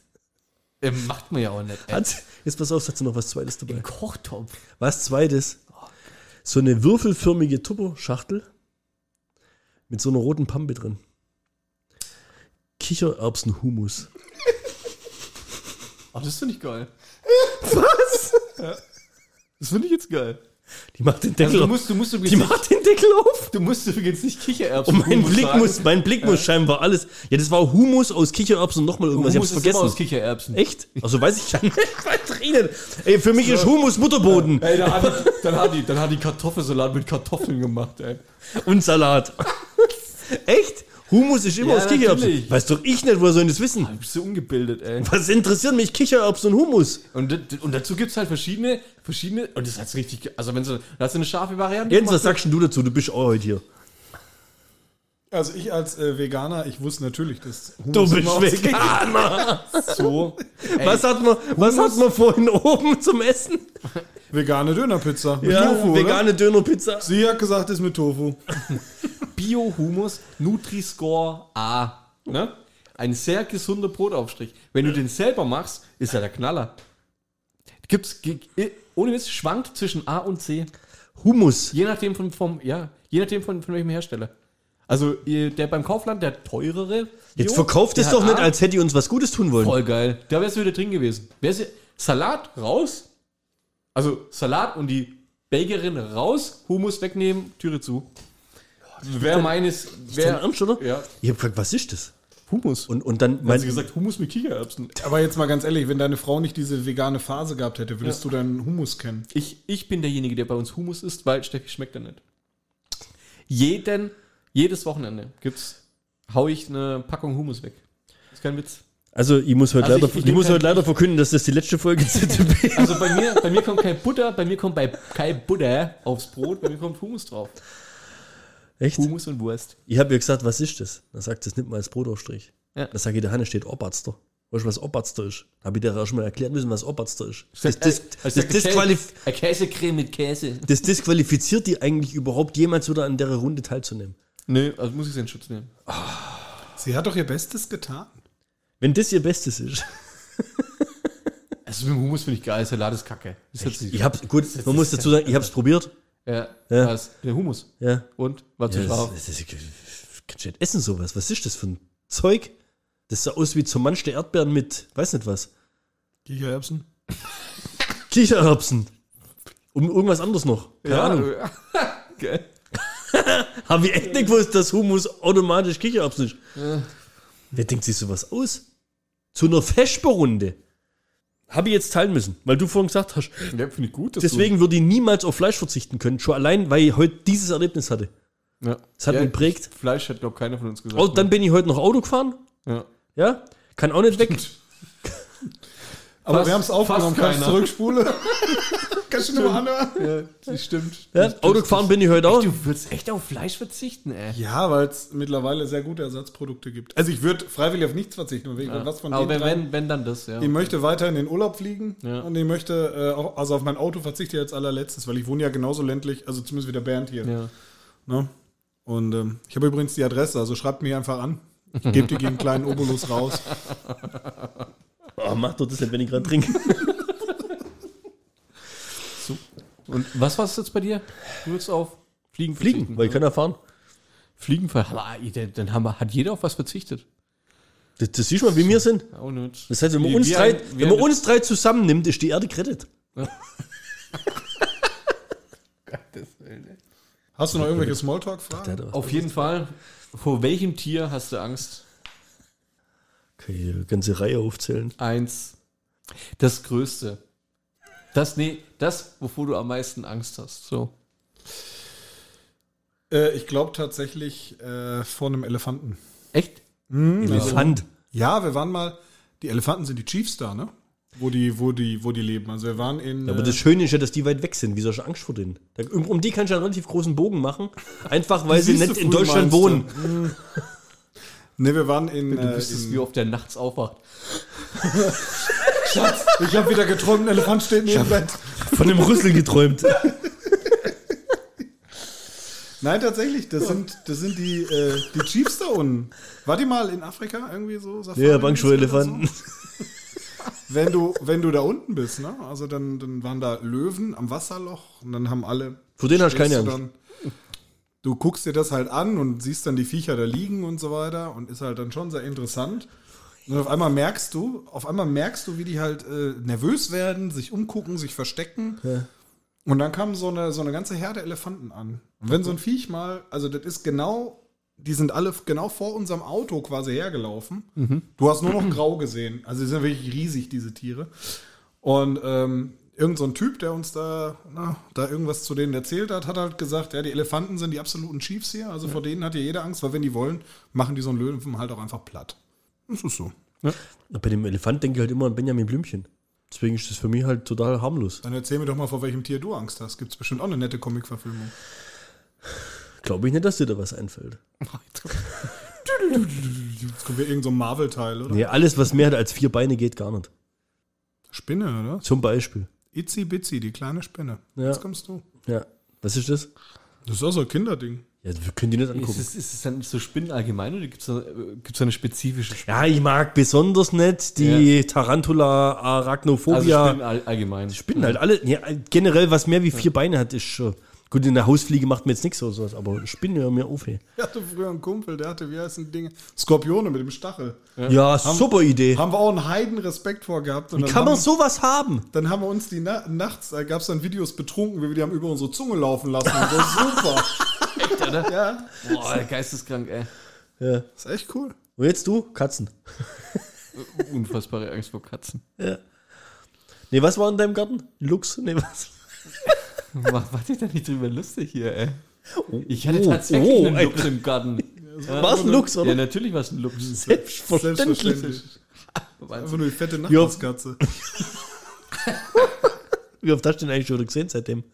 E: Ja, Ähm, macht man ja auch nicht. Ey.
C: Hat, jetzt pass auf, hat sie noch was zweites dabei.
E: Kochtopf.
C: Was zweites? So eine würfelförmige Tupperschachtel mit so einer roten Pampe drin. Kichererbsenhumus.
E: Oh, das finde ich geil. Was? Das finde ich jetzt geil.
C: Die macht den Deckel
E: Also du
C: auf.
E: musst, du musst
C: Die
E: übrigens, nicht,
C: macht den Deckel auf.
E: du musst übrigens nicht Kichererbsen.
C: Und mein
E: Hummus
C: Blick
E: sagen.
C: muss, mein Blick muss scheinbar alles. Ja, das war Humus aus Kichererbsen und nochmal irgendwas.
E: Hummus
C: ich
E: ist
C: hab's
E: immer aus
C: vergessen.
E: Kichererbsen.
C: Echt? Also weiß ich ja nicht. [LAUGHS] Was redet? Ey, für mich ist Humus Mutterboden
E: Ey, dann hat,
C: [LAUGHS]
E: die, dann, hat die, dann hat die Kartoffelsalat mit Kartoffeln gemacht, ey.
C: und Salat. [LAUGHS] Echt? Humus ist immer
E: Ja,
C: aus Kichererbsen.
E: natürlich.
C: Weiß doch ich nicht, woher sollen das wissen?
E: Du bist so ungebildet, ey.
C: Was interessieren mich Kichererbsen und Humus?
E: Und, d- und dazu gibt es halt verschiedene, verschiedene, und das hat's richtig, ge- also wenn du, da hast du eine scharfe Variante.
C: Jens, was sagst denn du dazu? Du bist auch heute hier.
B: Also ich als äh, Veganer, ich wusste natürlich, dass
C: Du
B: Humus
C: bist
B: immer aus-
C: Veganer.
E: so.
C: [LAUGHS]
E: Ey,
C: Was hat, man, was hat man vorhin oben zum Essen?
B: vegane Dönerpizza mit Tofu, oder?
C: vegane Dönerpizza.
B: Sie hat gesagt, ist mit Tofu.
E: Bio-Humus Nutri-Score A. Ne? Ein sehr gesunder Brotaufstrich. Wenn du den selber machst, ist ja der Knaller. Gibt's, ge- eh, ohne Witz, schwankt zwischen A und C.
C: Humus.
E: Je nachdem von, vom, ja, je nachdem von, von welchem Hersteller. Also eh, der beim Kaufland, der teurere.
C: Jetzt
E: Jo,
C: verkauft es
E: der
C: doch
E: A,
C: nicht, als hätte ihr uns was Gutes tun wollen.
E: Voll geil. Da wär's wieder drin gewesen. Wär's, Salat raus. Also Salat und die Belgierin raus, Humus wegnehmen, Türe zu. Wer meines,
C: Dein
E: wer,
C: Ernst, oder?
E: Ja.
C: Ich hab gefragt, was ist das?
E: Humus.
C: Und, und dann
E: Hat
C: mein,
E: sie gesagt, Humus mit Kichererbsen.
B: Aber jetzt mal ganz ehrlich, wenn deine Frau nicht diese vegane Phase gehabt hätte, würdest du deinen Humus kennen.
E: Ich, ich bin derjenige, der bei uns Humus isst, weil Steffi schmeckt er nicht. Jeden, jedes Wochenende gibt's, hau ich eine Packung Humus weg. Ist kein Witz.
C: also ich muss heute
E: Also ich-
C: leider,
E: ich
C: ich
E: nehm
C: muss
E: kein-
C: heute leider verkünden, dass das die letzte Folge
E: [LAUGHS]
C: ZTB
E: Also bei mir, bei mir kommt kein Butter, bei mir kommt bei, kein Butter aufs Brot, bei mir kommt Humus drauf.
C: Echt?
E: Humus und Wurst.
C: Ich habe ihr gesagt, was ist das? Dann sagt sie, das nimmt man als Brotaufstrich.
E: Ja.
C: Dann sage ich, der Hanne steht Obatster. Weißt du, was Obatster ist? Habe ich dir ja schon mal erklärt müssen, was Obatster ist. Das, das, das,
E: Also
C: disqualif
E: Eine Käsecreme mit Käse.
C: das disqualifiziert die eigentlich überhaupt, jemals wieder an der Runde teilzunehmen.
E: Nö, also muss ich sie in Schutz nehmen.
B: Sie hat doch ihr Bestes getan.
C: Wenn das ihr Bestes [LAUGHS] ist.
E: Also mit dem Humus finde ich geil, Salat ist kacke. Das hat sie-
C: Ich hab's, gut, man muss dazu sagen, ich habe es probiert.
E: ja,
C: Ja.
E: Was? Der Humus.
C: Ja.
E: Und? War zu
C: Ja,
E: scharf.
C: das, das, das, kannst du nicht essen sowas? Was ist das für ein Zeug? Das sah aus wie zermanschte Erdbeeren mit, weiß nicht was,
B: Kichererbsen?
C: Kichererbsen. Und irgendwas anderes noch. Keine Ahnung.
E: Ja. [LAUGHS] Geil.
C: Hab ich echt nicht gewusst, dass Humus automatisch Kichererbsen ist. Wer denkt sich sowas aus? Zu einer Feschberunde. Habe ich jetzt teilen müssen, weil du vorhin gesagt hast,
E: Ja, finde ich gut. dass
C: deswegen würde ich niemals auf Fleisch verzichten können. Schon allein, weil ich heute dieses Erlebnis hatte.
E: Du, ja.
C: Das hat
E: ja,
C: mich geprägt.
E: Fleisch hat, glaube keiner von uns gesagt.
C: Oh, dann bin ich heute noch Auto gefahren.
E: ja.
C: Ja? Kann auch nicht [LAUGHS] weg.
B: Aber
E: Fast-
B: wir haben es aufgenommen,
E: fast
B: kannst
E: keiner. [LAUGHS]
B: zurückspule. kannst du nochmal
E: Ja,
B: anhören?
E: das stimmt.
C: Ja? Auto gefahren bin ich heute auch.
E: Du würdest echt auf Fleisch verzichten, ey.
B: Ja, weil es mittlerweile sehr gute Ersatzprodukte gibt. Also ich würde freiwillig auf nichts verzichten. Wegen was von
E: Aber
B: den
E: wenn,
B: dreien.
E: wenn, wenn dann das, ja.
B: Ich möchte weiter in den Urlaub fliegen
E: Ja.
B: und ich möchte, äh, auch, also auf mein Auto verzichte ich als allerletztes, weil ich wohne ja genauso ländlich, also zumindest wie der Bernd hier.
E: ja.
B: Ne? Und ähm, ich habe übrigens die Adresse, also schreibt mir einfach an. Ich gebe dir gegen einen kleinen Obolus raus.
C: Oh, mach doch das nicht, wenn ich gerade trinke.
E: Und was war es jetzt bei dir? Du würdest auf Fliegen
C: [LAUGHS] Fliegen, weil ich kann ja fahren.
E: Fliegen ver- Aber, ey, dann- dann haben wir, hat jeder auf was verzichtet.
C: Das, das siehst du mal, wie wir sind.
E: Auch nicht.
C: Das heißt, wenn man,
E: Wie-
C: uns,
E: wie
C: drei,
E: ein- wie
C: wenn man
E: ein-
C: uns drei zusammennimmt, ist die Erde gerettet.
B: Hast du noch irgendwelche Smalltalk-Fragen?
E: Auf jeden Fall, vor welchem Tier hast du Angst?
C: Kann ich die ganze Reihe aufzählen.
E: Eins. Das Größte. Das, nee, das, wovor du am meisten Angst hast. So.
B: Äh, ich glaube tatsächlich äh, vor einem Elefanten.
E: Echt?
C: Hm, Elefant.
B: Ja, wir waren mal, die Elefanten sind die Chiefs da, ne? Wo die, wo die, wo die leben. Also wir waren in.
C: Ja, aber
B: äh,
C: das Schöne ist ja, dass die weit weg sind. Wie soll ich Angst vor denen? Da, um, um die kannst du einen relativ großen Bogen machen. Einfach, weil sie
B: siehst
C: nicht
B: du
C: in
B: früh,
C: Deutschland
B: meinst du?
C: wohnen.
B: Ne, wir waren in.
E: Du
B: äh,
E: wüsstest,
B: in-
E: wie oft der nachts aufwacht.
B: Schatz, ich habe wieder geträumt, ein Elefant steht neben Bett.
C: Von dem Rüssel geträumt.
B: Nein, tatsächlich, das sind, das sind die, äh, die Chiefs da unten. War die mal in Afrika irgendwie so? Safari
C: Ja, Bank vor Elefanten.
B: Wenn du, wenn du da unten bist, ne? Also dann, dann waren da Löwen am Wasserloch und dann haben alle.
C: Vor denen hast du keine
B: stehst du
C: Angst.
B: dann- Du guckst dir das halt an und siehst dann die Viecher da liegen und so weiter und ist halt dann schon sehr interessant. Und auf einmal merkst du, auf einmal merkst du, wie die halt äh, nervös werden, sich umgucken, sich verstecken. Und dann kam so eine, so eine ganze Herde Elefanten an. Und wenn so ein Viech mal, also das ist genau, die sind alle genau vor unserem Auto quasi hergelaufen. Du hast nur noch grau gesehen. Also die sind wirklich riesig, diese Tiere. Und ähm, irgend so ein Typ, der uns da, na, da irgendwas zu denen erzählt hat, hat halt gesagt, ja, die Elefanten sind die absoluten Chiefs hier, also vor denen hat hier jeder Angst, weil wenn die wollen, machen die so einen Löwen halt auch einfach platt. Das ist so.
C: Bei dem Elefant denke ich halt immer an Benjamin Blümchen. Deswegen ist das für mich halt total harmlos.
B: Dann erzähl mir doch mal, vor welchem Tier du Angst hast. Gibt es bestimmt auch eine nette Comic-Verfilmung.
C: Glaube ich nicht, dass dir da was einfällt.
B: Jetzt kommt wieder irgendein so ein Marvel-Teil, oder?
C: Nee, alles, was mehr hat als vier Beine, geht gar nicht.
B: Spinne, oder?
C: Zum Beispiel.
B: Itzy Bitsy, die kleine Spinne.
C: Ja.
B: Jetzt kommst du.
C: Ja. Was ist das?
B: Das ist auch so ein Kinderding. [LAUGHS]
C: Ja, wir können die nicht angucken.
E: Ist es, ist es dann so Spinnen allgemein oder gibt es da, äh, gibt's da eine spezifische Spinne?
C: Ja, ich mag besonders nicht die Tarantula Arachnophobia.
E: also Spinnen all, allgemein.
C: Spinnen halt alle. Ja, generell, was mehr wie vier Beine hat, ist schon. Gut, in der Hausfliege macht mir jetzt nichts oder sowas, aber Spinnen hören mir auf. Hey.
B: Ich hatte früher einen Kumpel, der hatte, wie heißen die Dinge? Skorpione mit dem Stachel.
C: Ja, super Idee.
B: Haben wir auch einen Heidenrespekt vor gehabt. Und dann
C: Kann man
B: haben-
C: sowas haben?
B: Dann haben wir uns die Na nachts, da gab es dann Videos betrunken, wie wir die haben über unsere Zunge laufen lassen. Und so super.
E: [LAUGHS] Echt, oder?
B: Ja,
E: Boah, geisteskrank, ey.
B: ist echt cool.
C: Und jetzt du? Katzen.
E: Unfassbare Angst vor Katzen. [LAUGHS]
C: Nee, was war in deinem Garten? Luchs? Nee, was?
E: Mach, mach dich da nicht drüber lustig hier, ey. Ich hatte
C: oh,
E: tatsächlich
C: oh,
E: einen
C: ey. [LAUGHS]
E: Luchs im [LAUGHS] Garten.
C: War es ein Luchs,
E: Ja, ne.
C: oder?
E: natürlich war es ein Luchs.
C: Selbstverständlich.
E: [LAUGHS]
B: Einfach nur die fette
C: Ja.
B: Nachbarskatze.
C: Wie oft hast du den eigentlich schon wieder
E: [LAUGHS]
C: gesehen seitdem?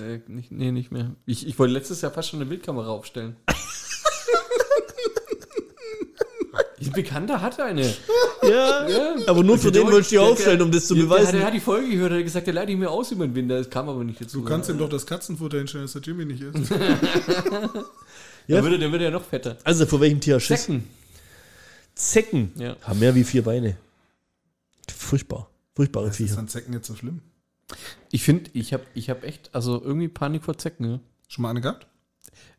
E: Äh, nicht, nee, nicht mehr. Ich, ich wollte letztes Jahr fast schon eine Wildkamera aufstellen. [LAUGHS] Ein Bekannter hatte eine.
C: Ja, aber
E: Also
C: nur für den wolltest du die aufstellen, um das zu
E: Ja, Der,
C: beweisen.
E: hat- der hat die Folge gehört, der hat gesagt, der leitet mir aus über den Winter. Das kam aber nicht dazu.
B: Du kannst ihm doch das Katzenfutter hinstellen, dass der Jimmy nicht isst.
E: der, würde, der würde ja noch fetter.
C: Also, vor welchem Tier hast du Schiss?
E: Zecken.
C: Zecken.
E: Ja.
C: Haben mehr wie vier Beine. Furchtbar. Furchtbare
B: Ist
C: Viecher.
B: an Zecken jetzt so schlimm?
E: Ich finde, ich habe ich hab echt, also irgendwie Panik vor Zecken. Ja.
B: Schon mal eine gehabt?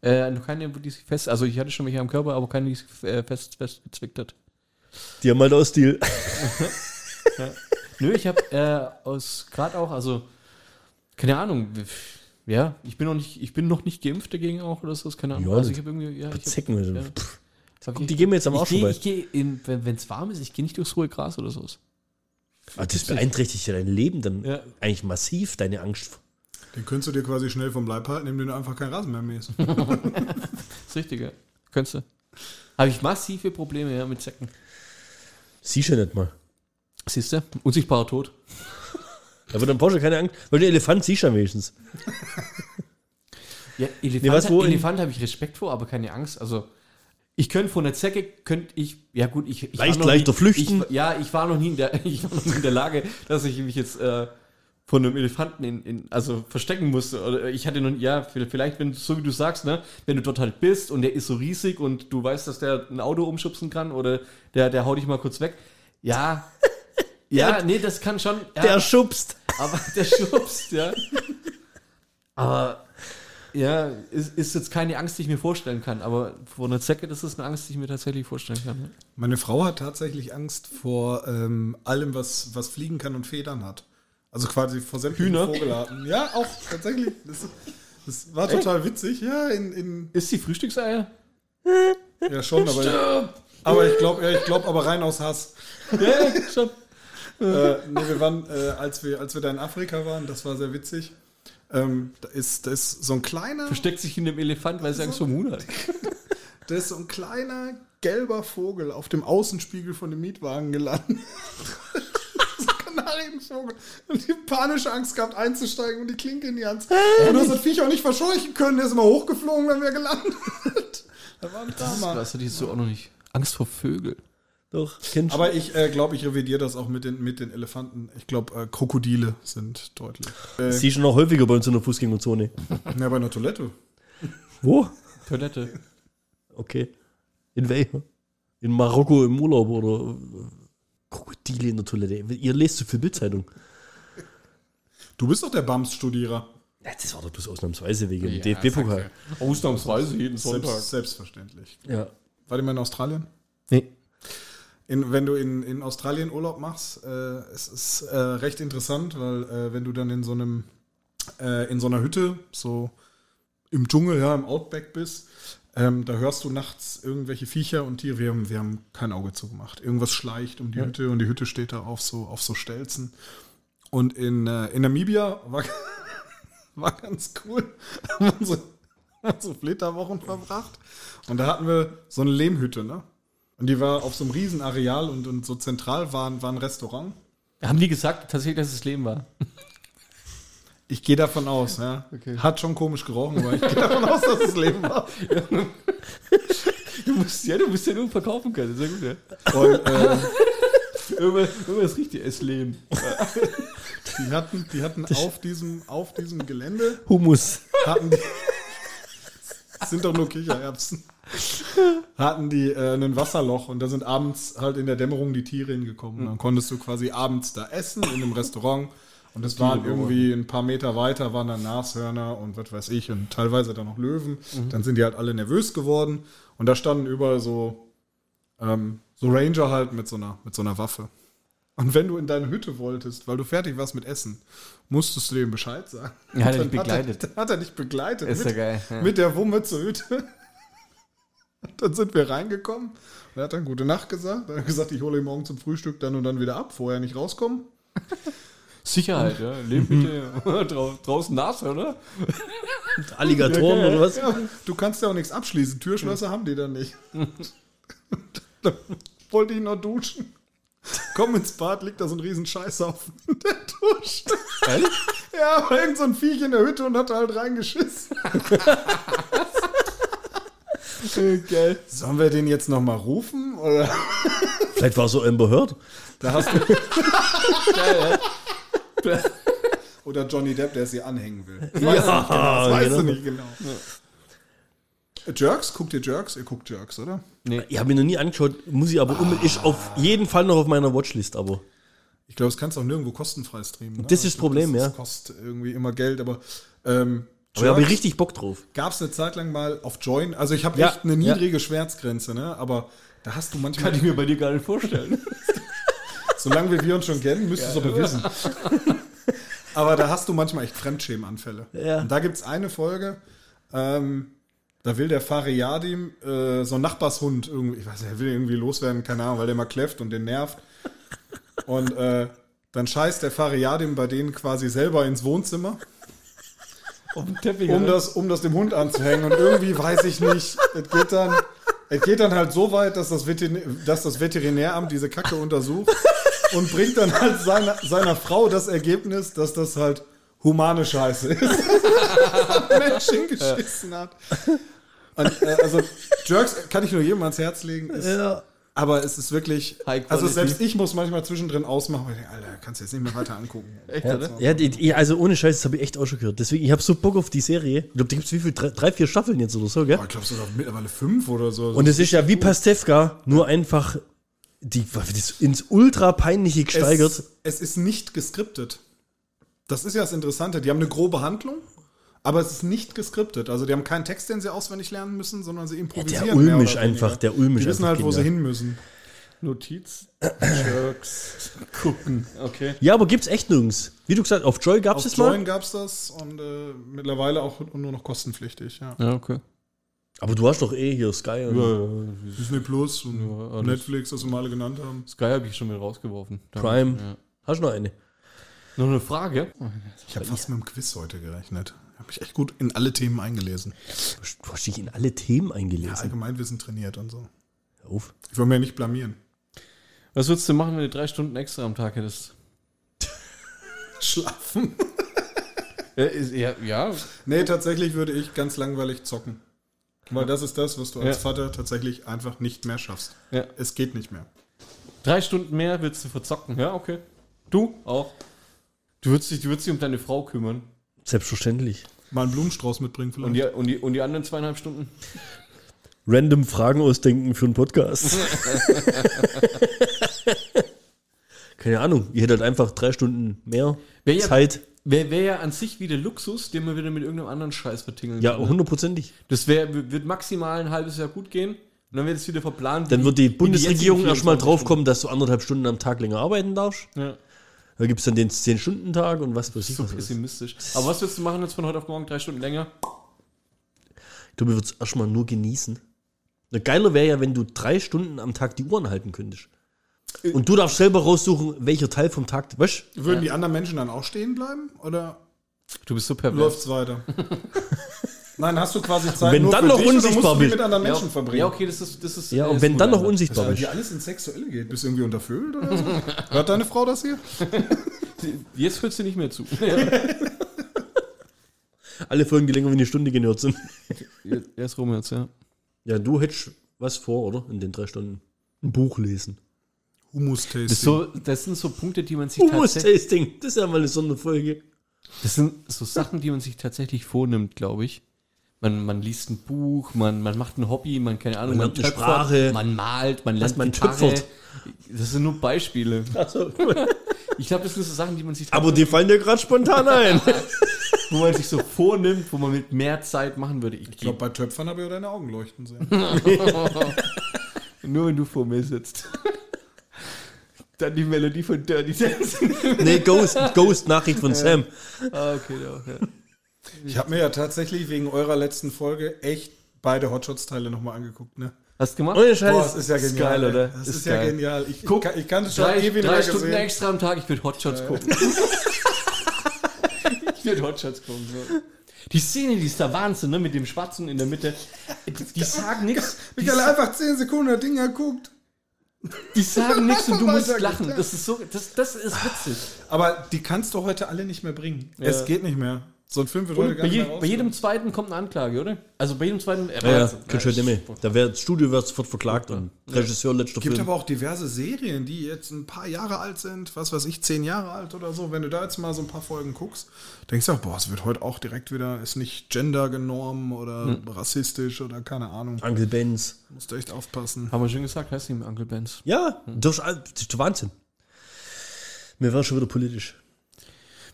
E: Äh, noch keine, die sich fest, also ich hatte schon welche am Körper, aber keine, die sich äh, fest, festgezwickt hat.
C: Die haben halt auch Stil.
E: Nö, ich habe äh, aus gerade auch, also keine Ahnung, w- ja, ich bin noch nicht, ich bin noch nicht geimpft dagegen auch oder so, ist keine Ahnung.
C: Ja,
E: also ich
C: das-
E: habe irgendwie, ja, ich hab,
C: [LAUGHS] Zecken. also,
E: ja.
C: pff.
E: hab
C: Guck, die gehen mir jetzt am Arsch
E: ich geh,
C: vorbei.
E: ich geh in, wenn es warm ist, ich gehe nicht durchs hohe Gras oder so.
C: Ah, das beeinträchtigt ja dein Leben dann
E: Ja.
C: eigentlich massiv, deine Angst.
B: Den könntest du dir quasi schnell vom Leib halten, indem du einfach keinen Rasen mehr mähst.
E: Das Richtige, könntest du. Habe ich massive Probleme ja, mit Zecken.
C: Siehst du ja nicht mal.
E: Siehst du? Unsichtbarer Tod.
C: Da wird dann Porsche keine Angst, weil der Elefant siehst du ja wenigstens.
E: Ja, Elefant,
C: Nee, was, wo in-
E: Elefant habe ich Respekt vor, aber keine Angst. Also, ich könnte vor einer Zecke, könnte ich, ja gut, ich. ich war
C: Leicht-
E: noch
C: leichter
E: nie,
C: flüchten.
E: Ich, ja, ich war, noch nie in der, [LAUGHS] ich war noch nie in der Lage, dass ich mich jetzt äh, von einem Elefanten in, in, also verstecken musste. Oder ich hatte nun, ja, vielleicht, wenn, so wie du sagst, ne, wenn du dort halt bist und der ist so riesig und du weißt, dass der ein Auto umschubsen kann oder der, der haut dich mal kurz weg.
C: [LAUGHS]
E: Ja. Ja, nee, das kann schon. Ja,
C: schubst.
E: aber [LAUGHS] der schubst, ja. Aber ja, ist, ist jetzt keine Angst, die ich mir vorstellen kann. Aber vor einer Zecke, das ist eine Angst, die ich mir tatsächlich vorstellen kann.
B: [LAUGHS] Meine Frau hat tatsächlich Angst vor ähm, allem, was, was fliegen kann und Federn hat. Also quasi vor sämtlichen
E: Hühner?
B: Vogelarten. Ja, auch tatsächlich. Das, das war total witzig. Ja, in, in,
E: Ist die Frühstückseier?
B: ja schon, aber, aber ich glaube, ja, ich glaube, aber rein aus Hass.
E: Ja, schon.
B: äh, nee, wir waren, äh, als, wir, als wir da in Afrika waren, das war sehr witzig. Ähm, da, ist, da ist so ein kleiner,
E: Versteckt sich in dem Elefant, weil sie Angst vor dem Huhn hat.
B: da ist so ein kleiner gelber Vogel auf dem Außenspiegel von dem Mietwagen gelandet. [LAUGHS] So ein Kanarienvogel. Und die panische Angst gehabt, einzusteigen und die Klinke in die Hand. Und du hast das Viech auch nicht verscheuchen können, der ist immer hochgeflogen, dann wäre gelandet. Da war ein Drama.
E: Das hatte ich so auch noch nicht. Angst vor Vögel.
C: Doch, kennst
B: Aber ich äh, glaube, ich revidiere das auch mit den, mit den Elefanten. Ich glaube, äh, Krokodile sind deutlich.
C: du. Siehst du noch häufiger bei uns in der Fußgängerzone.
B: Ja, bei einer Toilette.
C: Wo?
E: Toilette.
C: Okay. In welcher? In Marokko im Urlaub oder äh, Krokodile in der Toilette. Ihr lest zu viel Bildzeitung.
B: Du bist doch der Bams-Studierer.
C: Ja, das war doch bloß ausnahmsweise wegen dem
E: Ja,
C: DFB-Pokal.
E: Ausnahmsweise jeden
B: Selbst, selbstverständlich.
C: Ja.
B: War die mal in Australien?
E: Nee.
B: In, wenn du in, in Australien Urlaub machst, äh, es ist äh, recht interessant, weil äh, wenn du dann in so einem äh, in so einer Hütte, so im Dschungel, ja, im Outback bist, ähm, da hörst du nachts irgendwelche Viecher und Tiere. Wir haben, wir haben kein Auge zugemacht. Irgendwas schleicht um die Hütte und die Hütte steht da auf so, auf so Stelzen. Und in, äh, in Namibia war, [LAUGHS] war ganz cool. Haben wir [LAUGHS] unsere, unsere Flitterwochen verbracht. Und da hatten wir so eine Lehmhütte, ne? Und die war auf so einem Riesenareal und, und so zentral war, ein- war ein Restaurant.
E: Haben die gesagt, tatsächlich, dass es Leben war?
B: Ich gehe davon aus, ja. Hat schon komisch gerochen, aber ich gehe davon aus, dass es Leben war.
E: Du musst ja, du musst ja nur verkaufen können. Sehr gut, ja.
B: Und äh,
E: Irgendwas, irgendwas riecht dir, es Leben.
B: die hatten, die hatten auf, diesem, auf diesem Gelände
C: Humus.
B: hatten die. [LAUGHS] Das sind doch nur Kichererbsen. Hatten die äh, ein Wasserloch und da sind abends halt in der Dämmerung die Tiere hingekommen.
E: Hm.
B: Und dann konntest du quasi abends da essen in einem Restaurant. Und es waren irgendwie ein paar Meter weiter, waren dann Nashörner und was weiß ich und teilweise dann noch Löwen.
E: Mhm.
B: Dann sind die halt alle nervös geworden und da standen überall so, ähm, so Ranger halt mit so, einer, mit so einer Waffe. Und wenn du in deine Hütte wolltest, weil du fertig warst mit Essen, musstest du dem Bescheid sagen.
E: Ja, hat er
B: [LAUGHS] Dann
E: dich begleitet.
B: Hat er, hat er dich begleitet.
E: Ist ja
B: mit,
E: geil, ja.
B: Mit der Wumme zur Hütte. [LAUGHS] Und Dann sind wir reingekommen. Und er hat dann gute Nacht gesagt. Er hat gesagt, ich hole ihn morgen zum Frühstück dann und dann wieder ab. Vorher nicht rauskommen.
E: Sicherheit, ja. Leben bitte. [LAUGHS] Drau draußen nass, oder?
C: [LAUGHS] Alligatoren oder was?
B: Ja, du kannst ja auch nichts abschließen. Türschlösser haben die dann nicht. [LAUGHS] dann wollte ich noch duschen. Komm ins Bad, liegt da so ein riesen Scheißhaufen in der Dusche. [LAUGHS] Ja, war irgend so ein Viech in der Hütte und hat da halt [LAUGHS] reingeschissen.
E: Geil.
B: Sollen wir den jetzt nochmal rufen? Oder?
C: Vielleicht war so Amber Heard.
B: Da [LAUGHS] hast du. Oder Johnny Depp, der sie anhängen will. Das weißt du nicht genau. Das weißt du nicht genau. Jerks? Guckt ihr Jerks? Ihr guckt Jerks, oder?
C: Ich habe mir noch nie angeschaut, muss ich aber unbedingt. Ist auf jeden Fall noch auf meiner Watchlist, aber.
B: Ich glaube, es kannst du auch nirgendwo kostenfrei streamen. ne?
C: Das ist das
B: Ich glaub,
C: Problem,
B: das,
C: ja.
B: Das kostet irgendwie immer Geld, aber. Ähm,
C: Aber da habe ich
B: Jerks-
C: richtig Bock drauf.
B: gab es eine Zeit lang mal auf Join. Also ich habe
C: Ja,
B: echt eine niedrige Schmerzgrenze, ne? Aber da hast du manchmal,
E: Kann ich mir bei dir gar nicht vorstellen.
B: solange wir, wir uns schon kennen, müsstest du es aber wissen. aber da hast du manchmal echt Fremdschämenanfälle.
C: Ja.
B: Und da gibt es eine Folge, ähm, da will der Fariadim, äh, so ein Nachbarshund, irgendwie, ich weiß nicht, er will irgendwie loswerden, keine Ahnung, weil der mal kläfft und den nervt. Und äh, dann scheißt der Fariadim bei denen quasi selber ins Wohnzimmer.
E: Auf dem Teppich.
B: um
E: oder?
B: das, um das dem Hund anzuhängen. Und irgendwie weiß ich nicht, es geht dann, es geht dann halt so weit, dass das, Veterin, dass das Veterinäramt diese Kacke untersucht und bringt dann halt seiner, seiner Frau das Ergebnis, dass das halt humane Scheiße ist. [LAUGHS] Dass ein Mensch hingeschissen hat. Und, äh, also Jerks kann ich nur jedem ans Herz legen. Ist, Aber es ist wirklich,
E: High
B: also
E: quality.
B: selbst ich muss manchmal zwischendrin ausmachen, weil ich denke, Alter, kannst du jetzt nicht mehr weiter angucken.
E: Echt,
C: Ja,
E: oder?
C: ja, die- die- also ohne Scheiß, das habe ich echt auch schon gehört. Deswegen, ich habe so Bock auf die Serie. Ich glaube, da gibt es wie viel? Drei, drei, vier Staffeln jetzt oder so, gell?
B: Aber ich glaube sogar mittlerweile fünf oder so.
C: Und es ist ja wie Pastewka, nur einfach die, das ins ultra peinliche gesteigert.
B: Es, es ist nicht geskriptet. Das ist ja das Interessante. Die haben eine grobe Handlung, aber es ist nicht geskriptet. Also die haben keinen Text, den sie auswendig lernen müssen, sondern sie
C: der
B: improvisieren. mehr
C: Ulmisch
B: oder
C: einfach,
B: weniger.
C: der Ulmisch
B: Die wissen halt,
C: einfach
B: wo sie
C: genial.
B: hin müssen.
E: Notiz. Jerks. Gucken. Okay.
C: Ja, aber gibt's echt nirgends. Wie du gesagt, auf Joy gab's
B: Auf
C: es
B: Join
C: mal.
B: gab es das und äh, mittlerweile auch nur noch kostenpflichtig. Ja.
E: Ja, okay.
C: Aber du hast doch eh hier Sky. und-
B: Disney Plus und
E: Ja, alles.
B: Netflix, das wir mal alle genannt haben.
E: Sky habe ich schon mit rausgeworfen. Damals,
C: Prime.
E: Ja.
C: Hast du noch eine?
E: Noch eine Frage.
B: Ich habe fast mit dem Quiz heute gerechnet. Ich habe mich echt gut in alle Themen eingelesen.
C: Du hast dich in alle Themen eingelesen.
B: Allgemeinwissen trainiert und so.
C: Auf.
B: Ich will mir nicht blamieren. [LAUGHS]
E: Was würdest du machen, wenn du drei Stunden extra am Tag hättest?
B: Schlafen.
E: Ja, Äh, ist, ja, ja.
B: Nee, tatsächlich würde ich ganz langweilig zocken. Weil das ist das, was du als
E: Ja.
B: Vater tatsächlich einfach nicht mehr schaffst.
E: Ja.
B: Es geht nicht mehr.
E: Drei Stunden mehr willst du verzocken. Ja, okay. Du auch. Du würdest dich, du würdest dich um deine Frau kümmern.
C: Selbstverständlich.
B: Mal einen Blumenstrauß mitbringen vielleicht.
E: Und die, und die, und die anderen zweieinhalb Stunden?
C: Random Fragen ausdenken für einen Podcast. Keine Ahnung. Ihr hättet halt einfach drei Stunden mehr
E: Wer ja-
C: Zeit.
E: Wäre wär ja an sich wieder Luxus, den man wieder mit irgendeinem anderen Scheiß vertingeln
C: Ja,
E: kann.
C: hundertprozentig.
E: Das wär, wird maximal ein halbes Jahr gut gehen. Und dann wird es wieder verplant.
C: Dann
E: wie-
C: wird die
E: wie
C: Bundesregierung
E: jetzigen
C: erstmal
E: 24
C: draufkommen, dass du anderthalb Stunden am Tag länger arbeiten darfst.
E: Stunden. Ja,
C: Da gibt's dann den 10-Stunden-Tag und was weiß ich.
E: so
C: was alles.
E: pessimistisch. Aber was willst du machen jetzt von heute auf morgen? Drei Stunden länger?
C: Ich glaube, ich würde es erstmal nur genießen. Na, geiler wäre ja, wenn du drei Stunden am Tag die Uhren halten könntest.
E: Äh.
C: Und du darfst selber raussuchen, welcher Teil vom Tag, weißt du?
B: Würden die anderen Menschen dann auch stehen bleiben? Oder
E: Du bist so pervers.
B: läuft's
E: [LAUGHS]
B: weiter? Nein, hast du quasi Zeit
C: Wenn dann noch
B: oder
C: unsichtbar
B: musst du die
C: bist.
B: mit anderen
E: Ja,
B: Menschen verbringen?
E: ja, okay, das ist. Das ist
C: Ja,
E: ist
C: und wenn
E: gut,
C: dann noch
E: Alter. Also
C: unsichtbar
B: Weil
C: bist.
B: dir alles ins Sexuelle geht. Bist du irgendwie unterfüllt
E: [LAUGHS]
B: oder so? Hört deine Frau das hier?
E: Jetzt hörst du nicht mehr [LAUGHS] zu.
C: Alle Folgen, die länger wie eine Stunde genährt sind. [LAUGHS]
E: Er ist rum jetzt, ja.
C: Ja, du hättest was vor, oder? In den drei Stunden. Ein Buch lesen.
E: Das, ist
B: Humus-Tasting.
E: so, das sind so Punkte, die man sich tatsächlich.
C: Humus-Tasting. Das ist ja mal eine Sonderfolge.
E: Das sind so Sachen, die man sich tatsächlich vornimmt, glaube ich. Man, man liest ein Buch, man, man macht ein Hobby, man keine Ahnung,
C: Man lernt eine Sprache.
E: man malt, man lernt
C: man
E: Gitarre.
C: töpfert.
E: Das sind nur Beispiele.
C: Also, [LAUGHS]
E: Ich glaube, das sind so Sachen, die man sich
C: aber die fallen dir gerade spontan ein.
E: wo man sich so vornimmt, wo man mit mehr Zeit machen würde. Ich,
B: Ich
E: glaube,
B: glaube, bei Töpfern habe ich auch deine Augen leuchten sehen.
E: [LAUGHS] nur wenn du vor mir sitzt. [LAUGHS] Dann die Melodie von Dirty Dancing.
C: nee, Ghost. Ghost-Nachricht von Sam.
E: ah, okay, ja, ja.
B: Ich habe mir ja tatsächlich wegen eurer letzten Folge echt beide Hotshots-Teile nochmal angeguckt. Ne?
E: Hast du gemacht?
C: Ohne Scheiß.
B: Boah, das ist ja
E: ist
B: genial.
E: geil,
B: ey.
E: oder?
B: Das
E: Ist
B: ist, ja
E: geil.
B: genial. Ich,
E: Guck,
B: ich kann es schon
E: Drei,
B: ewig
E: drei
B: nicht
E: Stunden
B: gesehen.
E: extra am Tag, ich würde Hotshots gucken. [LAUGHS] ich würde Hotshots gucken. So. Die Szene, die ist der Wahnsinn, ne? Mit dem Schwarzen in der Mitte. Die sagen nichts. Die,
B: Michael einfach 10 Sekunden das Ding anguckt.
E: die sagen nichts und du musst
B: Weiter
E: lachen.
B: geht's, ja.
E: Das ist so, das, das ist witzig.
B: Aber die kannst du heute alle nicht mehr bringen.
E: Ja.
B: Es geht nicht mehr. So ein Film wird heute
E: Und
B: gar
E: bei,
B: nicht
E: je,
B: mehr
E: bei jedem zweiten kommt eine Anklage, oder? Also bei jedem zweiten. äh,
C: Ja, ja,
E: Wahnsinn.
C: kein Schritt mehr. Da wäre das Studio wär sofort verklagt und Regisseur letzter
B: gibt
C: Film.
B: aber auch diverse Serien, die jetzt ein paar Jahre alt sind, was weiß ich, zehn Jahre alt oder so. Wenn du da jetzt mal so ein paar Folgen guckst, denkst du, auch, boah, es wird heute auch direkt wieder, ist nicht gendergenorm oder
E: Hm.
B: rassistisch oder keine Ahnung.
C: Uncle Benz.
B: Musst du echt aufpassen.
E: Haben wir schon gesagt, heißt nicht mehr Uncle Benz.
C: Ja,
B: Hm.
C: das ist, das ist der Wahnsinn. Mir wäre schon wieder politisch.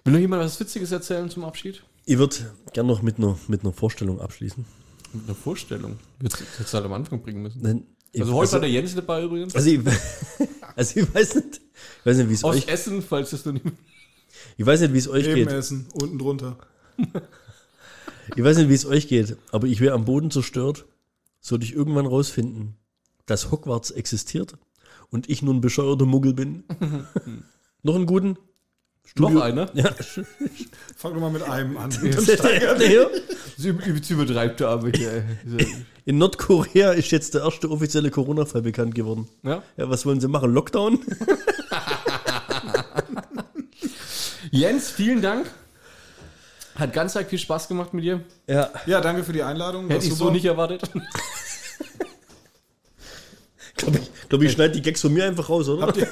E: Will noch jemand was Witziges erzählen zum Abschied?
C: Ich würde gern noch mit einer, mit einer Vorstellung abschließen.
E: Mit einer Vorstellung. Hättest du halt am Anfang bringen müssen.
C: Denn ich-
E: Also heute war der Jens dabei übrigens.
C: also, ich, [LAUGHS] also ich weiß nicht, ich weiß nicht wie es
E: Aus
C: euch,
E: Essen, falls das noch nicht.
C: ich weiß nicht, wie es euch
B: Eben
C: geht.
B: essen, unten drunter.
C: Ich weiß nicht, wie es euch geht, aber ich wäre am Boden zerstört, sollte ich irgendwann rausfinden, dass Hogwarts existiert und ich nur ein bescheuerter Muggel bin. noch einen guten?
E: Noch einer?
C: Ja.
B: Fang doch mal mit
E: [LAUGHS]
B: einem an.
C: [LAUGHS]
E: Sie üb- üb- sie übertreibt die Arbeit hier. ey. Diese-
C: In Nordkorea ist jetzt der erste offizielle Corona-Fall bekannt geworden.
E: Ja?
C: Ja, was wollen sie machen? Lockdown?
E: Jens, vielen Dank. Hat ganz arg viel Spaß gemacht mit dir.
C: Ja.
B: Ja, danke für die Einladung.
E: Hätte ich
B: War
E: so
B: super.
E: nicht erwartet.
C: Glaube ich, glaub ich schneide die Gags von mir einfach raus, oder?
B: Habt ihr,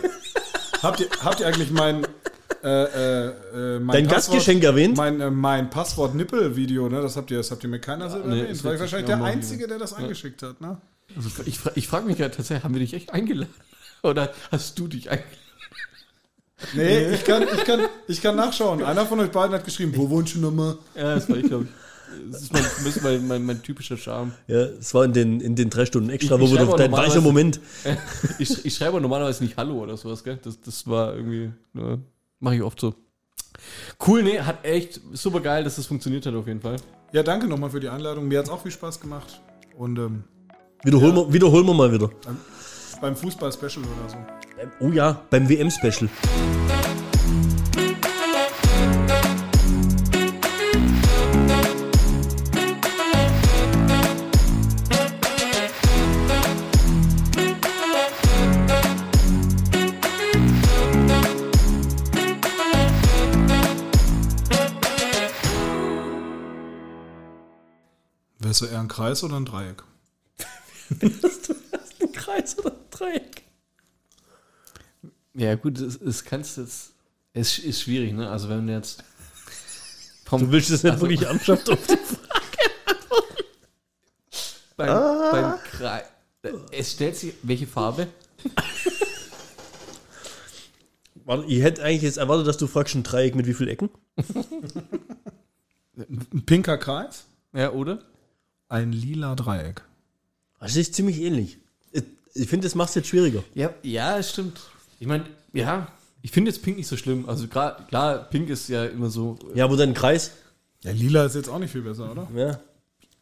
B: habt ihr, habt ihr eigentlich mein, äh, äh, äh, mein
C: Dein Gastgeschenk erwähnt?
B: Mein, äh, mein Passwort-Nippel-Video, ne? Das habt ihr, das habt ihr mir keiner selber
E: nee,
B: erwähnt.
E: ist
B: War ich
E: richtig.
B: wahrscheinlich
E: Ja,
B: der
E: machen wir.
B: Einzige, der das eingeschickt hat, ne?
E: Ich, fra- ich frage mich ja tatsächlich, haben wir dich echt eingeladen? Oder hast du dich eingeladen?
B: Nee, ich kann, ich kann, ich kann nachschauen. Einer von euch beiden hat geschrieben, wo wohnst du nochmal?
E: Ja, das war ich, glaube ich. Das ist mein, das ist mein, mein, mein typischer Charme.
C: Ja, es war in den, in den drei Stunden extra,
E: Ich-
C: wo
E: ich
C: wir
E: schreibe
C: doch
E: auch
C: dein
E: normalerweise-
C: weicher Moment.
E: Ich, ich schreibe auch normalerweise nicht Hallo oder sowas, gell? Das, das war irgendwie, ne, mache ich oft so. Cool, nee, hat echt super geil, dass das funktioniert hat auf jeden Fall.
B: Ja, danke nochmal für die Einladung. Mir hat's auch viel Spaß gemacht. Und ähm,
C: Wiederholen, wir, wiederholen wir mal wieder.
B: beim Fußball-Special oder so.
C: Oh ja, beim WM-Special.
B: Wärst du eher ein Kreis oder ein Dreieck?
C: Hast du hast einen Kreis oder ein Dreieck?
E: Ja, gut, es, es kannst jetzt. Es ist schwierig, ne? Also, wenn du jetzt. Vom,
C: Du willst es nicht
E: also
C: wirklich ernsthaft auf die
E: Beim,
C: Ah.
E: beim Kreis. Es stellt sich. Welche Farbe?
C: Warte, ich hätte eigentlich jetzt erwartet, dass du fragst, ein Dreieck mit wie vielen Ecken?
B: Ein pinker Kreis?
E: Ja, oder?
B: Ein lila Dreieck.
C: Das ist ziemlich ähnlich. Ich- Ich finde, das macht es jetzt schwieriger.
E: Ja, ja, es stimmt. Ich meine, ja. Ich finde jetzt Pink nicht so schlimm. Also, gra- klar, Pink ist ja immer so.
C: Ja, aber dein Kreis,
B: Ja, lila ist jetzt auch nicht viel besser, oder?
C: ja.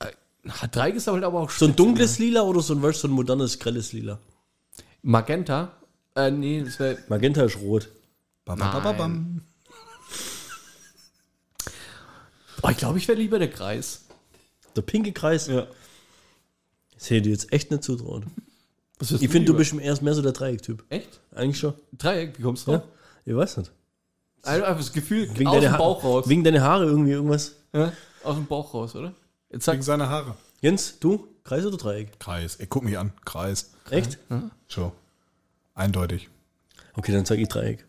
E: Äh, na, Dreieck ist aber halt aber auch
C: so ein
E: spitze,
C: dunkles
E: ne?
C: Lila oder so ein, weißt, du, so ein modernes, grelles Lila?
E: Magenta Äh, nee, das wäre.
C: Magenta ist rot.
B: Bam, bam, bam, bam.
E: Oh, ich glaube, ich wäre lieber der Kreis.
C: Der pinke Kreis.
E: Ja.
C: Das hätte ich dir jetzt echt nicht zutrauen.
E: Was wirst
C: Ich finde, du
E: lieber?
C: bist erst mehr so der Dreieck-Typ.
E: Echt?
C: Eigentlich schon.
E: Dreieck, wie kommst du
C: Ja?
E: drauf?
C: Ich weiß nicht.
E: Also Einfach das Gefühl,
C: Wegen,
E: aus
C: deine
E: dem
C: Ha-
E: Bauch raus.
C: wegen deine Haare irgendwie irgendwas.
E: Ja? Aus dem Bauch raus, oder? Jetzt
B: Wegen
E: sag,
B: seiner Haare.
C: Jens, du? Kreis oder Dreieck?
B: Kreis. Ey, guck mich an. Kreis.
C: Echt?
B: Schon. Eindeutig.
C: Okay, dann sage ich Dreieck.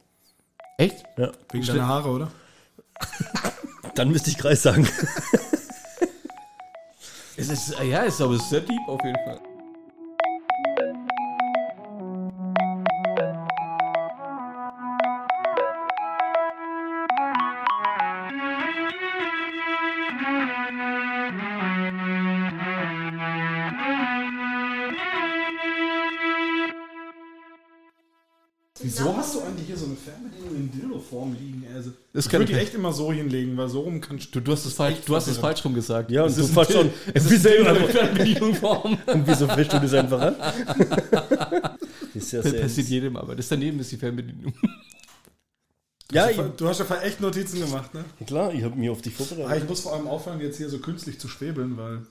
E: echt?
C: Ja.
B: Wegen deiner Haare, oder?
C: Dann müsste ich Kreis sagen.
E: Es ist, äh, ja, es ist aber sehr deep auf jeden Fall.
B: Wieso hast du eigentlich hier so eine Fernbedienung in Dildo-Form liegen? Also,
A: Das
B: ich
A: kann-
B: würde die echt immer so hinlegen, weil so rum kannst du.
E: Du hast es falsch, du hast es falsch rum gesagt.
C: Ja, und
E: es
C: du
E: ist
C: fährst schon.
E: Es ist
C: Wieso-
E: selber eine [LAUGHS] Fernbedienungsform.
C: Und wieso fällst du das einfach an? Das ist ja
E: Das
C: sehr-
E: passiert jedem, aber das daneben ist die Fernbedienung.
C: Ja,
B: Du hast ja echt Notizen gemacht, ne?
C: ich- klar, ich habe mich auf dich
B: Aber
C: vorbereitet.
B: ich muss vor allem aufhören, jetzt hier so künstlich zu schwebeln, weil.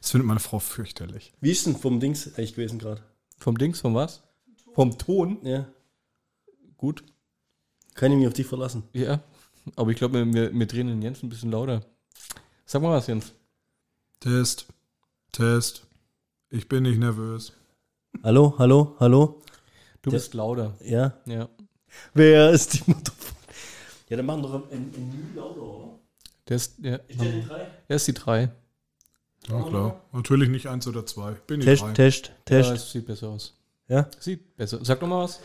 B: Das findet meine Frau fürchterlich.
C: Wie ist denn vom Dings eigentlich gewesen gerade?
E: Vom Dings, vom was? Vom Ton?
C: Ja.
E: Gut.
C: Kann ich mich auf dich verlassen?
E: Ja. Aber ich glaube, wir, wir, wir drehen den Jens ein bisschen lauter. Sag mal was, Jens.
B: Test. Test. Ich bin nicht nervös.
C: Hallo, hallo, hallo?
E: Du
C: Der-
E: bist lauter.
C: Ja.
E: Ja.
C: Wer ist die Mutter von. Ja, dann machen wir doch ein, ein, ein lauter, oder?
E: Der ist, ja.
C: Ist der die drei?
E: Er ist die 3.
B: Ja, klar. Natürlich nicht eins oder zwei. Bin ich
C: Test,
B: drei.
C: Test,
E: Ja,
C: Test.
E: es sieht besser aus.
C: Ja?
E: Sieht besser. Sag doch mal was.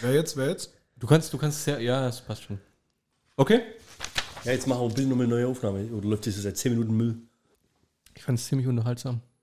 B: Wer jetzt? Wer jetzt?
E: Du kannst, du kannst sehr, ja, es passt schon. Okay.
C: Ja, jetzt machen wir bitte nochmal eine neue Aufnahme. Oder läuft das jetzt seit 10 Minuten Müll?
E: Ich fand es ziemlich unterhaltsam.